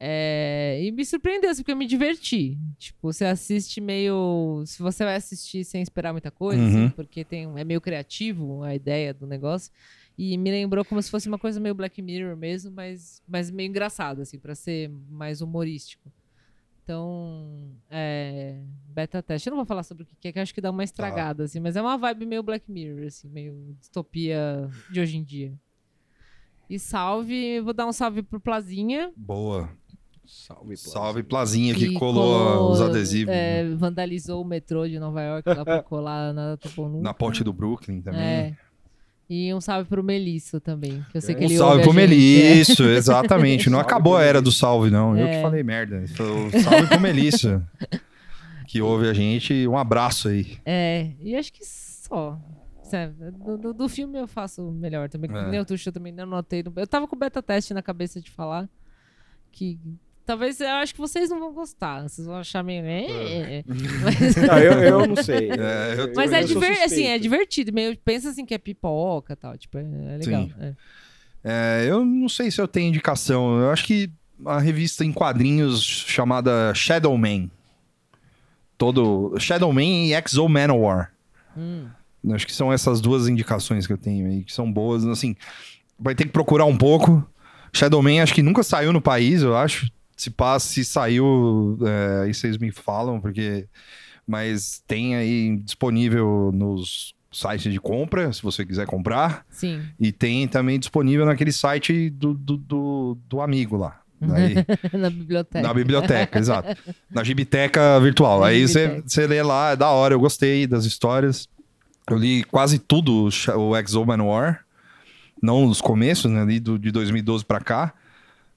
Speaker 3: É, e me surpreendeu, assim, porque eu me diverti. Tipo, você assiste meio. Se você vai assistir sem esperar muita coisa, assim,
Speaker 2: Uhum.
Speaker 3: porque tem, um- é meio criativo a ideia do negócio. E me lembrou como se fosse uma coisa meio Black Mirror mesmo, mas, mas meio engraçado, assim, pra ser mais humorístico. Então, é, beta teste. Eu não vou falar sobre o que que é, que eu acho que
Speaker 2: Tá.
Speaker 3: dá uma estragada, assim, mas é uma vibe meio Black Mirror, assim, meio distopia de hoje em dia. E salve, vou dar um salve pro Plazinha,
Speaker 2: Boa.
Speaker 4: Salve,
Speaker 2: Salve Plazinha que,
Speaker 3: Que
Speaker 2: colou,
Speaker 3: colou,
Speaker 2: os adesivos né?
Speaker 3: é, vandalizou o metrô de Nova York lá pra colar na Toponuca.
Speaker 2: na ponte do Brooklyn também.
Speaker 3: É. E um salve pro Melisso também, que eu sei que
Speaker 2: Um
Speaker 3: ele
Speaker 2: salve
Speaker 3: ouve
Speaker 2: pro
Speaker 3: a gente, é.
Speaker 2: Melício, exatamente. Não
Speaker 4: Salve
Speaker 2: acabou
Speaker 4: pro
Speaker 2: a era do salve, não. Eu que
Speaker 3: É.
Speaker 2: falei merda. Então, Salve pro Melício, que ouve a gente. Um abraço aí.
Speaker 3: É, e acho que só. Sabe, Do, do, do filme eu faço melhor também.
Speaker 2: É.
Speaker 3: É. Eu, eu também não anotei. no- Eu tava com o beta teste na cabeça de falar. Que talvez eu acho que vocês não vão gostar. Vocês vão achar meio. "Eh", Mas,
Speaker 4: Ah, eu, eu não sei.
Speaker 2: É, eu
Speaker 3: mas é,
Speaker 2: eu sou
Speaker 3: diver- assim, é
Speaker 4: suspeito.
Speaker 3: divertido. Meio, pensa assim que é pipoca e tal. Tipo, é, é legal.
Speaker 2: Sim.
Speaker 3: é.
Speaker 2: É, eu não sei se eu tenho indicação. Eu acho que a revista em quadrinhos chamada Shadow Man. Todo. Shadow Man e Exo Manowar.
Speaker 3: Hum.
Speaker 2: Eu Acho que são essas duas indicações que eu tenho aí, que são boas. Assim, vai ter que procurar um pouco. Shadow Man acho que nunca saiu no país, eu acho. Se passa, se saiu, é, aí vocês me falam, porque. Mas tem aí disponível nos sites de compra, se você quiser comprar.
Speaker 3: Sim.
Speaker 2: E tem também disponível naquele site do, do, do, do amigo lá. Aí,
Speaker 3: na biblioteca.
Speaker 2: na biblioteca, exato. Na gibiteca virtual.
Speaker 3: Tá. Na
Speaker 2: Aí
Speaker 3: gibiteca.
Speaker 2: você lê lá, é da hora, eu gostei das histórias. Eu li quase tudo o Sha- o Exo Manowar. Não os começos, né? Ali do, de 2012 pra cá.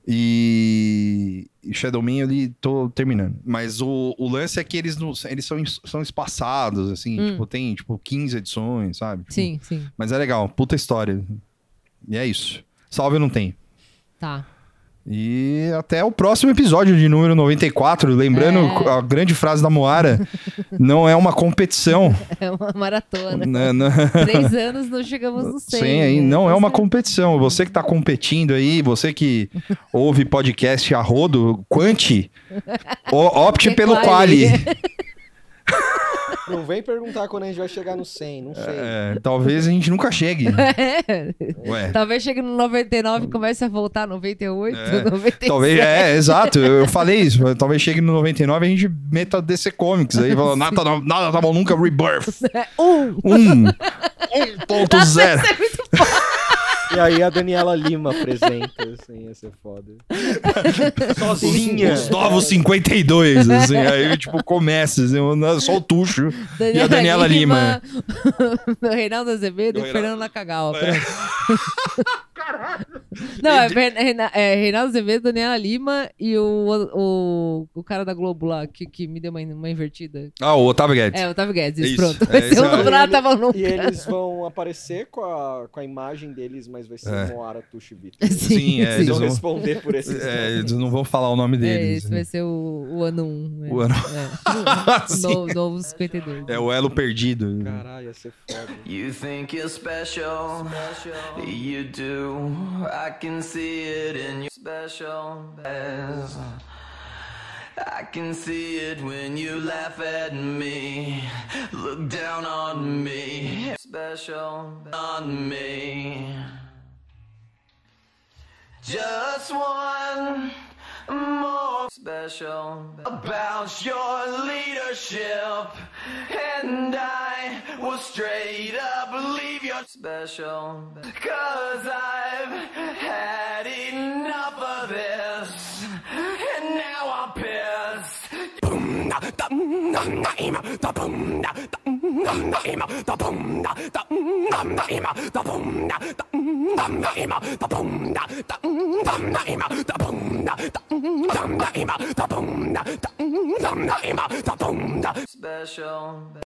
Speaker 2: E, e Shadow Man eu li, tô terminando. Mas o, o lance é que eles, não, eles são, es- são espaçados, assim.
Speaker 3: Hum.
Speaker 2: Tipo, tem tipo 15 edições, sabe? Tipo,
Speaker 3: Sim, sim.
Speaker 2: mas é legal, puta história. E é isso. Salve eu não tenho.
Speaker 3: Tá.
Speaker 2: E até o próximo episódio de número 94. Lembrando
Speaker 3: É.
Speaker 2: a grande frase da Moara: não é uma competição.
Speaker 3: É uma maratona.
Speaker 2: né, né?
Speaker 3: Três anos não chegamos no 100.
Speaker 2: Sem aí,
Speaker 3: né?
Speaker 2: não é
Speaker 3: Tá
Speaker 2: uma
Speaker 3: certo.
Speaker 2: competição. Você que tá competindo aí, você que ouve podcast a rodo, quante, o- opte pelo
Speaker 3: Quali.
Speaker 2: quali.
Speaker 4: Não vem perguntar quando a gente vai chegar no 100, não sei.
Speaker 2: É, talvez a gente nunca chegue.
Speaker 3: É.
Speaker 2: Ué.
Speaker 3: Talvez chegue no 99 e comece a voltar 98,
Speaker 2: É,
Speaker 3: 97.
Speaker 2: Talvez, é, exato, eu eu falei isso. mas Talvez chegue no 99 e a gente meta DC Comics aí, fala, nada, tá- nada tá bom nunca, Rebirth
Speaker 3: Um.
Speaker 2: 1, 1.0.
Speaker 3: Isso é muito
Speaker 4: E aí a Daniela Lima apresenta, assim, ia ser foda. Sozinha.
Speaker 2: Os novos 52, assim, aí tipo começa, assim, eu- só o tucho.
Speaker 3: Daniela
Speaker 2: E a Daniela Lima?
Speaker 3: Meu Reinaldo Azevedo
Speaker 2: Do
Speaker 3: e Fernando Nakagawa.
Speaker 2: É.
Speaker 3: pronto. Não, é, Fern- Reina- é Reinaldo Azevedo, Daniela Lima e o, o, o cara da Globo lá, que, que me deu uma, uma invertida.
Speaker 2: Ah, o Otávio Guedes.
Speaker 3: É, Otávio Guedes,
Speaker 2: Isso,
Speaker 3: pronto.
Speaker 2: é
Speaker 3: Vai ser
Speaker 2: isso
Speaker 3: o um
Speaker 2: aí.
Speaker 3: Dobrado, tava nunca.
Speaker 4: E eles vão aparecer com a, com a imagem deles, mas vai ser
Speaker 2: É.
Speaker 4: Moara Tuxi Vitor.
Speaker 2: Sim, é,
Speaker 3: sim.
Speaker 4: Eles
Speaker 2: eles
Speaker 4: vão
Speaker 2: vão-
Speaker 4: responder por esses
Speaker 2: É,
Speaker 4: nomes.
Speaker 2: eles não vão falar o nome
Speaker 3: É,
Speaker 2: deles. né?
Speaker 3: esse vai ser o, o ano né? 1.
Speaker 2: O ano- Ah,
Speaker 3: novo, novo 52.
Speaker 2: É o elo perdido.
Speaker 4: Caralho, ia ser foda.
Speaker 1: You think you're special. You do. I can see it in your special. eyes. I can see it when you laugh at me. Look down on me. Special on me. Just one more special about your leadership, and I will straight up leave your special. Cause I've had enough of this, and now I'm pissed. Special.